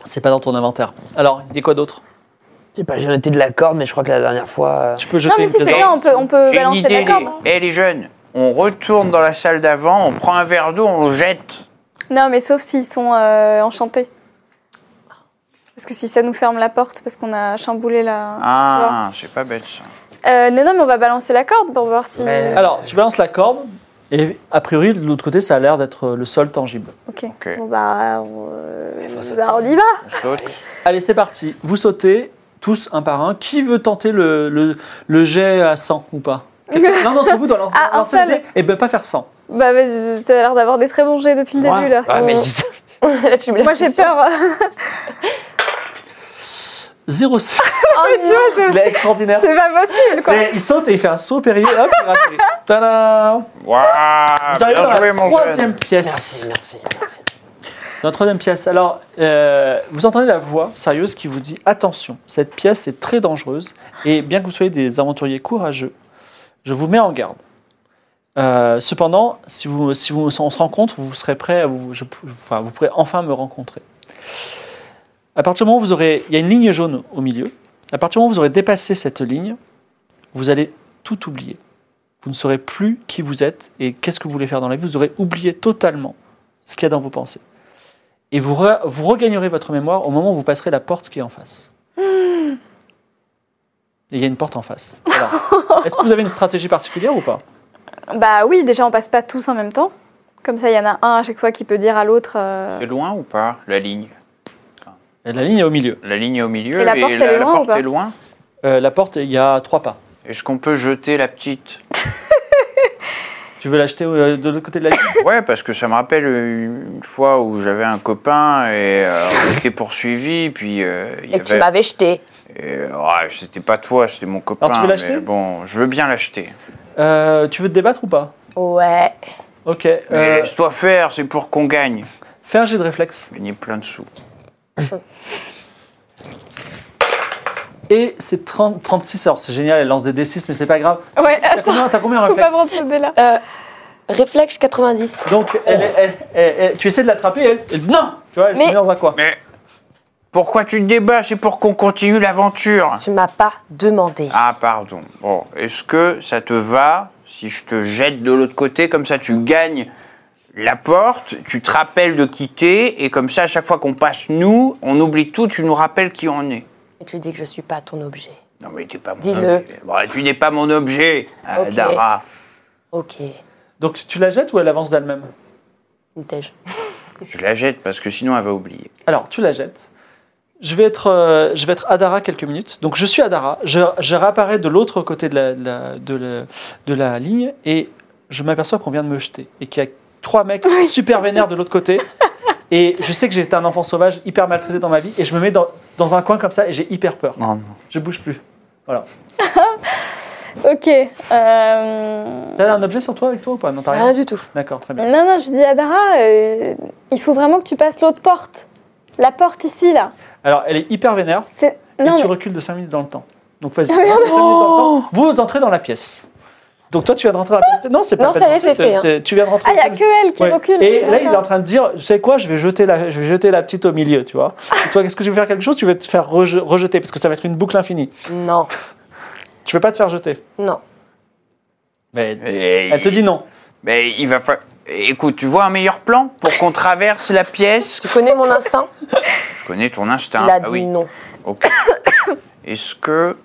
Speaker 1: C'est pas dans ton inventaire. Alors, il y a quoi d'autre
Speaker 6: J'ai pas, j'ai noté de la corde, mais je crois que la dernière fois. euh,
Speaker 1: Tu peux jeter
Speaker 3: Non, mais si
Speaker 1: une
Speaker 3: c'est bien, on peut, on peut
Speaker 5: J'ai une
Speaker 3: balancer
Speaker 5: idée.
Speaker 3: la corde.
Speaker 5: Les... Eh, les jeunes, on retourne dans la salle d'avant, on prend un verre d'eau, on le jette.
Speaker 3: Non, mais sauf s'ils sont euh, enchantés. Parce que si ça nous ferme la porte, parce qu'on a chamboulé la.
Speaker 5: Ah, c'est pas bête ça.
Speaker 3: tu vois. Euh, non, non, mais on va balancer la corde pour voir si.
Speaker 6: Mais-
Speaker 1: Alors, tu balances la corde, et a priori, de l'autre côté, ça a l'air d'être le sol tangible.
Speaker 3: Ok.
Speaker 5: Ok.
Speaker 3: Bon, bah, on, euh,
Speaker 6: faut sauter.
Speaker 3: bah, on y va.
Speaker 5: On saute.
Speaker 1: Allez, c'est parti. Vous sautez, tous un par un. Qui veut tenter le, le, le jet à 100 ou pas Quelqu'un- L'un d'entre vous doit lancer,
Speaker 3: Ah, un
Speaker 1: lancer le
Speaker 3: seul.
Speaker 1: dé et ben pas faire 100.
Speaker 3: Bah, vas-y, ça a l'air d'avoir des très bons jets depuis le
Speaker 6: Moi
Speaker 3: début, là. Oh.
Speaker 6: Ouais, mais
Speaker 7: On-
Speaker 6: je-
Speaker 7: Là, tu me la
Speaker 3: Moi, j'ai
Speaker 7: pression.
Speaker 3: peur.
Speaker 1: 06.
Speaker 3: Ah, mais tu vois, c'est-
Speaker 1: Il est extraordinaire.
Speaker 3: c'est pas possible, quoi.
Speaker 1: Et il saute et il fait un saut périlleux. Hop, il raté. Tadam
Speaker 5: Waouh
Speaker 1: Vous arrivez
Speaker 5: Ah, Bien
Speaker 1: dans
Speaker 5: joué,
Speaker 1: la
Speaker 5: mon jeune.
Speaker 1: troisième pièce.
Speaker 6: Merci, merci, merci.
Speaker 1: Dans la troisième pièce, alors, euh, vous entendez la voix sérieuse qui vous dit Attention, cette pièce est très dangereuse, et bien que vous soyez des aventuriers courageux, je vous mets en garde. Euh, cependant, si, vous, si vous, on se rencontre, vous serez prêt, à vous, je- enfin, vous pourrez enfin me rencontrer. À partir du moment où vous aurez. Il y a une ligne jaune au milieu. À partir du moment où vous aurez dépassé cette ligne, vous allez tout oublier. Vous ne saurez plus qui vous êtes et qu'est-ce que vous voulez faire dans la vie. Vous aurez oublié totalement ce qu'il y a dans vos pensées et vous, re- vous regagnerez votre mémoire au moment où vous passerez la porte qui est en face. Et il y a une porte en face. Voilà. Est-ce que vous avez une stratégie particulière ou pas
Speaker 3: Bah, oui, déjà, on passe pas tous en même temps. Comme ça, il y en a un à chaque fois qui peut dire à l'autre. euh,
Speaker 5: C'est loin ou pas La ligne.
Speaker 1: Et La ligne est au milieu.
Speaker 5: La ligne est au milieu
Speaker 3: Et la porte, elle est
Speaker 5: la, la
Speaker 3: loin ou
Speaker 5: porte
Speaker 3: pas
Speaker 5: est loin.
Speaker 1: Euh, la porte, il y a trois pas.
Speaker 5: Est-ce qu'on peut jeter la petite
Speaker 1: Tu veux l'acheter euh, de l'autre côté de la ligne
Speaker 5: Ouais, parce que ça me rappelle une fois où j'avais un copain et euh, on était poursuivi, puis euh, il y
Speaker 7: Et que tu
Speaker 5: avait-
Speaker 7: m'avais jeté.
Speaker 5: et, euh, ouais, c'était pas toi, c'était mon copain.
Speaker 1: Alors, tu veux
Speaker 5: mais
Speaker 1: l'acheter
Speaker 5: Bon, je veux bien l'acheter.
Speaker 1: Euh, Tu veux te débattre ou pas
Speaker 7: Ouais.
Speaker 1: Ok.
Speaker 5: Mais
Speaker 1: euh,
Speaker 5: laisse-toi faire, c'est pour qu'on gagne.
Speaker 1: fais un jet de réflexe.
Speaker 5: Gagner plein de sous.
Speaker 1: Et c'est 30 36 heures. C'est génial, elle lance des D6, mais c'est pas grave.
Speaker 3: Ouais,
Speaker 1: T'as
Speaker 3: attends,
Speaker 1: combien, t'as combien en
Speaker 3: faut pas
Speaker 1: réflexe
Speaker 3: prendre ce dé-là.
Speaker 7: Euh, réflexe 90.
Speaker 1: Donc, elle- elle- elle- elle- tu essaies de l'attraper, elle, elle- Non Tu vois, elle se
Speaker 7: Mais-
Speaker 1: met dans un coin.
Speaker 5: Mais pourquoi tu te débats C'est pour qu'on continue l'aventure.
Speaker 7: Tu m'as pas demandé.
Speaker 5: Ah, pardon. Bon, est-ce que ça te va si je te jette de l'autre côté Comme ça, tu gagnes la porte, tu te rappelles de quitter, et comme ça, à chaque fois qu'on passe nous, on oublie tout, tu nous rappelles qui on est.
Speaker 7: Et tu dis que je suis pas ton objet.
Speaker 5: Non, mais t'es pas mon
Speaker 7: Dis-le.
Speaker 5: objet. Bon, tu n'es pas mon objet, euh,
Speaker 7: Ok.
Speaker 5: Dara.
Speaker 7: Ok.
Speaker 1: Donc, tu la jettes ou elle avance d'elle-même
Speaker 7: Une tèche.
Speaker 5: Je la jette parce que sinon, elle va oublier.
Speaker 1: Alors, tu la jettes. Je vais être, euh, je vais être Adara quelques minutes. Donc, je suis Adara. Je, je réapparais de l'autre côté de la, de la- de la- de la ligne et je m'aperçois qu'on vient de me jeter et qu'il y a trois mecs super vénères de l'autre côté. Et je sais que j'étais un enfant sauvage, hyper maltraité dans ma vie, et je me mets dans, dans un coin comme ça et j'ai hyper peur.
Speaker 5: Non, non.
Speaker 1: Je bouge plus.
Speaker 3: Ok. euh,
Speaker 1: T'as un objet sur toi avec toi ou pas Non, t'as rien.
Speaker 7: Rien du tout.
Speaker 1: D'accord, très bien.
Speaker 3: Non, non, je dis à Dara, euh, il faut vraiment que tu passes l'autre porte. La porte ici, là.
Speaker 1: Alors, elle est hyper vénère
Speaker 3: C'est...
Speaker 1: et
Speaker 3: Non,
Speaker 1: tu
Speaker 3: mais- Ah, Oh.
Speaker 1: recules de 5 minutes dans le temps. Donc, vas-y. cinq minutes dans le temps. Vous entrez dans la pièce. Donc, toi, tu viens de rentrer dans la pièce. Non, c'est pas
Speaker 7: Non,
Speaker 1: la
Speaker 7: ça
Speaker 1: peine.
Speaker 7: y est, c'est fait, hein.
Speaker 1: Tu- Tu viens de rentrer.
Speaker 3: Ah, il n'y a
Speaker 1: cinq
Speaker 3: que elle qui
Speaker 1: Ouais.
Speaker 3: recule.
Speaker 1: Et là, il est en train de dire, tu sais quoi, je vais jeter la, je vais jeter la petite au milieu, tu vois. Et toi, qu'est-ce que tu veux faire quelque chose Tu veux te faire reje- rejeter parce que ça va être une boucle infinie.
Speaker 7: Non.
Speaker 1: Tu veux pas te faire jeter.
Speaker 7: Non.
Speaker 1: Mais
Speaker 5: Et-
Speaker 1: elle te dit non.
Speaker 5: Mais il va falloir. Écoute, tu vois un meilleur plan pour qu'on traverse la pièce
Speaker 7: Tu connais mon instinct
Speaker 5: Je connais ton instinct.
Speaker 7: Il a
Speaker 5: Ah
Speaker 7: dit
Speaker 5: oui.
Speaker 7: non.
Speaker 5: Ok. Est-ce que.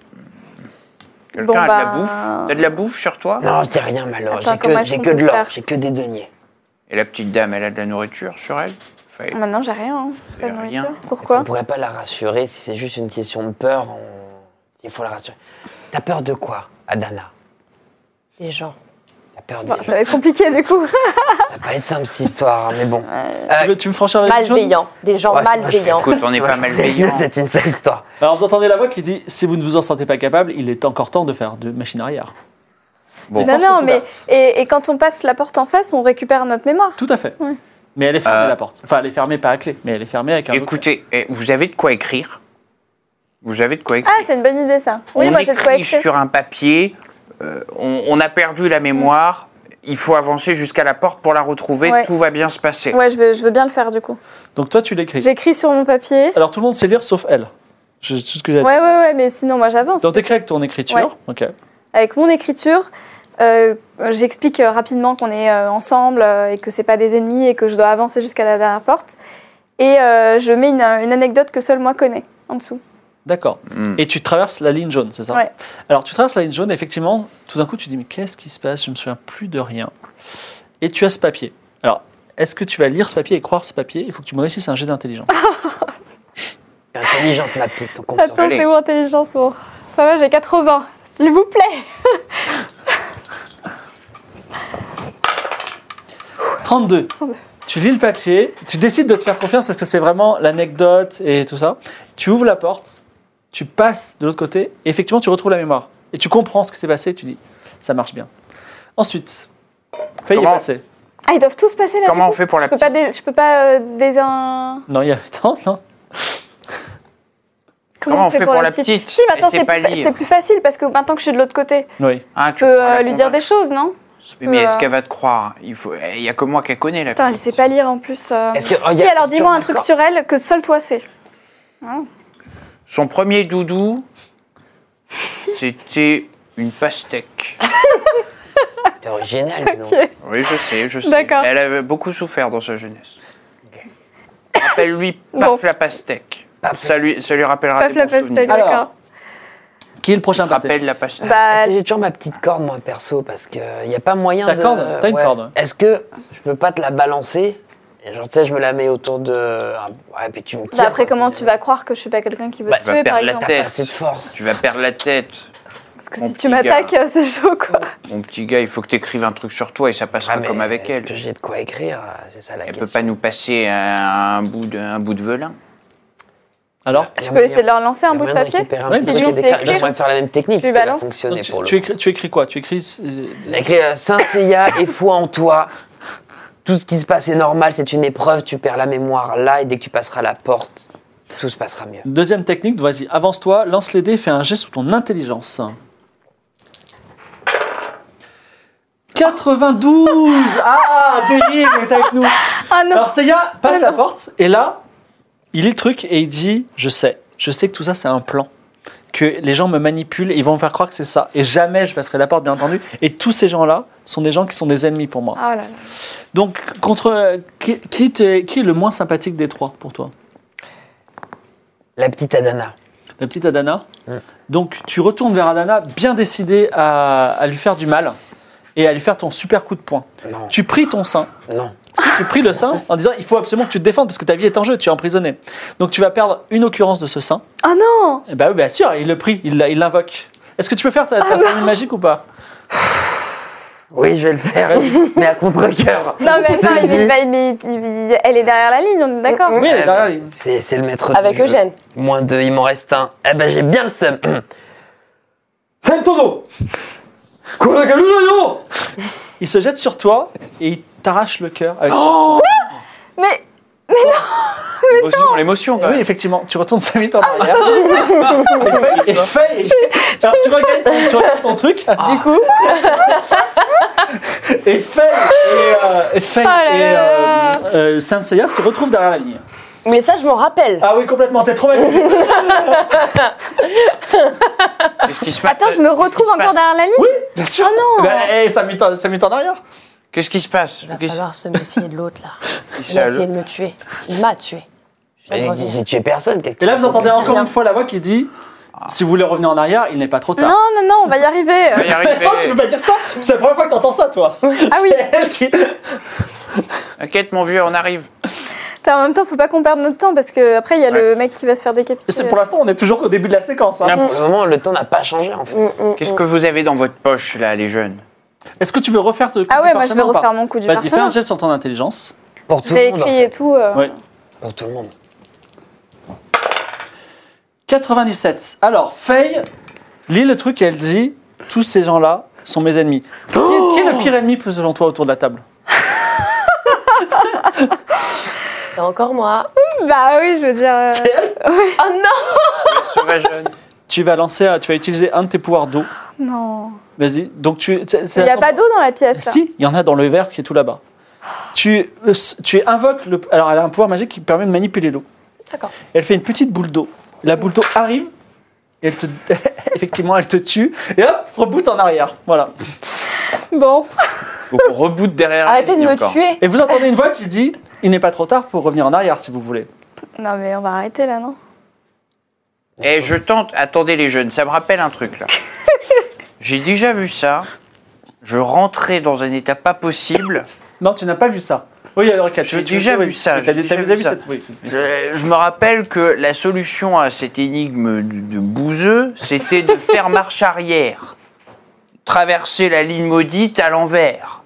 Speaker 5: Quelqu'un
Speaker 3: Bon,
Speaker 5: a de la
Speaker 3: bah,
Speaker 5: bouffe T'as de la bouffe sur toi
Speaker 6: Non, je dis rien, malheur.
Speaker 3: Attends,
Speaker 6: J'ai
Speaker 3: comment
Speaker 6: que,
Speaker 3: est-ce
Speaker 6: j'ai
Speaker 3: qu'on
Speaker 6: que
Speaker 3: peut
Speaker 6: de l'or,
Speaker 3: faire
Speaker 6: j'ai que des deniers.
Speaker 5: Et la petite dame, elle a de la nourriture sur elle Enfin,
Speaker 3: Maintenant, j'ai rien. hein. J'ai Pas de
Speaker 5: J'ai
Speaker 3: nourriture.
Speaker 5: rien.
Speaker 6: On
Speaker 3: Pourquoi
Speaker 6: pourrait pas la rassurer si c'est juste une question de peur. on- Il faut la rassurer. T'as peur de quoi, Adana
Speaker 7: Les gens.
Speaker 6: T'as peur de
Speaker 3: Bon, Ça va être compliqué, du coup.
Speaker 6: Ça va pas être simple cette histoire, hein, mais bon.
Speaker 1: Tu, veux, tu me franchir la ligne jaune
Speaker 7: Malveillants. Des gens
Speaker 6: Ouais, c'est-
Speaker 7: malveillants.
Speaker 5: Écoute, on n'est pas malveillants.
Speaker 6: c'est une sale histoire.
Speaker 1: Alors vous entendez la voix qui dit, si vous ne vous en sentez pas capable, il est encore temps de faire de machine arrière.
Speaker 5: Bon.
Speaker 1: Les
Speaker 3: Non,
Speaker 1: portes sont
Speaker 3: non, mais.
Speaker 1: ouvertes.
Speaker 3: Et, et quand on passe la porte en face, on récupère notre mémoire.
Speaker 1: Tout à fait.
Speaker 3: Oui.
Speaker 1: Mais elle est fermée
Speaker 5: Euh.
Speaker 1: la porte. Enfin, elle est fermée pas à clé, mais elle est fermée avec un.
Speaker 5: Écoutez, eh, vous avez de quoi écrire Vous avez de quoi écrire
Speaker 3: Ah, c'est une bonne idée, ça. Oui,
Speaker 5: on
Speaker 3: moi, j'ai
Speaker 5: écrit
Speaker 3: de quoi écrire.
Speaker 5: sur un papier, euh, on, on a perdu la mémoire, il faut avancer jusqu'à la porte pour la retrouver,
Speaker 3: Ouais.
Speaker 5: tout va bien se passer.
Speaker 3: Ouais, je veux, je veux bien le faire, du coup.
Speaker 1: Donc toi, tu l'écris. Euh,
Speaker 3: J'écris sur mon papier.
Speaker 1: Alors tout le monde sait lire sauf elle. Je- tout ce que j'ai à dire.
Speaker 3: Ouais, ouais, ouais, mais sinon, moi, j'avance.
Speaker 1: Dans tes craies avec ton écriture,
Speaker 3: Ouais.
Speaker 1: ok.
Speaker 3: Avec mon écriture, euh, j'explique euh, rapidement qu'on est euh, ensemble euh, et que c'est pas des ennemis et que je dois avancer jusqu'à la dernière porte. Et euh, je mets une, une anecdote que seul moi connais en dessous.
Speaker 1: D'accord.
Speaker 5: Hmm.
Speaker 1: Et tu traverses la ligne jaune, c'est ça
Speaker 3: Ouais.
Speaker 1: Alors tu traverses la ligne jaune, et effectivement, tout d'un coup tu dis mais qu'est-ce qui se passe Je me souviens plus de rien. Et tu as ce papier. Alors, est-ce que tu vas lire ce papier et croire ce papier Il faut que tu me réussisses un jet d'intelligence.
Speaker 6: T'es intelligente, ma petite, on compte sur
Speaker 3: Attends,
Speaker 6: toi.
Speaker 3: c'est mon intelligence, bon. Ça va, j'ai 80. S'il vous plaît.
Speaker 1: 32. Tu lis le papier, tu décides de te faire confiance parce que c'est vraiment l'anecdote et tout ça. Tu ouvres la porte, tu passes de l'autre côté, et effectivement tu retrouves la mémoire. Et tu comprends ce qui s'est passé, et tu dis ça marche bien. Ensuite, Faye est
Speaker 5: Comment
Speaker 1: passée.
Speaker 3: Ah, ils doivent tous passer là.
Speaker 5: Comment on
Speaker 3: du coup
Speaker 5: fait pour la
Speaker 3: je peux pas,
Speaker 5: petite
Speaker 3: dés- je peux pas euh, dés- un-
Speaker 1: Non, il y a. Non, non.
Speaker 5: Comment on fait pour la petite
Speaker 3: Si, maintenant
Speaker 5: Elle sait
Speaker 3: c'est
Speaker 5: pas
Speaker 3: plus, fa-
Speaker 5: lire.
Speaker 3: c'est plus facile parce que maintenant que je suis de l'autre côté,
Speaker 1: Oui.
Speaker 5: Ah,
Speaker 3: je
Speaker 5: tu
Speaker 3: peux
Speaker 5: peux
Speaker 3: euh,
Speaker 5: la
Speaker 3: lui dire des
Speaker 5: convaincre.
Speaker 3: choses, non
Speaker 5: Oui, Mais
Speaker 3: Euh,
Speaker 5: est-ce qu'elle va te croire Il faut... eh, il y a que moi qui la connais la
Speaker 3: Putain, elle
Speaker 5: petite.
Speaker 3: sait pas lire en plus. euh.
Speaker 6: Est-ce que- oh, y
Speaker 3: Si,
Speaker 6: a-
Speaker 3: alors dis-moi un truc
Speaker 6: d'accord.
Speaker 3: sur elle que seul toi sais.
Speaker 5: Son premier doudou, c'était une pastèque.
Speaker 6: T'es original, mais non.
Speaker 5: Oui, je sais, je sais.
Speaker 3: D'accord.
Speaker 5: Elle avait beaucoup souffert dans sa jeunesse. Appelle-lui Paf
Speaker 3: Bon.
Speaker 5: la pastèque. Ça lui, ça lui rappellera
Speaker 3: Paf
Speaker 5: Ah, des
Speaker 3: la
Speaker 5: bons souvenirs.
Speaker 3: pastèque,
Speaker 1: Alors,
Speaker 3: d'accord.
Speaker 1: Qui est le prochain passé
Speaker 5: Rappelle la pastèque.
Speaker 3: Ah, Bah,
Speaker 6: Est-ce que Ah, J'ai toujours ma petite corde, moi, perso, parce qu'il n'y a pas moyen
Speaker 1: Ta
Speaker 6: de.
Speaker 1: corde T'as une corde.
Speaker 6: Est-ce que je peux pas te la balancer Et Genre, tu sais, je me la mets autour de. ah, Ouais, puis tu me tires.
Speaker 3: bah, après,
Speaker 6: quoi,
Speaker 3: comment
Speaker 6: c'est-
Speaker 3: tu vas croire que je suis pas quelqu'un qui veut
Speaker 5: Bah,
Speaker 3: te
Speaker 5: tu vas
Speaker 3: tuer, par
Speaker 5: perdre la
Speaker 3: exemple
Speaker 5: tête.
Speaker 6: T'as assez de force.
Speaker 5: Tu vas perdre la tête.
Speaker 3: Parce que
Speaker 5: Mon
Speaker 3: si
Speaker 5: petit
Speaker 3: tu m'attaques, euh, c'est chaud, quoi.
Speaker 5: Mon petit gars, il faut que tu écrives un truc sur toi et ça passera
Speaker 6: Ah, mais
Speaker 5: comme avec
Speaker 6: est-ce
Speaker 5: elle.
Speaker 6: que j'ai de quoi écrire C'est ça la
Speaker 5: Elle
Speaker 6: question.
Speaker 5: peut pas nous passer un, un bout, de, un bout de velin.
Speaker 1: Alors,
Speaker 6: Il y
Speaker 3: Je
Speaker 6: a
Speaker 3: peux
Speaker 6: moyen-
Speaker 3: essayer de leur lancer un
Speaker 6: il y a
Speaker 3: bout de
Speaker 6: moyen
Speaker 3: papier
Speaker 6: récupérer un
Speaker 1: Ouais,
Speaker 6: petit
Speaker 1: si
Speaker 3: je
Speaker 6: truc et
Speaker 3: sais
Speaker 6: des cartes.
Speaker 3: écrire.
Speaker 6: J'aimerais faire la même technique,
Speaker 3: Tu
Speaker 6: parce qu'elle a
Speaker 3: balances.
Speaker 6: fonctionné
Speaker 1: tu,
Speaker 6: pour le
Speaker 1: tu écris, tu écris quoi Tu écris. euh,
Speaker 6: Elle écrit euh, Saint Seiya et foi en toi. Tout ce qui se passe est normal, c'est une épreuve, tu perds la mémoire là et dès que tu passeras la porte, tout se passera mieux.
Speaker 1: Deuxième technique, vas-y, avance-toi, lance les dés, fais un geste sous ton intelligence. 92 Ah, Délire est avec nous
Speaker 3: Ah non
Speaker 1: Alors Seiya passe la porte, et là, il lit le truc et il dit « Je sais, je sais que tout ça c'est un plan, que les gens me manipulent, et ils vont me faire croire que c'est ça, et jamais je passerai la porte, bien entendu, et tous ces gens-là sont des gens qui sont des ennemis pour moi.
Speaker 3: Oh là là.
Speaker 1: Donc, contre euh, qui, qui t'est- qui est le moins sympathique des trois pour toi
Speaker 6: La petite Adana.
Speaker 1: La petite Adana. Donc tu retournes vers Adana, bien décidé à, à lui faire du mal et à lui faire ton super coup de poing.
Speaker 6: Non,
Speaker 1: Tu pries ton sein.
Speaker 6: non.
Speaker 1: Tu pries le sein en disant il faut absolument que tu te défendes parce que ta vie est en jeu, tu es emprisonné. Donc tu vas perdre une occurrence de ce sein.
Speaker 3: Oh non
Speaker 1: Et bah oui, bien sûr, il le prie, il l'a- il l'invoque. Est-ce que tu peux faire ta, ta
Speaker 3: Ah
Speaker 1: formule magique ou pas
Speaker 6: Oui, je vais le faire, mais à contre-coeur.
Speaker 3: Non, mais attends, il est- bah, il est- il est- elle est derrière la ligne, on est d'accord
Speaker 1: Bah, Oui, elle est derrière. il-
Speaker 6: Euh, C'est c'est le maître du
Speaker 7: Avec
Speaker 6: jeu.
Speaker 7: Eugène.
Speaker 6: Moins deux, il m'en reste un. Eh ben, j'ai bien le seum.
Speaker 1: C'est le tonneau Il se jette sur toi et il t'arrache le cœur avec
Speaker 3: Mais
Speaker 5: L'émotion, l'émotion, quand
Speaker 1: Ah Oui,
Speaker 5: même.
Speaker 1: effectivement, tu retournes 5 minutes en arrière. Ah. et fais, et fais- Ah. et- Alors tu regardes, ton- tu regardes ton truc. Du coup. et fais et, euh, et, Faye
Speaker 3: Oh là
Speaker 1: et
Speaker 3: là.
Speaker 1: euh, euh, Saint Seiya se retrouvent derrière la ligne.
Speaker 7: Mais ça, je m'en rappelle.
Speaker 3: Euh,
Speaker 1: Ah oui, complètement, t'es traumatisé.
Speaker 5: Qu'est-ce qui se passe
Speaker 3: attends, je me
Speaker 5: Qu'est-ce qui
Speaker 3: retrouve
Speaker 5: se
Speaker 3: encore
Speaker 5: passe
Speaker 3: derrière la ligne
Speaker 1: oui, bien sûr.
Speaker 3: Oh non.
Speaker 1: Et 5 minutes, en- Bah, eh, cinq minutes en arrière.
Speaker 5: Qu'est-ce qui se passe
Speaker 7: Il va
Speaker 5: Qu'est-ce-
Speaker 7: falloir se méfier de l'autre, là.
Speaker 5: qu'est-ce
Speaker 7: Il a
Speaker 5: qu'il y
Speaker 7: essayé
Speaker 5: a
Speaker 7: de me tuer. Il m'a tué. Je viens de
Speaker 6: J'ai
Speaker 7: revenir.
Speaker 6: j'ai tué personne.
Speaker 1: Et là, vous entendez encore une fois la voix qui dit Si vous voulez revenir en arrière, il n'est pas trop tard.
Speaker 3: Non, non, non, on va y arriver.
Speaker 5: On va y
Speaker 1: Non, tu peux
Speaker 5: arriver.
Speaker 1: pas dire ça C'est la première fois que t'entends ça, toi
Speaker 3: Ah oui.
Speaker 1: C'est elle qui-
Speaker 5: T'inquiète, mon vieux, on arrive.
Speaker 3: Putain, En même temps, faut pas qu'on perde notre temps parce que après il y a le mec qui va se faire décapiter.
Speaker 1: C'est pour l'instant, on est toujours au début de la séquence. hein.
Speaker 5: N'importe
Speaker 3: Mm.
Speaker 6: Pour le moment, le temps n'a pas changé, en fait.
Speaker 7: Oh,
Speaker 5: Qu'est-ce que vous avez dans votre poche, là, les jeunes
Speaker 1: Est-ce que tu veux refaire te
Speaker 3: Ah ouais, moi je vais refaire mon coup du
Speaker 1: Vas-y, fais un
Speaker 3: parchemin.
Speaker 1: geste sur ton intelligence.
Speaker 6: Pour
Speaker 3: Je
Speaker 6: tout
Speaker 3: vais
Speaker 6: le monde. en
Speaker 3: écrire et
Speaker 6: fait.
Speaker 3: tout. euh.
Speaker 1: Ouais.
Speaker 6: Pour tout le monde.
Speaker 1: 97. Alors, Faye lit le truc et elle dit Tous ces gens-là sont mes ennemis. Qui est, qui est le pire ennemi selon toi autour de la table
Speaker 7: C'est encore moi.
Speaker 3: Bah oui, je veux dire. euh,
Speaker 7: Oh non
Speaker 5: Sauvage jeune.
Speaker 1: Tu vas lancer, tu vas utiliser un de tes pouvoirs d'eau.
Speaker 3: Non.
Speaker 1: Vas-y, donc tu.
Speaker 3: Il n'y a pas d'eau dans la pièce. là.
Speaker 1: Si, il y en a dans le verre qui est tout là-bas. Tu, euh, tu invoques le. Alors, elle a un pouvoir magique qui permet de manipuler l'eau.
Speaker 7: D'accord.
Speaker 1: Elle fait une petite boule d'eau La boulto arrive, et elle te, effectivement, elle te tue, et hop, reboot en arrière. Voilà.
Speaker 3: Bon,
Speaker 5: Donc on reboot derrière.
Speaker 7: Arrêtez de
Speaker 5: Ellie
Speaker 7: me
Speaker 5: encore.
Speaker 7: tuer.
Speaker 1: Et vous entendez une voix qui dit Il n'est pas trop tard pour revenir en arrière si vous voulez.
Speaker 3: non mais on va arrêter là, non
Speaker 5: Et Eh, je tente. Attendez les jeunes, ça me rappelle un truc là. J'ai déjà vu ça. Je rentrais dans un état pas possible.
Speaker 1: Non, tu n'as pas vu ça. Oui, alors, Kat,
Speaker 5: J'ai
Speaker 1: tu- tu-
Speaker 5: déjà
Speaker 1: oui,
Speaker 5: vu ça,
Speaker 1: T'as
Speaker 5: j'ai
Speaker 1: t'as- t'as vu
Speaker 5: déjà vu
Speaker 1: ça.
Speaker 5: ça. Je, je me rappelle que la solution à cette énigme de, de bouseux, c'était de faire marche arrière, traverser la ligne maudite à l'envers.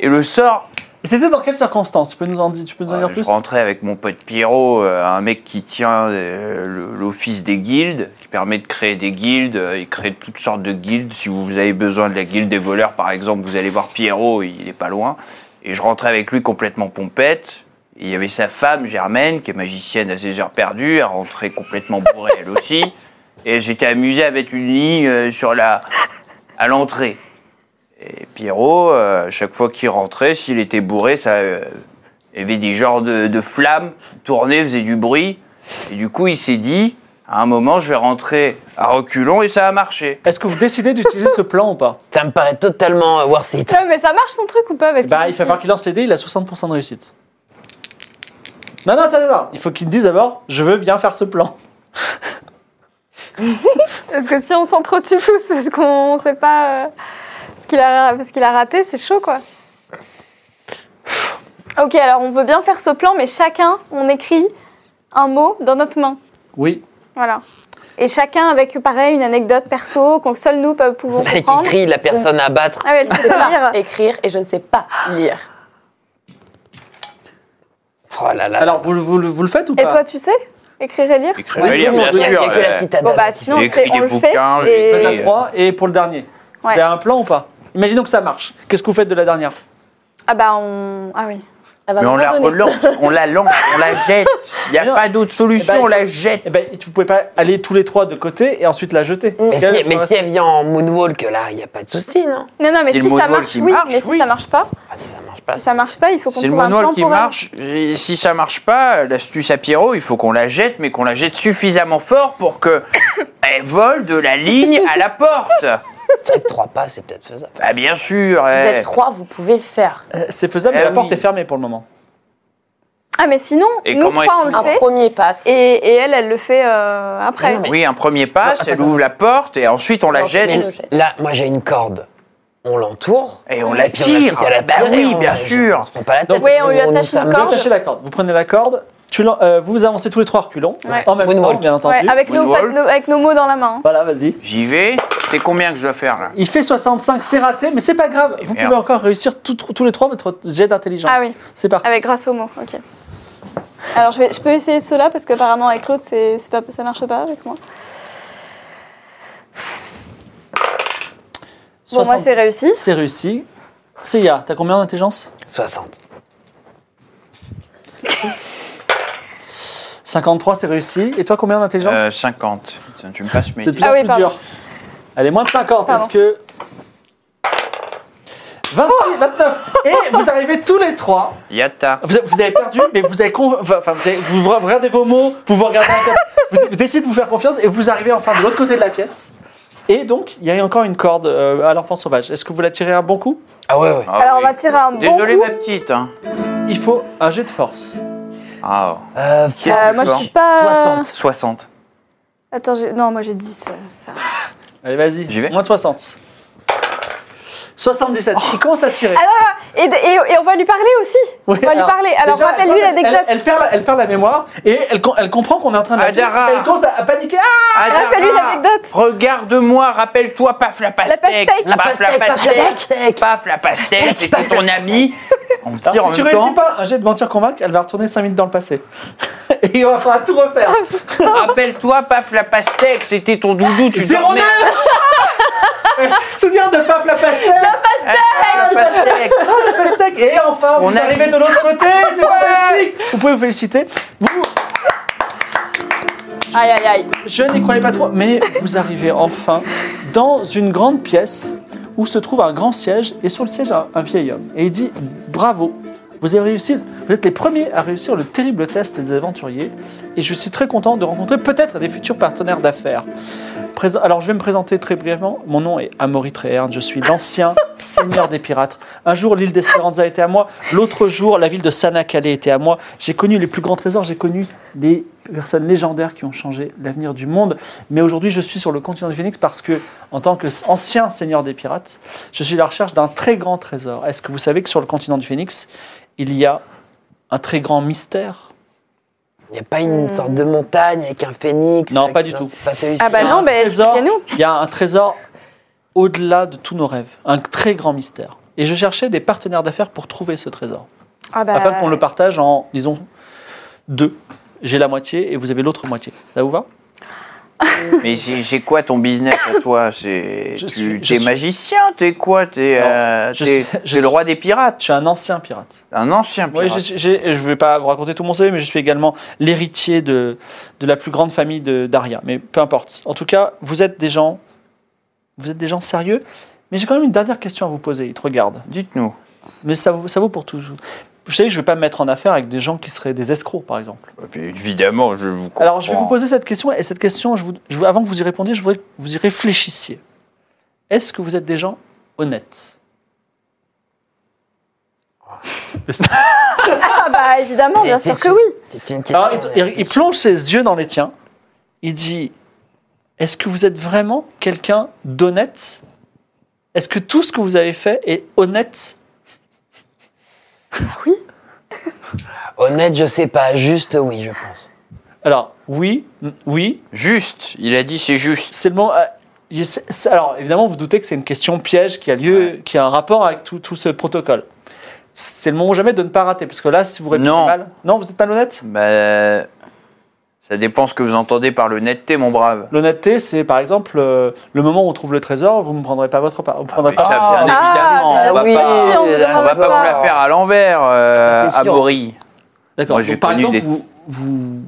Speaker 5: Et le sort,
Speaker 1: Et c'était dans quelles circonstances Tu peux nous en dire, tu peux nous en
Speaker 5: Euh,
Speaker 1: dire
Speaker 5: je
Speaker 1: plus
Speaker 5: rentrais avec mon pote Pierrot, euh, un mec qui tient euh, le- l'office des guildes, qui permet de créer des guildes. euh, Il crée toutes sortes de guildes. Si vous avez besoin de la guilde des voleurs, par exemple, vous allez voir Pierrot, il n'est pas loin. Et je rentrais avec lui complètement pompette. Et Il y avait sa femme, Germaine, qui est magicienne à ses heures perdues. Elle rentrait complètement bourrée, elle aussi. Et j'étais amusé avec une ligne euh, sur la... à l'entrée. Et Pierrot, euh, chaque fois qu'il rentrait, s'il était bourré, ça... euh, il y avait des genres de, de flammes, tournaient, faisaient du bruit. Et du coup, il s'est dit, à un moment, je vais rentrer à reculons et ça a marché.
Speaker 1: Est-ce que vous décidez d'utiliser ce plan ou pas
Speaker 6: Ça me paraît totalement euh, worth it.
Speaker 3: Putain, mais ça marche son truc ou pas Parce
Speaker 1: Bah,
Speaker 3: que-
Speaker 1: il va falloir qu'il lance les dés, il a 60% de réussite. Non, non, attends, attends. Il faut qu'il te dise d'abord Je veux bien faire ce plan.
Speaker 3: Parce que si on s'entretue tous parce qu'on sait pas euh, ce qu'il a, ce qu'il a raté, c'est chaud quoi. Ok, alors on veut bien faire ce plan, mais chacun, on écrit un mot dans notre main.
Speaker 1: Oui.
Speaker 3: Voilà. Et chacun avec, pareil, une anecdote perso qu'on seul nous peuvent- pouvons
Speaker 6: Avec
Speaker 3: comprendre.
Speaker 6: écrit la personne à battre.
Speaker 3: Ah ouais, elle sait pas lire.
Speaker 7: Écrire et je ne sais pas lire.
Speaker 6: Oh là là.
Speaker 1: Alors, vous, le- vous le- vous le faites ou
Speaker 3: Et
Speaker 1: pas
Speaker 3: toi, tu sais Écrire et lire
Speaker 5: Écrire et lire, bien
Speaker 6: Il y a- il y
Speaker 5: sûr.
Speaker 6: a que la
Speaker 5: euh,
Speaker 6: petite Ada
Speaker 3: Bon, bah,
Speaker 6: qui
Speaker 3: sinon,
Speaker 6: sait.
Speaker 3: on,
Speaker 5: J'ai
Speaker 3: fait-
Speaker 5: écrit
Speaker 3: on
Speaker 5: des
Speaker 3: le fait.
Speaker 5: bouquins, j'ai
Speaker 3: et-
Speaker 5: fait
Speaker 1: Faites
Speaker 5: la-
Speaker 1: à 3 et pour le dernier.
Speaker 3: Ouais.
Speaker 1: Vous avez un plan ou pas Imaginons que ça marche. Qu'est-ce que vous faites de la dernière
Speaker 3: Ah bah, on... Ah oui.
Speaker 7: Elle va
Speaker 5: Mais on la
Speaker 7: m'abandonner.
Speaker 5: relance, on la lance, on la jette. Il n'y
Speaker 1: Mais non.
Speaker 5: a pas d'autre
Speaker 1: Eh ben,
Speaker 6: Bah,
Speaker 5: solution, on la
Speaker 1: Eh
Speaker 5: jette.
Speaker 1: ben, vous pouvez pas aller tous les trois de côté et ensuite la
Speaker 3: Mm.
Speaker 1: jeter.
Speaker 6: Mais,
Speaker 1: Quel-
Speaker 6: si, mais si elle vient en moonwalk, là, il n'y a pas de souci, non
Speaker 3: Non, non, mais
Speaker 5: C'est
Speaker 3: si
Speaker 5: le
Speaker 3: ça
Speaker 5: moonwalk
Speaker 3: marche,
Speaker 5: qui
Speaker 3: oui,
Speaker 5: marche,
Speaker 3: mais si
Speaker 5: oui.
Speaker 3: ça marche pas,
Speaker 6: Ah, ça marche pas.
Speaker 3: si ça marche pas, il faut qu'on
Speaker 5: C'est le
Speaker 3: trouve un plan
Speaker 5: monoir qui
Speaker 3: pour elle.
Speaker 5: marche. Et si ça marche pas, l'astuce à Pierrot, il faut qu'on la jette, mais qu'on la jette suffisamment fort pour que elle vole de la ligne à la porte.
Speaker 6: C'est vrai que trois pas, c'est peut-être faisable.
Speaker 5: Bah bien sûr.
Speaker 7: Vous
Speaker 5: eh.
Speaker 7: êtes trois, vous pouvez le faire.
Speaker 1: Euh, C'est faisable, mais
Speaker 5: Eh
Speaker 1: la porte
Speaker 5: oui.
Speaker 1: est fermée pour le moment.
Speaker 3: Ah, mais sinon,
Speaker 5: Et
Speaker 3: nous
Speaker 5: comment
Speaker 3: trois, on
Speaker 5: elle
Speaker 3: le
Speaker 7: Un
Speaker 3: fait.
Speaker 7: premier pass.
Speaker 3: Et, et elle, elle le fait euh, après.
Speaker 5: Oui, un premier pas, elle ouvre la porte et ensuite on la
Speaker 7: Non,
Speaker 5: jette.
Speaker 7: mais-
Speaker 6: Mais là, moi, j'ai une corde. On l'entoure.
Speaker 5: Et on la
Speaker 6: puis on a plus
Speaker 5: tire.
Speaker 6: qu'à la
Speaker 5: Bah
Speaker 6: tirer,
Speaker 5: oui,
Speaker 6: on-
Speaker 5: bien sûr.
Speaker 6: On se prend pas la tête.
Speaker 3: Oui, on lui attache une
Speaker 6: s'amuse.
Speaker 1: Vous
Speaker 3: corde.
Speaker 1: attachez la corde, vous prenez la corde, tu l'en- euh, vous vous avancez tous les trois reculons,
Speaker 3: Ouais.
Speaker 1: en même temps,
Speaker 6: Moonwalk.
Speaker 1: bien entendu.
Speaker 3: Ouais, avec, nos,
Speaker 5: Moonwalk.
Speaker 3: avec nos- avec nos mots dans la main. hein.
Speaker 1: Voilà, vas-y.
Speaker 5: J'y vais. C'est combien que je dois faire là
Speaker 1: Il fait 65, c'est raté, mais c'est pas grave. Vous
Speaker 5: merde.
Speaker 1: pouvez encore réussir tout- tous les trois votre jet d'intelligence.
Speaker 3: Ah oui.
Speaker 1: C'est parti.
Speaker 3: Avec grâce aux mots, ok. Alors, je, vais, je peux essayer ceux-là parce qu'apparemment, avec l'autre, c'est, c'est pas, ça marche pas avec moi. Bon, moi,
Speaker 1: 70.
Speaker 3: c'est réussi.
Speaker 1: C'est réussi. Seiya, t'as combien d'intelligence
Speaker 6: 60.
Speaker 1: 53, c'est réussi. Et toi, combien d'intelligence
Speaker 5: Euh, 50. Tiens, tu me passes mes
Speaker 1: C'est de plus
Speaker 3: Ah
Speaker 1: en
Speaker 3: oui,
Speaker 1: plus
Speaker 3: pardon.
Speaker 1: dur. Allez, moins de 50,
Speaker 3: Pardon.
Speaker 1: est-ce que... 26, 29
Speaker 3: Oh
Speaker 1: Et vous arrivez tous les trois.
Speaker 5: Yata.
Speaker 1: Vous, vous avez perdu, mais vous avez... con- Enfin, vous, avez- vous regardez vos mots, vous vous regardez... en face, Vous, vous décidez de vous faire confiance et vous arrivez enfin de l'autre côté de la pièce. Et donc, il y a encore une corde euh, à l'enfant sauvage. Est-ce que vous la tirez un bon coup
Speaker 6: Ah ouais, ouais.
Speaker 5: Ah
Speaker 3: Alors,
Speaker 5: oui.
Speaker 3: on va tirer un bon
Speaker 5: Désolé
Speaker 3: coup.
Speaker 5: ma petite. hein.
Speaker 1: Il faut un jet de force.
Speaker 5: Ah, oh.
Speaker 6: Euh,
Speaker 5: Qu'est-ce
Speaker 3: Euh,
Speaker 5: que
Speaker 3: moi,
Speaker 5: je
Speaker 3: je
Speaker 5: sors
Speaker 3: suis pas...
Speaker 6: 60.
Speaker 5: 60.
Speaker 3: Attends, j'ai... non, moi, j'ai 10. euh, Ça.
Speaker 1: Allez, vas-y.
Speaker 5: J'y vais.
Speaker 1: Moins de 60. 77. Il commence à tirer.
Speaker 3: Et, et- et on va lui parler aussi.
Speaker 1: Ouais,
Speaker 3: on va lui parler. Alors,
Speaker 1: déjà,
Speaker 3: rappelle-lui
Speaker 1: elle-
Speaker 3: l'anecdote.
Speaker 1: Elle, elle perd, elle perd la mémoire et elle, com- elle comprend qu'on est en train de. la tuer.
Speaker 5: Adara.
Speaker 1: Elle commence à, à paniquer. Ah
Speaker 5: Adara,
Speaker 3: Rappelle-lui l'anecdote.
Speaker 5: Regarde-moi, rappelle-toi, paf la pastèque.
Speaker 3: pastèque. La
Speaker 5: Paf la pastèque. Paf la pastèque, c'était ton ami. On me tire
Speaker 1: Alors,
Speaker 5: en
Speaker 1: si tu
Speaker 5: même
Speaker 1: réussis
Speaker 5: temps.
Speaker 1: pas un jet de mentir convaincre, elle va retourner 5 minutes dans le passé. et on va falloir tout refaire.
Speaker 5: Rappelle-toi, paf la pastèque, c'était ton doudou, tu
Speaker 1: Zéro
Speaker 5: dormais.
Speaker 1: neuf Elle se souvient de Paf la pastèque
Speaker 5: Paf la pastèque.
Speaker 1: Ah, la pastèque Et enfin,
Speaker 5: On
Speaker 1: vous
Speaker 5: a-
Speaker 1: arrivez de l'autre côté, c'est fantastique Vous pouvez vous féliciter. Vous,
Speaker 3: Aïe, aïe, aïe.
Speaker 1: Je n'y croyais pas trop, mais vous arrivez enfin dans une grande pièce où se trouve un grand siège et sur le siège un, un vieil homme. Et il dit bravo, vous avez réussi, vous êtes les premiers à réussir le terrible test des aventuriers et je suis très content de rencontrer peut-être des futurs partenaires d'affaires. Présent- Alors, je vais me présenter très brièvement. Mon nom est Amaury Treherne. Je suis l'ancien seigneur des pirates. Un jour, l'île d'Espérance a été à moi. L'autre jour, la ville de Sanakale était à moi. J'ai connu les plus grands trésors. J'ai connu des personnes légendaires qui ont changé l'avenir du monde. Mais aujourd'hui, je suis sur le continent du Phoenix parce que, en tant qu'ancien seigneur des pirates, je suis à la recherche d'un très grand trésor. Est-ce que vous savez que sur le continent du Phoenix, il y a un très grand mystère
Speaker 6: Il n'y a pas une sorte de montagne avec un phénix euh,
Speaker 1: Non,
Speaker 6: avec-
Speaker 1: pas du tout.
Speaker 6: Enfin, celui-ci,
Speaker 3: Hmm. Ah bah
Speaker 6: hein.
Speaker 3: non, bah
Speaker 1: trésor,
Speaker 3: expliquez-nous.
Speaker 1: Il y a un trésor au-delà de tous nos rêves, un très grand mystère. Et je cherchais des partenaires d'affaires pour trouver ce trésor,
Speaker 3: Ah bah,
Speaker 1: afin qu'on le partage en, disons, deux. J'ai la moitié et vous avez l'autre moitié. Ça vous va
Speaker 5: Mais j'ai j'ai quoi ton business à toi C'est-
Speaker 1: Je
Speaker 5: Tu
Speaker 1: suis-
Speaker 5: es
Speaker 1: je suis-
Speaker 5: magicien, t'es quoi T'es
Speaker 1: Non,
Speaker 5: euh,
Speaker 1: je
Speaker 5: t'es-
Speaker 1: suis- je
Speaker 5: t'es le
Speaker 1: suis-
Speaker 5: roi des pirates,
Speaker 1: Je suis un ancien pirate.
Speaker 5: un ancien
Speaker 1: Oui,
Speaker 5: pirate.
Speaker 1: je, j'ai- je vais pas vous raconter tout mon CV, mais je suis également l'héritier de, de la plus grande famille de- d'Aria. Mais peu importe. En tout cas, vous êtes des gens, vous êtes des gens sérieux. Mais j'ai quand même une dernière question à vous poser. Il te regarde.
Speaker 5: Dites-nous.
Speaker 1: Mais ça, vaut- ça vaut pour tout. Vous savez, je ne vais pas me mettre en affaire avec des gens qui seraient des escrocs, par exemple.
Speaker 5: Et puis, Évidemment, je vous comprends.
Speaker 1: Alors, je vais vous poser cette question, et cette question, je vous- je vous- avant que vous y répondiez, je voudrais que vous y réfléchissiez. Est-ce que vous êtes des gens honnêtes
Speaker 3: ah bah évidemment, bien sûr que oui.
Speaker 6: C'est une
Speaker 1: Alors,
Speaker 6: question.
Speaker 1: il, il- il plonge ses yeux dans les tiens. Il dit Est-ce que vous êtes vraiment quelqu'un d'honnête Est-ce que tout ce que vous avez fait est honnête
Speaker 6: Honnête, je sais pas. Juste, oui, je pense.
Speaker 1: Alors, oui, n- oui,
Speaker 5: Juste, il a dit c'est juste.
Speaker 1: c'est le moment. euh, il- c'est- c'est- alors, évidemment, vous doutez que c'est une question piège qui a lieu, qui a un rapport avec tout, tout ce protocole. C'est le moment jamais de ne pas rater, parce que là, si vous répondez
Speaker 5: Non.
Speaker 1: mal. Non, vous n'êtes pas honnête
Speaker 5: Bah, ça dépend ce que vous entendez par l'honnêteté, mon brave.
Speaker 1: L'honnêteté, c'est par exemple euh, le moment où on trouve le trésor, vous ne me prendrez pas votre part. Vous prendrez
Speaker 5: Mais
Speaker 1: pas.
Speaker 5: Ah ça, bien évidemment,
Speaker 3: Ah,
Speaker 5: on va
Speaker 3: oui,
Speaker 5: pas,
Speaker 3: on vous
Speaker 5: on va
Speaker 3: dira
Speaker 5: pas vous la faire à l'envers, euh,
Speaker 1: Ah,
Speaker 6: C'est sûr.
Speaker 5: Amaury.
Speaker 1: D'accord.
Speaker 5: Moi, j'ai
Speaker 1: Donc, par
Speaker 5: connu
Speaker 1: exemple,
Speaker 5: des-
Speaker 1: vous, vous-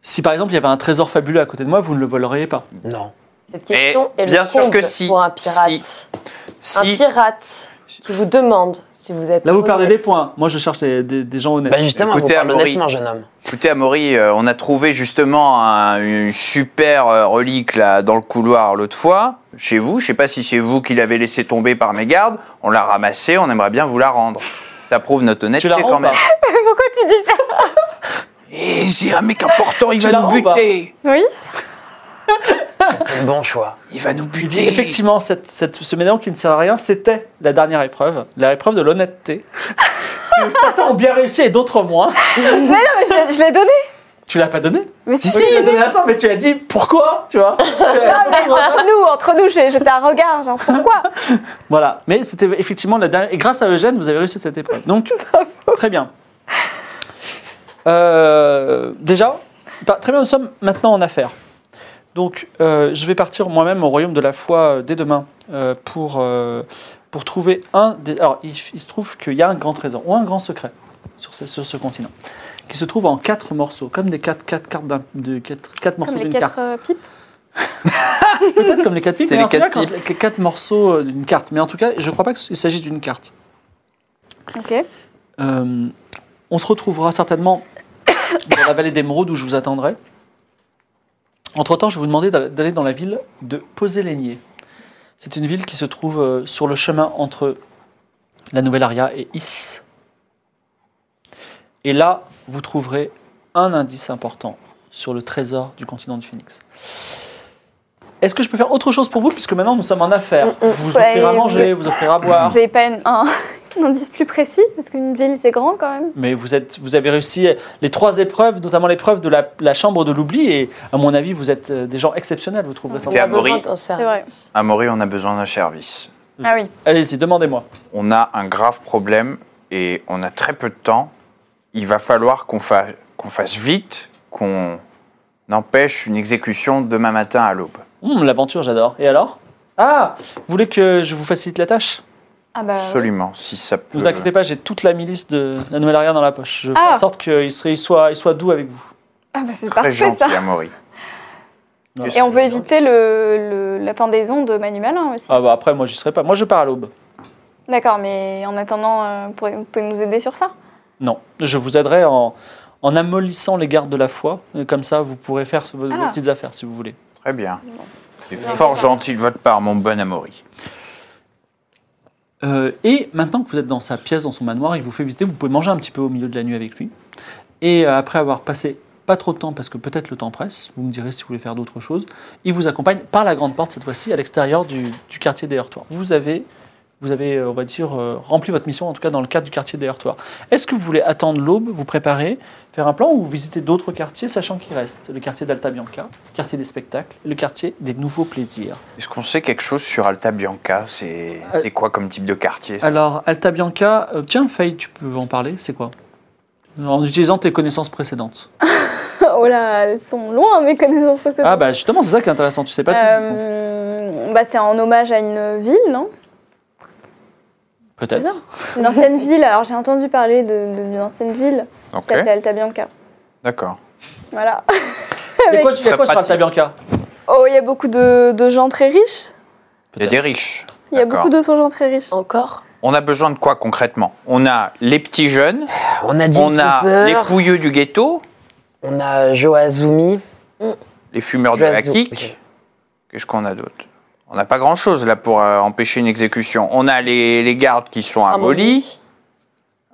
Speaker 1: si par exemple il y avait un trésor fabuleux à côté de moi, vous ne le voleriez pas.
Speaker 6: Non.
Speaker 7: Cette
Speaker 5: Mais
Speaker 7: question est
Speaker 5: bien
Speaker 7: le
Speaker 5: sûr
Speaker 7: comble
Speaker 5: que si,
Speaker 7: pour un pirate. Un
Speaker 5: Si,
Speaker 7: pirate qui vous demande si vous êtes.
Speaker 1: Là, vous perdez des
Speaker 7: honnête.
Speaker 1: points. Moi, je cherche des, des- des gens honnêtes.
Speaker 6: Bah justement,
Speaker 5: Écoutez,
Speaker 6: vous parlez
Speaker 5: Amaury.
Speaker 6: honnêtement, jeune homme.
Speaker 5: écoutez, Amaury, euh, on a trouvé justement un- une super euh, relique là, dans le couloir l'autre fois, chez vous. Je sais pas si c'est vous qui l'avez laissé tomber par mégarde. On l'a ramassée, on aimerait bien vous la rendre. Ça prouve notre
Speaker 1: tu
Speaker 5: honnêteté
Speaker 1: la rends
Speaker 5: quand
Speaker 1: ou pas
Speaker 5: même. Eh,
Speaker 3: Pourquoi tu dis ça
Speaker 5: Et c'est un mec important, il
Speaker 1: Tu la rends ou pas
Speaker 3: Oui
Speaker 6: C'est le bon choix.
Speaker 5: Il va nous
Speaker 1: Il dit, effectivement, cette- cette- ce médaillon qui ne sert à rien, c'était la dernière épreuve, la épreuve de l'honnêteté. Que Certains ont bien réussi et d'autres moins.
Speaker 3: Mais non, mais je l'ai- je l'ai donné.
Speaker 1: Tu l'as pas donné
Speaker 3: Mais si,
Speaker 1: tu l'as donné à ça, mais tu as dit pourquoi, tu vois
Speaker 3: entre nous, entre nous, j'ai jeté un regard, genre pourquoi
Speaker 1: Voilà, mais c'était effectivement la dernière. Et grâce à Eugène, vous avez réussi cette épreuve. Donc, très bien. Euh, déjà, bah, très bien, nous sommes maintenant en affaires. Donc, euh, je vais partir moi-même au royaume de la foi euh, dès demain euh, pour, euh, pour trouver un des. Alors, il, il se trouve qu'il y a un grand trésor ou un grand secret sur ce, sur ce continent qui se trouve en quatre morceaux, comme des quatre, quatre cartes d'un- de quatre, quatre morceaux
Speaker 3: Comme les
Speaker 1: d'une
Speaker 3: quatre
Speaker 1: carte.
Speaker 3: euh, pipes.
Speaker 1: Peut-être comme les quatre pipes,
Speaker 5: C'est
Speaker 1: mais
Speaker 5: les
Speaker 1: en tout cas,
Speaker 5: quatre
Speaker 1: quand- les quatre, morceaux euh, d'une carte. Mais en tout cas, je ne crois pas qu'il s'agisse d'une carte.
Speaker 3: Ok.
Speaker 1: Euh, on se retrouvera certainement dans la vallée d'Émeraude où je vous attendrai. Entre-temps, je vais vous demander d'a- d'aller dans la ville de Posé-Laigné. C'est une ville qui se trouve euh, sur le chemin entre la Nouvelle-Aria et Is. Et là, vous trouverez un indice important sur le trésor du continent du Phoenix. Est-ce que je peux faire autre chose pour vous Puisque maintenant, nous sommes en affaires. Vous
Speaker 3: Ouais,
Speaker 1: offrir à
Speaker 3: vous-
Speaker 1: manger, vous offrir à boire.
Speaker 3: Vous avez pas un, un indice plus précis Parce qu'une ville, c'est grand quand même.
Speaker 1: Mais vous, êtes, vous avez réussi les trois épreuves, notamment l'épreuve de la, la chambre de l'oubli, et à mon avis, vous êtes euh, des gens exceptionnels, vous trouverez ça.
Speaker 7: On a besoin
Speaker 5: Amaury.
Speaker 7: d'un
Speaker 3: C'est vrai.
Speaker 7: service.
Speaker 5: Amaury, on a besoin d'un service.
Speaker 3: Ah oui.
Speaker 1: Allez-y, demandez-moi.
Speaker 5: On a un grave problème et on a très peu de temps. Il va falloir qu'on fasse, qu'on fasse vite, qu'on empêche une exécution demain matin à l'aube.
Speaker 3: Euh,
Speaker 1: Hum, L'aventure, j'adore. Et alors Ah Vous voulez que je vous facilite la tâche
Speaker 3: Ah bah.
Speaker 5: Absolument, si ça peut.
Speaker 1: Ne vous inquiétez pas, j'ai toute la milice de la nouvelle arrière dans la poche. Je fais
Speaker 3: Ah.
Speaker 1: en sorte qu'il serait- il soit, il soit doux avec vous.
Speaker 3: Ah bah c'est
Speaker 5: Très
Speaker 3: parfait
Speaker 5: gentil,
Speaker 3: ça.
Speaker 5: Amaury.
Speaker 1: Voilà.
Speaker 3: Et on veut éviter le, le- la pendaison de Manu Malin aussi.
Speaker 1: Ah bah après, moi, j'y serai pas. Moi, je pars à l'aube.
Speaker 3: D'accord, mais en attendant, euh, vous pourrez- vous pouvez nous aider sur ça
Speaker 1: Non, je vous aiderai en, en amollissant les gardes de la foi. Et comme ça, vous pourrez faire vos, vos
Speaker 3: Ah.
Speaker 1: petites affaires si vous voulez.
Speaker 5: Très bien. C'est
Speaker 4: Non,
Speaker 5: fort
Speaker 4: ça.
Speaker 5: gentil de votre part, mon bon Amaury.
Speaker 1: Euh, et maintenant que vous êtes dans sa pièce, dans son manoir, il vous fait visiter. Vous pouvez manger un petit peu au milieu de la nuit avec lui. Et euh, après avoir passé pas trop de temps, parce que peut-être le temps presse, vous me direz si vous voulez faire d'autres choses, il vous accompagne par la grande porte, cette fois-ci, à l'extérieur du, du quartier des Heurtoirs. Vous avez, vous avez, euh, on va dire, euh, rempli votre mission, en tout cas dans le cadre du quartier des Heurtoirs. Est-ce que vous voulez attendre l'aube, vous préparer, faire un plan, ou visiter d'autres quartiers, sachant qu'il reste le quartier d'Alta Bianca, le quartier des spectacles, et le quartier des nouveaux plaisirs
Speaker 5: Est-ce qu'on sait quelque chose sur Alta Bianca C'est
Speaker 1: Euh,
Speaker 5: c'est quoi comme type de quartier ça
Speaker 1: Alors, Alta Bianca, euh, tiens, Faye, tu peux en parler, c'est quoi En utilisant tes connaissances précédentes.
Speaker 3: oh là, elles sont loin mes connaissances précédentes.
Speaker 1: Ah, bah justement, c'est ça qui est intéressant, tu sais pas tout. Bon,
Speaker 3: Euh, bah, c'est en hommage à une ville, non
Speaker 1: Peut-être.
Speaker 3: Une ancienne ville. Alors j'ai entendu parler de- de- d'une ancienne ville qui
Speaker 5: Ok,
Speaker 3: s'appelait Alta Bianca.
Speaker 5: d'accord.
Speaker 3: Voilà.
Speaker 1: Mais
Speaker 3: Avec-
Speaker 1: quoi, tu fais
Speaker 5: Très
Speaker 1: quoi sur Alta
Speaker 5: pratique.
Speaker 1: Bianca
Speaker 3: Oh, il y a beaucoup de, de gens très riches.
Speaker 5: Il y a des riches.
Speaker 3: Il y a
Speaker 5: D'accord.
Speaker 3: beaucoup de gens très riches.
Speaker 7: Encore
Speaker 5: On a besoin de quoi concrètement On a les petits jeunes,
Speaker 6: On a dit
Speaker 5: on a les pouilleux du ghetto,
Speaker 6: on a Joazumi.
Speaker 5: les fumeurs de la
Speaker 6: Joazou-
Speaker 5: kick.
Speaker 6: ok.
Speaker 5: Qu'est-ce qu'on a d'autre On n'a pas grand-chose là pour euh, empêcher une exécution. On a les, les gardes qui
Speaker 6: Ah,
Speaker 5: sont abolis.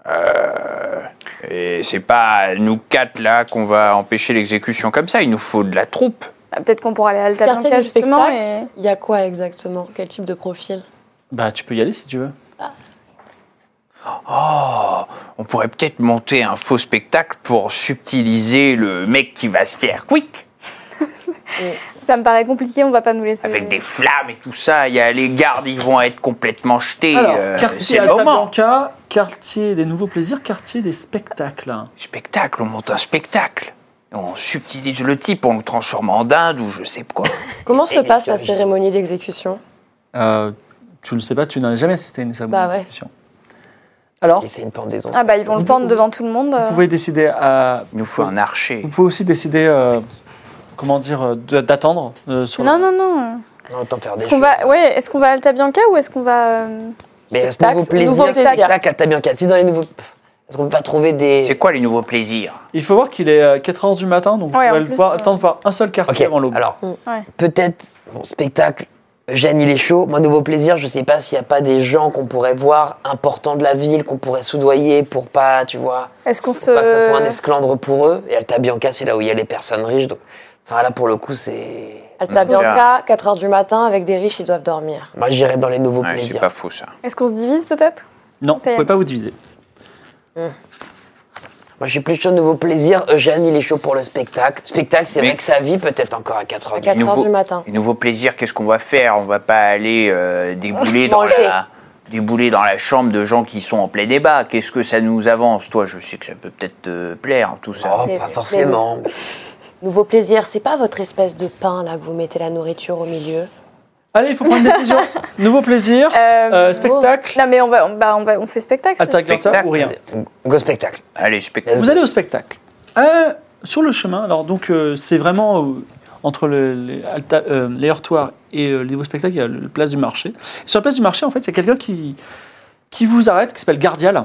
Speaker 5: Euh, et c'est pas nous quatre là qu'on va empêcher l'exécution comme ça. Il nous faut de la troupe.
Speaker 3: Ah, Peut-être qu'on pourra aller à Alta
Speaker 7: Quartier
Speaker 3: Bianca
Speaker 7: du
Speaker 3: justement.
Speaker 7: spectacle. Il y a quoi exactement Quel type de profil
Speaker 1: Bah, tu peux y aller si tu veux.
Speaker 5: Oh, on pourrait peut-être monter un faux spectacle pour subtiliser le mec qui va se faire quick.
Speaker 3: et- Ça me paraît compliqué, on va pas nous laisser.
Speaker 6: Euh.
Speaker 5: Avec des flammes et tout ça, il y a les gardes, ils vont être complètement jetés.
Speaker 1: Alors,
Speaker 5: euh,
Speaker 1: quartier
Speaker 5: c'est le
Speaker 1: Alta
Speaker 5: moment.
Speaker 1: Bianca, quartier des nouveaux plaisirs, quartier des spectacles.
Speaker 5: Spectacle, on monte un spectacle. On subtilise le type, on le transforme en dinde ou je sais quoi.
Speaker 7: Comment se passe la cérémonie d'exécution
Speaker 1: Euh, tu ne sais pas, tu n'en as jamais assisté à une cérémonie
Speaker 7: Bah ouais.
Speaker 1: d'exécution. Alors,
Speaker 6: Et c'est une pendaison.
Speaker 3: Ah bah ils vont le pendre devant tout le monde.
Speaker 1: vous pouvez décider à.
Speaker 5: Il nous faut un archer.
Speaker 1: Vous pouvez aussi décider, euh, comment dire, euh, de- d'attendre euh, sur.
Speaker 3: Non non non.
Speaker 6: On entend faire des
Speaker 3: Est-ce qu'on
Speaker 6: choses.
Speaker 3: va ouais, est-ce qu'on va à Alta Bianca ou est-ce qu'on va euh,
Speaker 6: Mais ce
Speaker 7: Spectacle,
Speaker 6: nouveau plaisir,
Speaker 7: nouveau plaisir.
Speaker 6: spectacle, t'as bien cassé dans les nouveaux. Est-ce qu'on peut pas trouver des.
Speaker 5: C'est quoi les nouveaux plaisirs
Speaker 1: Il faut voir qu'il est 4h du matin, donc
Speaker 3: Ouais,
Speaker 1: on
Speaker 3: en
Speaker 1: va le
Speaker 3: plus,
Speaker 1: voir,
Speaker 3: euh,
Speaker 1: attendre voir un seul quartier
Speaker 6: Ok,
Speaker 1: avant l'aube.
Speaker 6: alors,
Speaker 3: Mm. Ouais.
Speaker 6: peut-être, bon, spectacle, Jeanne, il est chaud. Moi, nouveau plaisir, je sais pas s'il n'y a pas des gens qu'on pourrait voir, importants de la ville, qu'on pourrait soudoyer pour pas, tu vois,
Speaker 3: Est-ce qu'on se
Speaker 6: pour pas que ça soit un esclandre pour eux. Et Alta Bianca, c'est là où il y a les personnes riches. donc- Enfin, là, pour le coup, c'est.
Speaker 7: Alta
Speaker 5: On dirait-
Speaker 7: Bianca, 4h du matin, avec des riches, ils doivent dormir.
Speaker 6: Moi, j'irais dans les nouveaux
Speaker 5: Ouais,
Speaker 6: plaisirs.
Speaker 5: c'est pas fou ça.
Speaker 3: est-ce qu'on se divise peut-être
Speaker 1: non, vous
Speaker 3: ça y
Speaker 1: ne
Speaker 3: est.
Speaker 1: pouvez pas vous diviser.
Speaker 6: Moi, je suis plus chaud nouveau plaisir. Jeanne, il est chaud pour le spectacle. Spectacle, c'est
Speaker 5: Mais-
Speaker 6: vrai que sa vie peut-être encore à 4 heures.
Speaker 7: À
Speaker 6: du matin.
Speaker 7: 4h
Speaker 5: nouveaux-
Speaker 7: du matin.
Speaker 5: Les nouveaux plaisirs, qu'est-ce qu'on va faire On va pas aller euh, débouler dans
Speaker 7: Manger.
Speaker 5: la débouler dans la chambre de gens qui sont en plein débat. Qu'est-ce que ça nous avance Toi, je sais que ça peut peut-être te plaire hein, tout ça.
Speaker 6: Oh,
Speaker 7: Mais-
Speaker 6: pas forcément.
Speaker 7: Nouveau plaisir, c'est pas votre espèce de pain là que vous mettez la nourriture au milieu.
Speaker 1: Allez, il faut prendre une décision. Nouveau plaisir,
Speaker 3: Euh,
Speaker 1: euh, spectacle,
Speaker 3: Non mais on va on, bah, on va on fait spectacle.
Speaker 1: attaque
Speaker 3: c'est-
Speaker 1: Atlanta ou rien.
Speaker 6: Go spectacle.
Speaker 5: Allez, spectacle.
Speaker 1: Vous allez au spectacle. Euh, sur le chemin, alors donc euh, c'est vraiment euh, entre le- les, alta- euh, les heurtoirs et euh, les nouveaux spectacles, il y a le- la place du marché. sur la place du marché, en fait, il y a quelqu'un qui, qui vous arrête, qui s'appelle Gardial.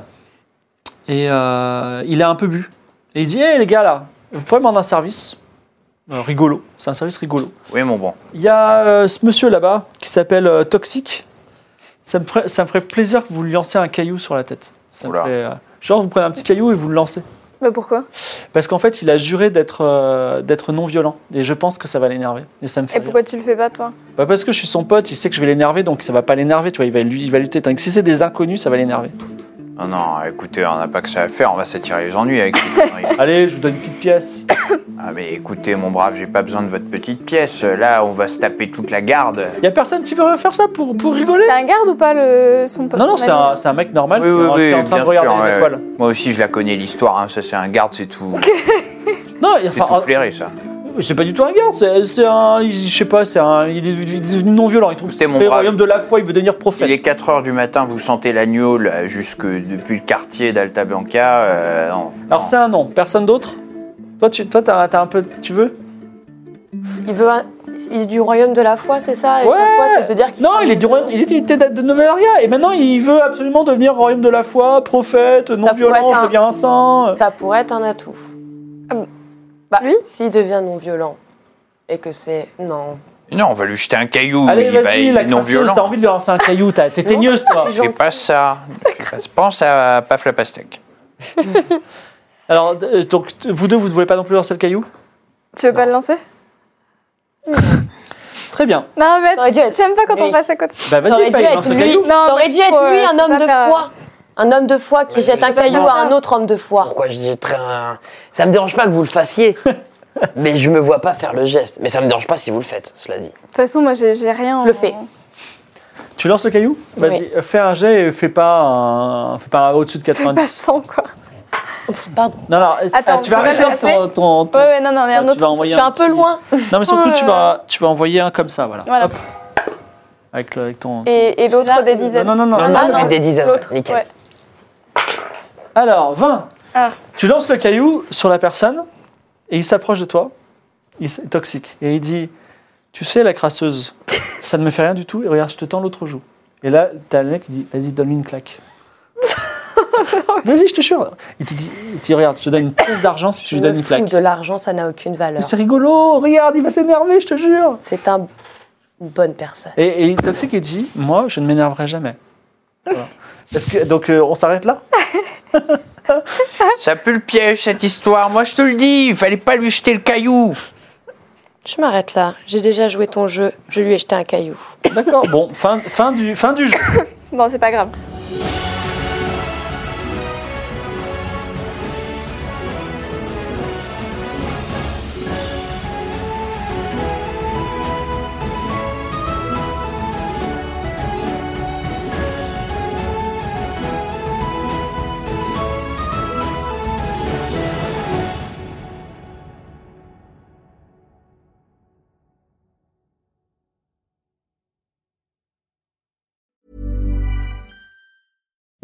Speaker 1: Et euh, il a un peu bu. Et il dit Hé les gars là, vous pouvez me rendre un service Euh, Rigolo, c'est un service rigolo.
Speaker 5: Oui, mon bon.
Speaker 1: Il y a euh, ce monsieur là-bas qui s'appelle euh, Toxic. Ça me, ferait, ça me ferait plaisir que vous lui lanciez un caillou sur la tête. Ça me
Speaker 5: Oula.
Speaker 1: ferait, euh, genre, vous prenez un petit caillou et vous le lancez.
Speaker 3: Bah pourquoi
Speaker 1: Parce qu'en fait, il a juré d'être euh, d'être non violent. Et je pense que ça va l'énerver. Et ça me fait.
Speaker 3: Et
Speaker 1: rire.
Speaker 3: pourquoi tu le fais pas toi
Speaker 1: Bah, Parce que je suis son pote, il sait que je vais l'énerver, donc ça va pas l'énerver. Tu vois, il va, lui, il va lutter. Tandis que Si c'est des inconnus, ça va l'énerver.
Speaker 5: Non, non, écoutez, on n'a pas que ça à faire. On va s'attirer les ennuis avec ces conneries.
Speaker 1: Allez, je vous donne une petite pièce.
Speaker 5: Ah, mais écoutez, mon brave, j'ai pas besoin de votre petite pièce. Là, on va se taper toute la garde.
Speaker 1: Y a personne qui veut faire ça pour, pour rigoler
Speaker 3: C'est un garde ou pas le son pote
Speaker 1: Non, non,
Speaker 3: son
Speaker 1: c'est
Speaker 3: ami
Speaker 1: un, c'est un mec normal
Speaker 5: Oui,
Speaker 1: qui, est
Speaker 5: oui,
Speaker 1: en- qui Ah, est en train
Speaker 5: oui,
Speaker 1: de
Speaker 5: bien
Speaker 1: regarder
Speaker 5: sûr,
Speaker 1: les
Speaker 5: ouais.
Speaker 1: étoiles.
Speaker 5: Moi aussi, je la connais l'histoire. hein. Ça, c'est un garde, c'est tout.
Speaker 1: Non,
Speaker 5: C'est
Speaker 1: enfin,
Speaker 5: tout flairé, ça.
Speaker 1: en- c'est pas du tout un garde, c'est c'est un. il- Je sais pas, c'est un. Il est il est devenu non violent. Il trouve que
Speaker 5: Écoutez,
Speaker 1: c'est
Speaker 5: mon
Speaker 1: le
Speaker 5: brave.
Speaker 1: royaume de la foi, il veut devenir prophète.
Speaker 5: Il est 4 heures du matin, vous sentez l'agneau là, jusque depuis le quartier d'Alta Bianca. euh, non,
Speaker 1: Alors,
Speaker 5: non.
Speaker 1: c'est un nom, personne d'autre Toi, tu toi, t'as t'as un peu. Tu veux
Speaker 7: Il veut un- il est du royaume de la foi, c'est ça Et
Speaker 1: Ouais.
Speaker 7: sa foi, c'est de dire qu'il
Speaker 1: Non, il est du royaume, il était, il était de Novellaria et maintenant il veut absolument devenir royaume de la foi, prophète, non
Speaker 7: pourrait
Speaker 1: violent,
Speaker 7: être un-
Speaker 1: je deviens un saint.
Speaker 7: Ça pourrait être un atout. Bah,
Speaker 3: Ah, Lui
Speaker 7: S'il devient non-violent et que c'est. Non.
Speaker 5: Non, on va lui jeter un caillou.
Speaker 1: Allez,
Speaker 5: il va
Speaker 1: vas-y,
Speaker 5: il
Speaker 1: la
Speaker 5: est non
Speaker 1: crassieuse, t'as
Speaker 5: violent.
Speaker 1: envie de lui lancer un caillou, t'as- t'es teigneuse, toi.
Speaker 7: C'est
Speaker 5: Fais
Speaker 7: gentil.
Speaker 5: pas ça. Fais pas- Pense à Paf la pastèque.
Speaker 1: Alors, euh, donc, t- vous deux, vous ne voulez pas non plus lancer le caillou
Speaker 3: Tu veux pas le lancer
Speaker 1: Très bien.
Speaker 3: Non, mais
Speaker 7: Ça aurait dû être
Speaker 3: j'aime pas quand on
Speaker 7: lui.
Speaker 3: passe à côté.
Speaker 1: Bah,
Speaker 7: Ça aurait
Speaker 1: vas-y,
Speaker 7: dû
Speaker 1: Faye,
Speaker 7: être
Speaker 1: lance le
Speaker 7: lui.
Speaker 1: caillou.
Speaker 3: Non,
Speaker 7: Ça aurait
Speaker 3: mais
Speaker 7: dû
Speaker 3: je
Speaker 7: être
Speaker 3: peux-
Speaker 7: lui,
Speaker 3: je
Speaker 7: un
Speaker 3: peux
Speaker 7: homme
Speaker 3: pas
Speaker 7: de
Speaker 3: faire-
Speaker 7: foi. Un homme de foi qui
Speaker 6: Ouais,
Speaker 7: jette
Speaker 6: je
Speaker 7: un
Speaker 6: peux
Speaker 7: caillou
Speaker 3: pas
Speaker 7: à un
Speaker 3: faire.
Speaker 7: autre homme de foi.
Speaker 6: Pourquoi je dis très un- Ça me dérange pas que vous le fassiez, mais je me vois pas faire le geste. Mais ça me dérange pas si vous le faites, cela dit.
Speaker 3: De toute façon, moi, j'ai j'ai rien.
Speaker 7: Je le fais.
Speaker 1: Tu lances le caillou Vas-y,
Speaker 7: Oui.
Speaker 1: euh, fais un jet et fais pas, un... fais pas un au-dessus de
Speaker 3: Fais pas
Speaker 1: 90.
Speaker 3: 100, quoi.
Speaker 7: Pardon.
Speaker 1: Non, non, est-
Speaker 3: Attends,
Speaker 1: ah, tu vas
Speaker 3: on va
Speaker 1: arrêter
Speaker 3: le
Speaker 1: ton. ton- ton-
Speaker 3: Ouais, ouais, non, non, mais
Speaker 1: Ah,
Speaker 3: un
Speaker 1: tu vas
Speaker 3: autre.
Speaker 1: envoyer
Speaker 7: Je suis un peu
Speaker 1: petit-
Speaker 7: loin.
Speaker 1: Non, mais surtout,
Speaker 3: Ouais.
Speaker 1: tu vas, tu vas envoyer un comme ça, voilà.
Speaker 3: Voilà.
Speaker 1: Hop. Avec, le- avec ton.
Speaker 3: Et, et l'autre
Speaker 7: Celui-là,
Speaker 3: des
Speaker 7: non,
Speaker 3: dizaines.
Speaker 1: Non, non, non.
Speaker 6: Non,
Speaker 3: Ah,
Speaker 6: non,
Speaker 3: non,
Speaker 6: avec des dizaines,
Speaker 3: l'autre,
Speaker 6: ouais, nickel.
Speaker 3: ouais.
Speaker 1: Alors, 20.
Speaker 3: Ah.
Speaker 1: Tu lances le caillou sur la personne et il s'approche de toi. Il s- toxique. Et il dit Tu sais, la crasseuse, ça ne me fait rien du tout. Et regarde, je te tends l'autre joue. Et là, t'as le mec qui dit Vas-y, donne-lui une claque. Vas-y, je te jure. Il te dit, il te dit, Regarde, je te donne une pièce d'argent si tu
Speaker 7: Je
Speaker 1: lui donnes
Speaker 7: me
Speaker 1: une
Speaker 7: fous
Speaker 1: claque.
Speaker 7: de l'argent, ça n'a aucune
Speaker 1: Mais
Speaker 7: valeur.
Speaker 1: C'est rigolo, regarde, il va s'énerver, je te jure.
Speaker 7: C'est un... une bonne personne.
Speaker 1: Et, et Toxic il dit Moi, je ne m'énerverai jamais. Voilà. Est-ce que, donc, euh, on s'arrête là
Speaker 5: Ça pue le piège, cette histoire. Moi, je te le dis, il fallait pas lui jeter le caillou.
Speaker 7: Je m'arrête là. J'ai déjà joué ton jeu. Je lui ai jeté un caillou.
Speaker 1: D'accord, bon, fin, fin, du, fin du jeu.
Speaker 3: Bon, c'est pas grave.